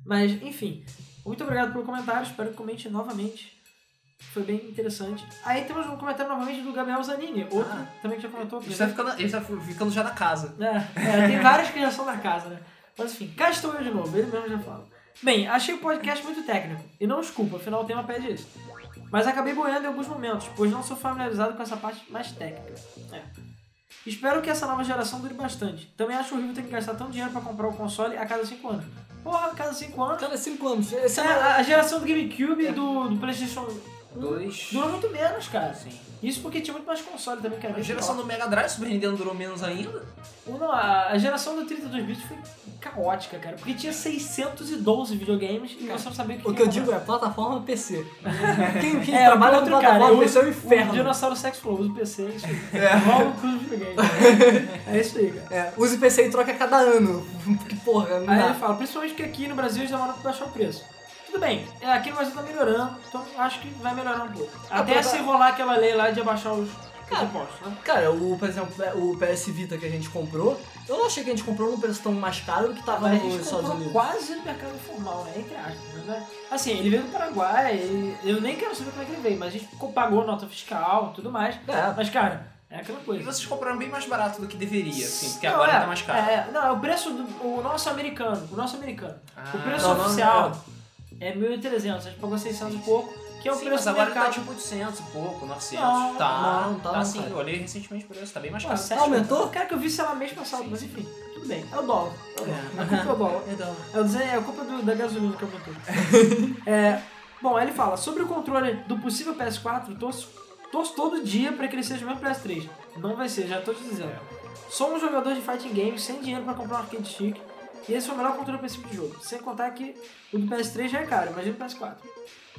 Mas, enfim. Muito obrigado pelo comentário. Espero que comente novamente. Foi bem interessante. Aí temos um comentário novamente do Gabriel Zanini. Outro Ah. também que já comentou aqui. Ele né? tá ficando, ele tá ficando já na casa. É, é, tem várias que já são da casa, né? Mas enfim, cá estou eu de novo, ele mesmo já fala. Bem, achei o podcast muito técnico, e não desculpa, afinal o tema pede isso. Mas acabei boiando em alguns momentos, pois não sou familiarizado com essa parte mais técnica. É. Espero que essa nova geração dure bastante. Também acho horrível ter que gastar tanto dinheiro pra comprar o console a cada 5 anos. Porra, a cada 5 anos? Cara, 5 anos. Esse É, é, é a geração do GameCube É. e do, do PlayStation 1 Dois. Hum. durou muito menos, cara. Sim. Isso porque tinha muito mais console também, cara. A geração do Mega Drive Super Nintendo durou menos ainda. O- Não, a a geração do 32 bits foi caótica, cara. Porque tinha 612 videogames e você não sabia o que O que eu digo é plataforma PC. Quem, quem É, trabalha outro com cara, plataforma eu PC é um O inferno. dinossauro Sex Flow, usa o PC, é isso aí. Rola o cu do videogame. cara. É isso aí, cara. É, use PC e troca a cada ano. Porque, porra, não Aí ele dá. fala, principalmente que aqui no Brasil eles demoram pra baixar o preço. Tudo bem, é, aqui no Brasil tá melhorando, então acho que vai melhorar um pouco. Até pra- se rolar aquela lei lá de abaixar os, os Ah, tá. Cara, impostos, né? Cara, o, por exemplo, o PS Vita que a gente comprou, eu não achei que a gente comprou num preço tão mais caro do que tava Mas a nos gente Estados comprou Unidos. quase no mercado formal, né? Entre aspas, né? Assim, ele veio do Paraguai, ele- eu nem quero saber como é que ele veio, mas a gente co- pagou nota fiscal tudo mais. É. Mas, cara, é aquela E coisa. vocês compraram bem mais barato do que deveria, assim, porque Não, agora é, tá mais caro. É, não, é o preço do o nosso americano, o nosso americano. Ah, o preço não, não, oficial é 1.300, a gente pagou 600 e pouco, que é o Sim, preço mas do agora tá mercado. tipo 800 e pouco, 900. Não, tá, não, tá tá, não, sim. cara. Eu olhei recentemente por isso, tá bem mais Pô, caro. sete- Aumentou? Cara, que eu vi, sei lá, mês passado, mas enfim, tudo bem. É o dólar. É o dólar. A culpa é o dólar. Então, Eu dizer, é a culpa do- da gasolina que aumentou. é, bom, aí ele fala, sobre o controle do possível PS4, torço, torço todo dia pra que ele seja o mesmo PS3. Não vai ser, já tô te dizendo. Sou um jogador de fighting games sem dinheiro pra comprar um arcade stick. E esse é o melhor controle pra esse tipo de jogo. Sem contar que o do PS3 já é caro, imagina o PS4.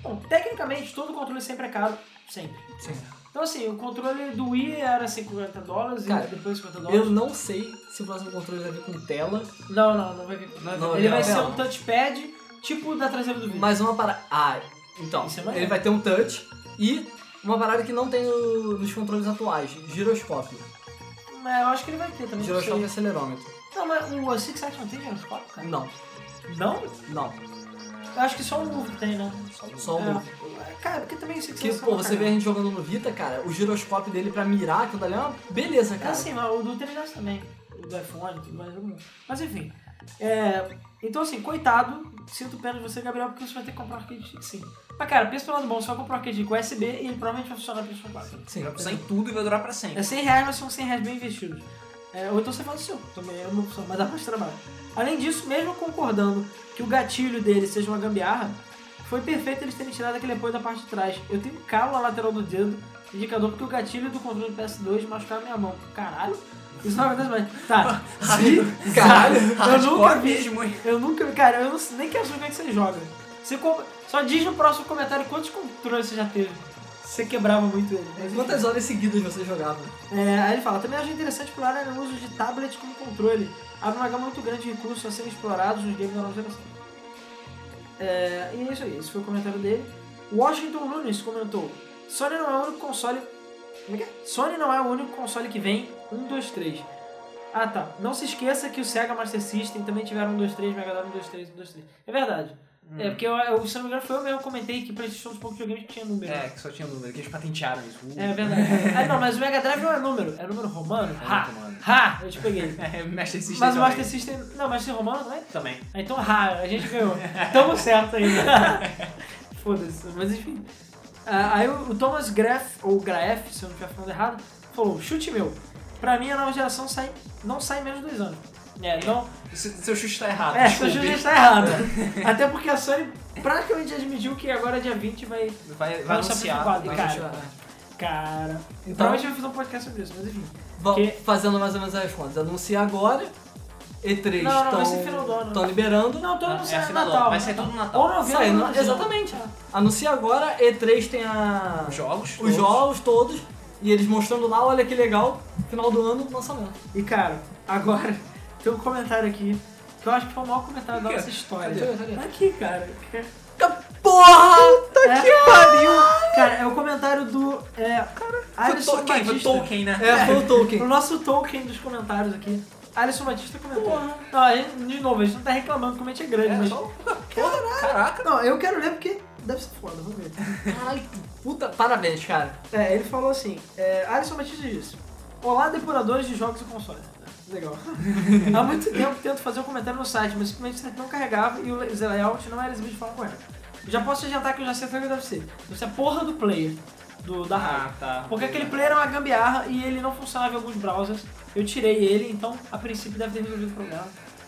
Bom, tecnicamente todo controle sempre é caro, sempre. Sim. Então assim, o controle do Wii era 50 dólares Cara, e depois 50 dólares. eu não sei se o próximo controle vai vir com tela, Não, não, não vai vir. Não, não, ele não, vai não. ser um touchpad tipo o da traseira do Wii. mas uma parada. Ah, então, Isso é maneiro. ele vai ter um touch e uma parada que não tem no- nos controles atuais, giroscópio. Mas É, eu acho que ele vai ter também. Não, Giroscópio e sei. acelerômetro. Tá. não mas o Six Action não tem giroscópio, cara? Não, Não? não. Eu acho que só o Move tem, né? Só um move. É. Cara, porque também sei Que, pô, você vê a gente jogando no Vita, cara, o giroscópio dele pra mirar, aquilo dali é uma beleza, cara. Assim, mas o do 3DS também. O do iPhone e tudo mais. algum. Mas enfim. É, então assim, coitado. Sinto pena de você, Gabriel, porque você vai ter que comprar um arcade stick sim. Mas cara, pensa pelo lado bom, você vai comprar um arcade com USB e ele provavelmente vai funcionar no PlayStation 4. Sim. Vai precisar em tudo e vai durar pra sempre. assim, É 100 reais, mas são 100 reais bem investidos. É, ou então você faz o seu, também é uma opção, mas dá mais trabalho. Além disso, mesmo concordando que o gatilho dele seja uma gambiarra, foi perfeito eles terem tirado aquele apoio da parte de trás. Eu tenho um calo na lateral do dedo, indicador porque o gatilho do controle do PS2 machucava minha mão. Caralho, isso não acontece mais. Tá, se- Caralho, eu nunca hardcore vi. mesmo, hein? Eu nunca vi, cara, eu não sei- nem quero saber como é que você joga. Você compra- só diz no próximo comentário quantos controles você já teve. Você quebrava muito ele. mas enfim. Quantas horas seguidas você jogava? É, aí ele fala, também acho interessante explorar o uso de tablet como controle. Abre uma gama muito grande de recursos a serem explorados nos games da nova geração. É, e é isso aí, esse foi o comentário dele. Washington Nunes comentou, Sony não é o único console... Como é que é? Sony não é o único console que vem 1, 2, 3. Ah tá, não se esqueça que o Sega Master System também tiveram 1, 2, 3, Mega Drive 1, 2, 3, 1, 2, 3. É verdade. É, porque eu, eu, se não me engano foi eu mesmo que comentei que Playstation dos poucos videogames que tinha número. É, que só tinha número, que eles patentearam isso. Uh, É verdade. ah, não, mas o Mega Drive não é número, é número romano. Ha! Ha! Eu te peguei. É, Master System Mas o também. Master System. Não, mas tem romano não é? também. Ah, Então, ha! A gente ganhou. Tamo certo ainda. Foda-se, mas enfim. Ah, aí o o Thomas Graff, ou Graff, se eu não estiver falando errado, falou: chute meu. Pra mim, a nova geração sai, não sai em menos de dois anos. É, não. Se- Seu chute tá errado, É, seu desculpe. chute está errado. Até porque a Sony praticamente admitiu que agora dia 20 vai. Vai, vai Não, só anunciar. pra- vai cara. anunciar. é. Cara. Então- Provavelmente eu vou fazer um podcast sobre isso, mas enfim. Vão Que- fazendo mais ou menos as contas. Anuncia agora, E3 Não, não, vai ser final do ano. né? estão liberando. Não, todo mundo É, sai no final do Natal. ano. Vai ser tudo no Natal. Ou novembro. Sai, ou não- dezembro. exatamente. Anuncia agora, E3 tem a... Os jogos. os todos. jogos todos. E eles mostrando lá, olha que legal, final do ano, lançamento. E cara, agora tem um comentário aqui que eu acho que foi o maior comentário da Quê? nossa história. Cadê? Cadê? Tá aqui, cara. Porra! Tá que pariu! Cara, é o comentário do. É, Foi Alisson Ah, Tolkien, foi Batista. Tolkien, né? É, foi o O Tolkien. nosso Tolkien dos comentários aqui. Alisson Batista comentou. Não, a gente- de novo, a gente não tá reclamando que o comente é grande, É, mas. só- Caraca. Não, eu quero ler porque deve ser foda, vamos ver. Caralho, que puta, parabéns, cara. É, ele falou assim, é, Alisson Batista disse, Olá, depuradores de jogos e consoles. Legal. Há muito tempo tento fazer um comentário no site, mas simplesmente o site não carregava e o layout não era exibido de forma correta. Já posso adiantar que eu já sei o que deve ser. Isso é porra do player, do, da rádio. Ah, tá. Porque aquele player é uma gambiarra e ele não funcionava em alguns browsers. Eu tirei ele, então a princípio deve ter resolvido o problema.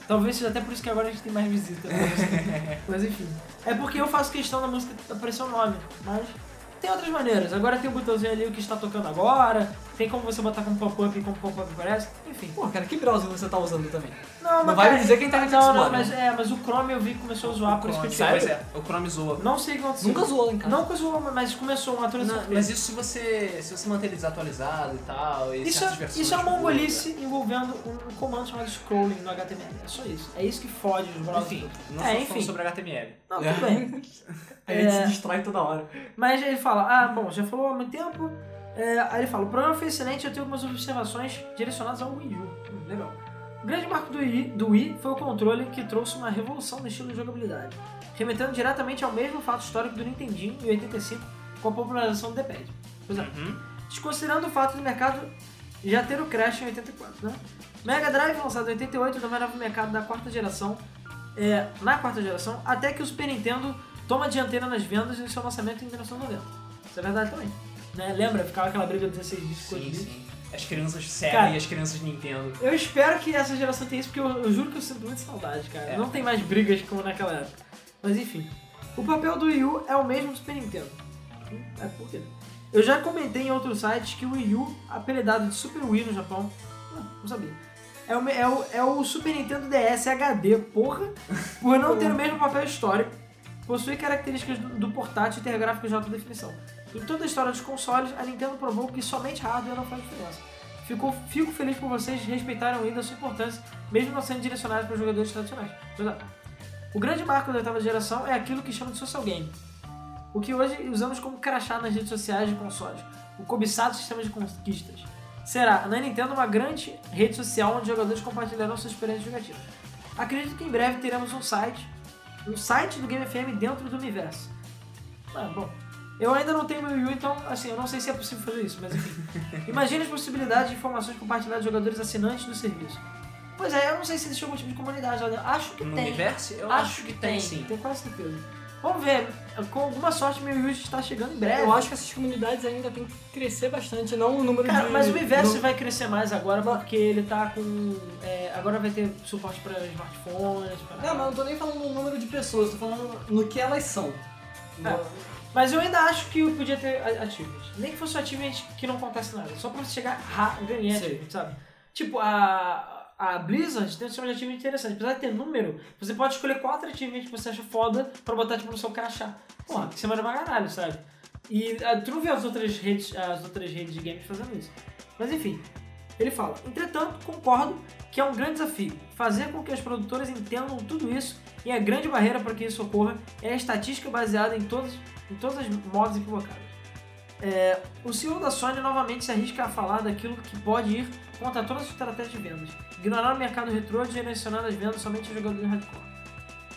Talvez seja até por isso que agora a gente tem mais visita. mas enfim. É porque eu faço questão da música aparecer o nome, mas tem outras maneiras. Agora tem o botãozinho ali o que está tocando agora, tem como você botar como pop-up e como pop-up aparece, enfim. Pô, cara, que browser você tá usando também? Não, vai cara, me dizer que a internet é não, não, zoada. mas, é, mas o Chrome eu vi que começou a zoar, por isso que eu Chrome, Pois tirei. é, o Chrome zoa. Não sei o que aconteceu. Nunca zoou lá em casa. Não zoou, mas começou uma atualização. Não, mas isso se você, se você manter ele desatualizado e tal, e Isso, certas tipo, é- versões isso é uma de né? Google, mongolice envolvendo um comando chamado scrolling no HTML. É só isso. É isso que fode os né? browsers. Enfim, não É, estamos enfim. falando sobre HTML. Não, tudo bem. A gente É. se distrai toda hora. Mas ele fala, ah, bom, já falou há muito tempo. É, aí ele fala, o programa foi excelente, eu tenho algumas observações direcionadas ao Wii U. Hum, Legal. O grande marco do Wii, do Wii foi o controle que trouxe uma revolução no estilo de jogabilidade, remetendo diretamente ao mesmo fato histórico do Nintendinho em 85 com a popularização do D-Pad. Pois é, Uhum. Desconsiderando o fato do mercado já ter o Crash em 84, né? Mega Drive lançado em 88 dominava o é mercado da quarta geração, é, na quarta geração, até que o Super Nintendo toma a dianteira nas vendas e seu lançamento em 1990. Isso é verdade também. Né? Lembra? Ficava aquela briga de 16 bits com 8 Sim, bits. sim. As crianças Sega Cara. e as crianças Nintendo. Eu espero que essa geração tenha isso, porque eu, eu juro que eu sinto muita saudade, cara. É. Não tem mais brigas como naquela época. Mas enfim. O papel do Wii U é o mesmo do Super Nintendo. Hum, É por quê? Eu já comentei em outros sites que o Wii U, apelidado de Super Wii no Japão, não, não sabia. É o, me- é, o, é o Super Nintendo DS HD, porra, por não ter o mesmo papel histórico, possui características do, do portátil e ter gráficos de alta definição. Em toda a história dos consoles, a Nintendo provou que somente hardware não faz diferença. Fico, fico feliz por vocês respeitarem ainda a sua importância, mesmo não sendo direcionados para os jogadores tradicionais. Pois é. O grande marco da oitava geração é aquilo que chamam de social game, o que hoje usamos como crachá nas redes sociais de consoles, o cobiçado sistema de conquistas. Será, na Nintendo, uma grande rede social onde jogadores compartilharão suas experiências jogativas. Acredito que em breve teremos um site no site do Game FM dentro do universo. Ah, bom. Eu ainda não tenho meu Wii U, então, assim, eu não sei se é possível fazer isso, mas enfim. Imagine as possibilidades de informações compartilhadas de jogadores assinantes do serviço. Pois é, eu não sei se existe algum tipo de comunidade lá dentro. Acho que No tem. universo? Eu acho, que, tem, sim. Tenho quase certeza. Vamos ver. Com alguma sorte, meu Wii U está chegando em breve. Eu acho que essas comunidades ainda tem que crescer bastante, não o número Cara, de... mas o universo no- vai crescer mais agora porque ele tá com. é, agora vai ter suporte pra smartphones. Pra... Não, mas eu não tô nem falando no número de pessoas, tô falando no que elas são. No- Mas eu ainda acho que eu podia ter a- achievements. Nem que fosse um achievement que não acontece nada. Só pra você chegar, ha, ganhei Sei. achievement, sabe? Tipo, a, a Blizzard tem um sistema de achievement interessante. Apesar de ter número, você pode escolher quatro achievements que você acha foda pra botar tipo, no seu crachá. Porra, que semana pra caralho, sabe? E ah, tu não vê as outras redes, as outras redes de games fazendo isso. Mas enfim, ele fala: Entretanto, concordo que é um grande desafio fazer com que as produtoras entendam tudo isso e a grande barreira para que isso ocorra é a estatística baseada em todas, em todas as modos equivocadas. É, o CEO da Sony novamente se arrisca a falar daquilo que pode ir contra todas as estratégias de vendas, ignorar o mercado retrô e direcionar as vendas somente a jogadores hardcore.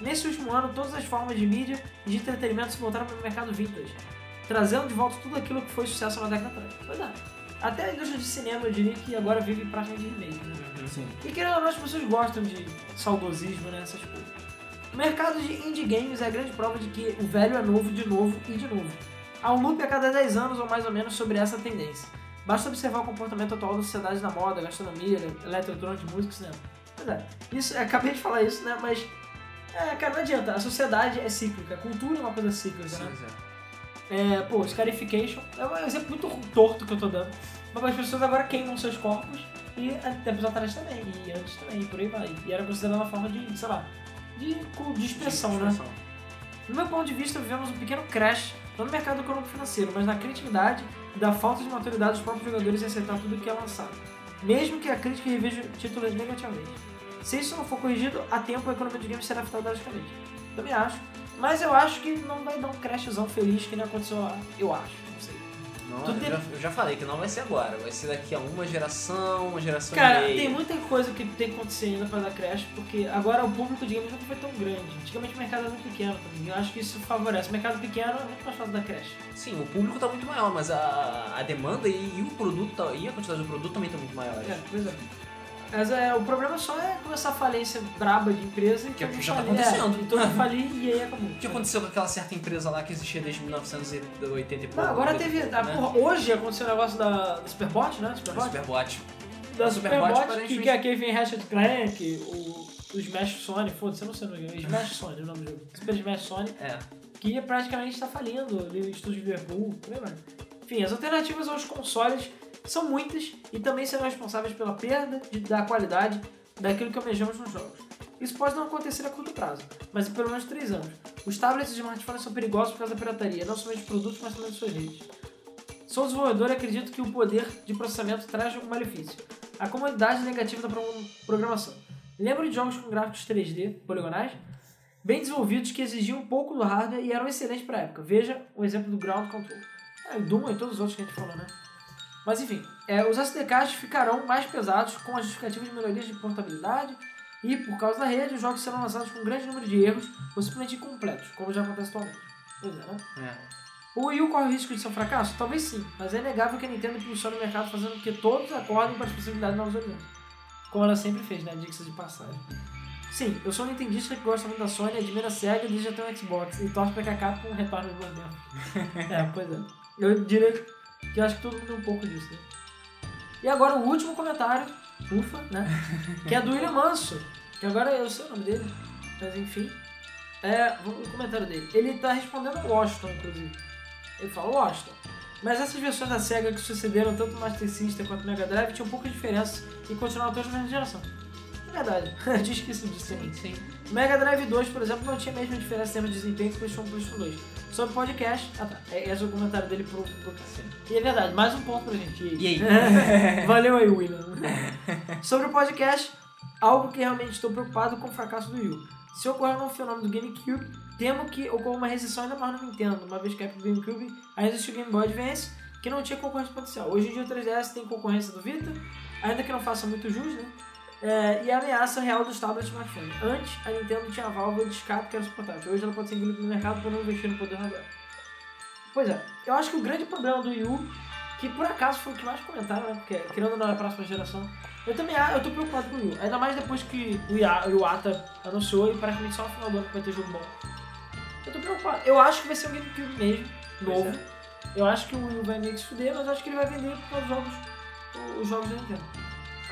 Nesse último ano, todas as formas de mídia e de entretenimento se voltaram para o mercado vintage, trazendo de volta tudo aquilo que foi sucesso na década atrás. Pois é. Até a indústria de cinema, eu diria que agora vive praticamente de remake, né? Sim. E querendo ou não, as pessoas gostam de saudosismo, né? Essas coisas. O mercado de indie games é a grande prova de que o velho é novo de novo e de novo. Há um loop a cada 10 anos ou mais ou menos sobre essa tendência. Basta observar o comportamento atual da sociedade da moda, gastronomia, eletroeletrônica, música, e cinema. Pois é, isso, acabei de falar isso, né? Mas, é, cara, não adianta. A sociedade é cíclica, a cultura é uma coisa cíclica, né? É, pô, Scarification é um exemplo muito torto que eu tô dando. Mas as pessoas agora queimam seus corpos e há tempos atrás também, e antes também, e por aí vai. E era considerada uma forma de, sei lá, de, de expressão, né? No meu ponto de vista, vivemos um pequeno crash, não no mercado econômico financeiro, mas na criatividade e da falta de maturidade dos próprios jogadores em aceitar tudo que é lançado. Mesmo que a crítica reveja títulos negativamente. Se isso não for corrigido, a tempo a economia de games será afetada drasticamente. Também acho. Mas eu acho que não vai dar um crashzão feliz que nem aconteceu lá. Eu acho, não sei. Não, Tudo eu, já, eu já falei que não vai ser agora, vai ser daqui a uma geração, uma geração Cara, e meia. tem muita coisa que tem que acontecer ainda pra dar crash, porque agora o público de games nunca foi tão grande. Antigamente o mercado era muito pequeno também. Eu acho que isso favorece. O mercado pequeno é muito mais fácil da crash. Sim, o público tá muito maior, mas a, a demanda e, e o produto tá- e a quantidade do produto também tá muito maior. É, pois é. Mas é, o problema só é começar a falência braba de empresa e Que é o todo que já tá mundo falir. acontecendo. É, e todo mundo falir e aí acabou. O que aconteceu com aquela certa empresa lá que existia desde 1980 e pouco? Não, agora 90 e teve. pouco, ah, né? porra, hoje aconteceu o negócio da, da Superbot, né? A Superbot? Superbot. da a Superbot, Superbot, que, aparentemente- que é aquele vem Ratchet Clank, o, o Smash Sony, foda-se, eu não sei o nome do jogo. Smash Sony, é o nome do jogo. Super Smash Sony. É. que praticamente está falindo, ali o estúdio de Liverpool, por aí vai. Enfim, as alternativas aos consoles são muitas e também serão responsáveis pela perda de- da qualidade daquilo que almejamos nos jogos. Isso pode não acontecer a curto prazo, mas em pelo menos 3 anos. Os tablets e smartphones são perigosos por causa da pirataria, não somente dos produtos, mas também de suas redes. Sou um desenvolvedor e acredito que o poder de processamento traz um malefício. A comodidade negativa da pro- programação. Lembro de jogos com gráficos 3D, poligonais, bem desenvolvidos que exigiam um pouco do hardware e eram excelentes para a época. Veja o exemplo do Ground Control. É, o Doom e todos os outros que a gente falou, né? Mas enfim, é, os SDKs ficarão mais pesados com a justificativa de melhorias de portabilidade e, por causa da rede, os jogos serão lançados com um grande número de erros ou simplesmente incompletos, como já acontece atualmente. Pois é, né? é. O Wii U corre o risco de ser um fracasso? Talvez sim, mas é negável que a Nintendo impulsiona o mercado fazendo com que todos acordem para as possibilidades de novos horizontes. Como ela sempre fez, né? Diga-se de passagem. Sim, eu sou um nintendista que gosta muito da Sony, admira a SEGA e desde até um Xbox, e torce para que a Capcom repare no Borderlands. é, pois é. Eu diria que eu acho que todo mundo tem um pouco disso, né? E agora o último comentário, ufa, né? Que é do William Manso, que agora eu sei o nome dele, mas enfim. É, o comentário dele. Ele tá respondendo ao Washington, inclusive. Ele fala, Washington. Mas essas versões da SEGA que sucederam tanto o Master System quanto o Mega Drive tinham pouca diferença e continuaram todas na mesma geração. É verdade, eu tinha esquecido disso também. Sim. O Mega Drive 2, por exemplo, não tinha a mesma diferença em termos de desempenho que o PlayStation PlayStation 2. Sobre podcast, ah tá, é- esse é o comentário dele pro, pro Cassino. E é verdade, mais um ponto pra gente. E aí? Valeu aí, William. Sobre o podcast, algo que realmente estou preocupado com o fracasso do Wii U. Se ocorrer um fenômeno do GameCube, temo que ocorra uma recessão ainda mais no Nintendo, uma vez que a época do GameCube ainda existia o Game Boy Advance, que não tinha concorrência potencial. Hoje em dia o 3DS tem concorrência do Vita, ainda que não faça muito jus, né? é, e a ameaça real dos tablets e smartphones. Antes, a Nintendo tinha a válvula de escape que era suportável. Hoje ela pode ser engolida no mercado por não investir no poder agora. Pois é, eu acho que o grande problema do Wii U, que por acaso foi o que mais comentaram, né? Porque, querendo ou não, é a próxima geração. Eu também ah, eu tô preocupado com o Wii U. Ainda mais depois que o Ia- o Iwata anunciou e parece que só no final do ano que vai ter jogo bom. Eu tô preocupado. Eu acho que vai ser um GameCube mesmo, Pois novo. Eu acho que o Wii U vai meio que se fuder, mas eu acho que ele vai vender por causa dos jogos, os jogos da Nintendo.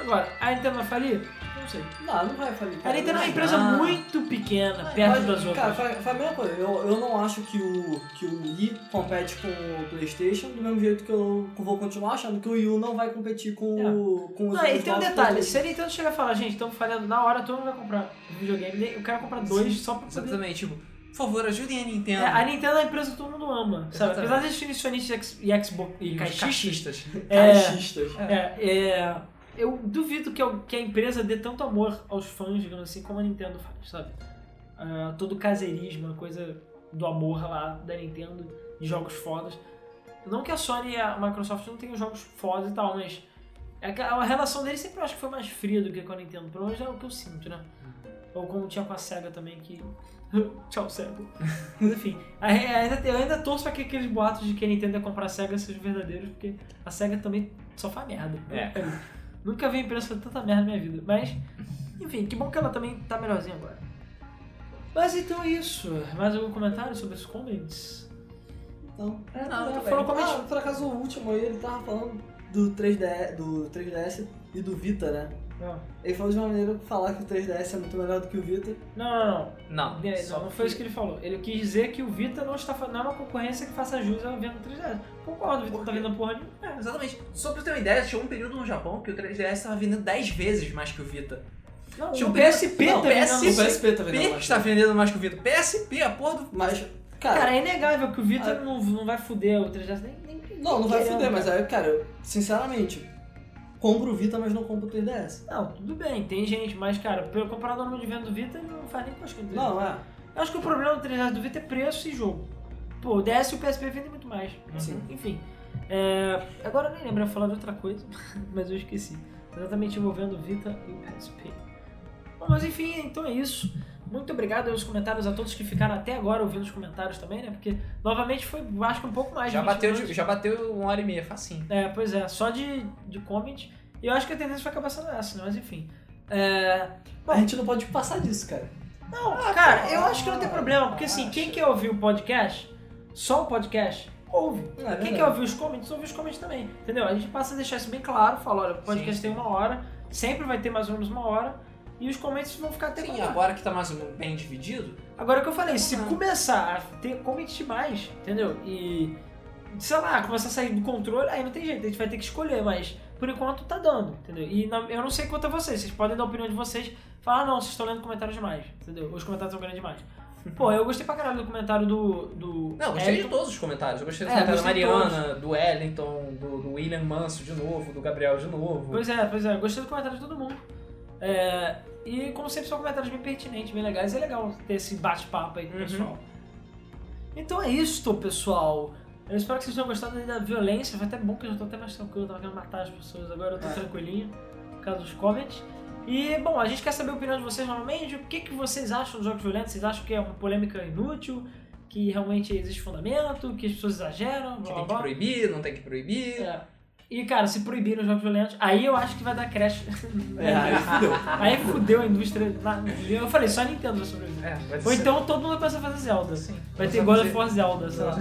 Agora, a Nintendo vai falir? Não sei. Não, não vai falir. A cara. Nintendo é uma Não. empresa muito pequena, perto Mas, das Cara, outras. foi, foi a mesma coisa. Eu, eu não acho que o, que o Wii compete com o PlayStation, do mesmo jeito que eu vou continuar achando que o Wii U não vai competir com, o- com os Não, e outros tem um novos detalhe, produtos. se a Nintendo chegar e falar, gente, estamos falhando na hora, todo mundo vai comprar um videogame, nem- o cara compra dois só pra poder... Exatamente, tipo, por favor, ajudem a É, Nintendo. a Nintendo é a empresa que todo mundo ama, sabe? Exatamente. Apesar de existirem sionistas e ex- e Xbox e caixistas, Caixistas. é, Caixistas. é, é, eu duvido que, eu- que a empresa dê tanto amor aos fãs, digamos assim, como a Nintendo faz, sabe? Ah, todo o caseirismo, a coisa do amor lá da Nintendo, de jogos fodas. Não que a Sony e a Microsoft não tenham jogos fodas e tal, mas é que a relação deles sempre eu acho que foi mais fria do que com a Nintendo. Pelo menos é o que eu sinto, né? Ou como tinha com a SEGA também, que. Tchau, SEGA. Mas enfim, a- a- ainda, eu ainda torço pra que aqueles boatos de que a Nintendo ia comprar a SEGA sejam verdadeiros, porque a SEGA também só faz merda. É. Nunca vi a empresa fazer tanta merda na minha vida. Mas, enfim, que bom que ela também tá melhorzinha agora. Mas então é isso. Mais algum comentário sobre os comments? Então, é, não, é, tá foram bem. comentários. Ah, por acaso o último aí, ele tava falando do 3DS, do 3DS e do Vita, né? Não, Ele falou de uma maneira de falar que o 3DS é muito melhor do que o Vita. não, não. não. Não, É, só não, não foi isso que ele falou. Ele quis dizer que o Vita não, está, fa- não é uma concorrência que faça jus à venda do 3DS. Concordo, o Vita não tá vendendo porra nenhuma. É, Exatamente. Só pra você ter uma ideia, tinha um período no Japão que o 3DS tava vendendo 10 vezes mais que o Vita. Não, Tinha o um PSP não, tá PSP. vendendo. PSP tá P que tá vendendo mais que o Vita. PSP, a porra do. Mas, cara, Cara, é inegável que o Vita Ah. não, não vai fuder o 3DS nem. nem não, não vai querendo, foder, mas cara. é, cara, eu, sinceramente, compro o Vita, mas não compro o 3DS. Não, tudo bem, tem gente, mas cara, pelo- comparado ao número de venda do Vita, ele não faz nem cosquinha do 3DS. Não, é. Eu acho que o problema do 3DS do Vita é preço e jogo. Pô, o DS e o PSP vendem muito mais. Uhum. Sim. Enfim. é, Agora eu nem lembro, eu ia falar de outra coisa, mas eu esqueci. Exatamente envolvendo o Vita e o PSP. Bom, mas enfim, então é isso. Muito obrigado aos comentários a todos que ficaram até agora ouvindo os comentários também, né? Porque novamente foi, eu acho que um pouco mais. Já 20 bateu, minutos. de- já bateu uma hora e meia, facinho. É, pois é, só de, de comment. E eu acho que a tendência vai acabar sendo essa, né? Mas enfim. É, A gente não pode passar disso, cara. Não, cara, eu acho que não tem ah, problema, porque assim, quem acho. quer ouvir o podcast, só o podcast, ouve. Não, é Quem verdade. quer ouvir os comments, ouve os comments também. Entendeu? A gente passa a deixar isso bem claro, fala, olha, o podcast Sim, tem uma hora, sempre vai ter mais ou menos uma hora, e os comments vão ficar até Sim, quando dá. agora que tá mais ou menos bem dividido, Agora que eu falei, se Uhum. começar a ter comments demais, entendeu? E, sei lá, começar a sair do controle, aí não tem jeito, a gente vai ter que escolher, mas por enquanto tá dando, entendeu? E na- eu não sei quanto a vocês, vocês podem dar a opinião de vocês, falar, ah, não, vocês estão lendo comentários demais, entendeu? Os comentários estão lendo demais. Pô, eu gostei pra caralho do comentário do. do Não, eu gostei de Elton. todos os comentários. Eu gostei do É, comentário da gostei de Mariana, do Wellington, do, do William Manso de novo, do Gabriel de novo. Pois é, pois é, gostei do comentário de todo mundo. É, e como sempre são comentários bem pertinentes, bem legais, é legal ter esse bate-papo aí com o Uhum. pessoal. Então é isto, pessoal. Eu espero que vocês tenham gostado aí da violência. Foi até bom que eu já tô até mais tranquilo, eu tava querendo matar as pessoas, agora eu tô É. tranquilinho, por causa dos comments. E, bom, a gente quer saber a opinião de vocês normalmente. O que, que vocês acham dos jogos violentos? Vocês acham que é uma polêmica inútil? Que realmente existe fundamento? Que as pessoas exageram? Que Blá, blá, tem que blá. proibir, não tem que proibir. É. E, cara, se proibirem os jogos violentos, aí eu acho que vai dar crash. É, aí fudeu. aí fudeu a indústria. na- Eu falei, só a Nintendo vai sobreviver. É, vai Ou ser- então todo mundo vai começar a fazer Zelda. Sim. Vai Nós ter vamos God of War Zelda, sei lá.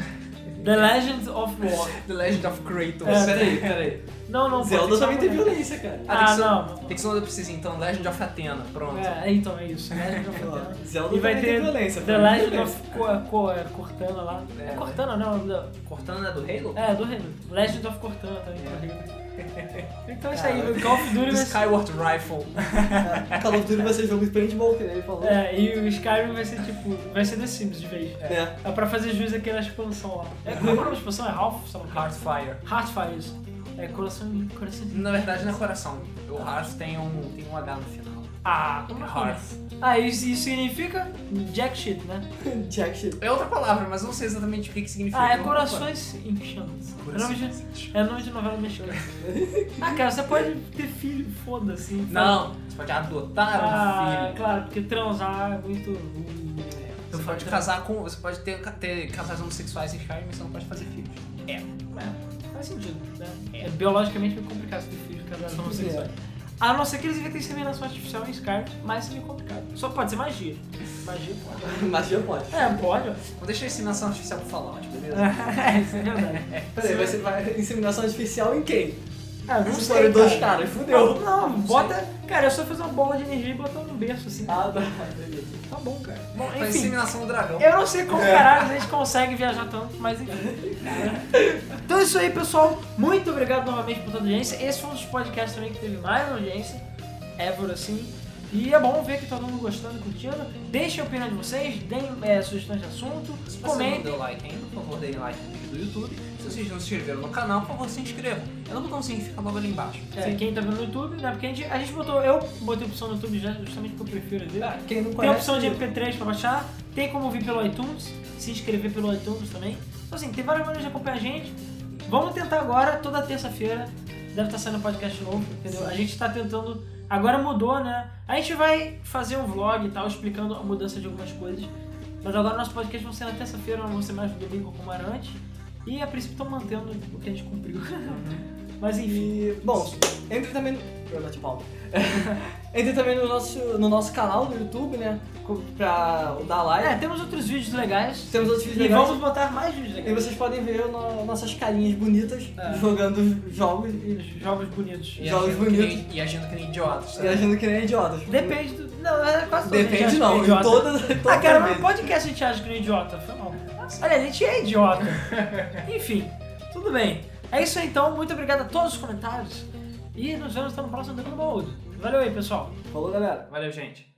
The Legend of War. então, The Legend of Kratos. É. Peraí, peraí. Não, não, pô, Zelda que ser também uma tem mulher. violência, cara. Ah, tem que Ah, ser- não. Tem que um ser uma precisa, então. Legend of Athena. Pronto. É, então é isso. Legend of War. Ó, Zelda E vai também ter tem violência. The pra mim, Legend beleza. of Co- Co- é, Cortana lá. É, É né? Cortana, não. da- Cortana é do Halo? É, do Reino. Legend of Cortana É. também. Então é isso aí. o Call of Duty Do vai ser- Skyward Rifle. É, Call of Duty vai ser jogo de paintball, que nem ele falou. É, e o Skyrim vai ser tipo. Vai ser The Sims de vez. É. É pra fazer jus àquela expansão lá. É Uhum. qual é o nome da expansão? É Half? sei lá. Heartfire. Heartfire, isso. É coração. coração. Na verdade, não é coração. O Heart tem um, tem um H no final. Ah, como assim? Ah, isso, isso significa jack shit, né? Jack shit. É outra palavra, mas eu não sei exatamente o que, que significa. Ah, é Não- Corações em Chamas. É nome de, é nome de novela mexicana. ah, cara, você pode ter filho, foda-se. Não, você pode adotar um Ah, é. filho. claro, porque transar é muito... Você pode casar com. Você pode ter, ter casais homossexuais em Skyrim, mas você não pode fazer filhos. É, faz sentido, né? É biologicamente meio complicado ter filho casado com homossexuais. A não ser que eles inventem inseminação artificial em Skyrim, mas seria complicado. Só pode ser magia. Magia pode. Magia pode. É, pode. ó. Vou deixar a ensinação artificial pra falar, mas beleza? É, isso é verdade. Peraí, vai ser vai- inseminação artificial em quem? Ah, não Se sei, forem dois cara. caras, Não, fudeu. não, bota. Cara, é só fazer uma bola de energia e botar no berço assim. Ah, tá. beleza. Tá bom, cara. Bom, Foi a enfim. inseminação do dragão. Eu não sei como caralho a gente consegue viajar tanto, mas enfim. então é isso aí, pessoal. Muito obrigado novamente por toda a audiência. Esse foi um dos podcasts também que teve mais audiência. Ever assim. E é bom ver que todo mundo gostando, curtindo. Deixem a opinião de vocês, deem é, sugestões de assunto, Se você não comentem. deu like ainda, por favor, deem like no vídeo do YouTube. Se vocês não se inscreveram no canal, por favor, se inscrevam. É no botãozinho que fica logo ali embaixo. É, quem tá vendo no YouTube, né? Porque a gente, a gente botou, eu botei a opção no YouTube já justamente porque eu prefiro ali. Ah, Quem não Tem a conhece. opção de MP3 pra baixar, tem como ouvir pelo iTunes, se inscrever pelo iTunes também. Então assim, tem várias maneiras de acompanhar a gente. Vamos tentar agora, toda terça-feira, deve estar saindo podcast novo, entendeu? A gente tá tentando, agora mudou, né? A gente vai fazer um vlog e tal, explicando a mudança de algumas coisas. Mas agora nosso podcast vão ser na terça-feira, não vão ser mais no domingo como era antes. E a princípio estão mantendo o que a gente cumpriu. Uhum. Mas enfim. E, bom, entre também no. Eu bati palma. entre também no nosso, no nosso canal do YouTube, né? co- Pra dar like. É, temos outros vídeos legais. Temos outros vídeos É. E legais. vamos botar mais vídeos E legais. vocês podem ver no- nossas carinhas bonitas É. jogando jogos e, Jogos bonitos. E Jogos agindo que nem- bonitos. E agindo que nem idiotas. né? e agindo que nem idiotas. É. Depende do. Não, é quase todo mundo acha Depende que é não, em idiota. todas, todas Ah, cara, mas as no podcast a gente acha que não é idiota. Foi mal. Olha, a gente é idiota. Enfim, tudo bem. É isso aí então, muito obrigado a todos os comentários. E nos vemos no próximo Dragon Ball. Valeu aí, pessoal. Falou, galera. Valeu, gente.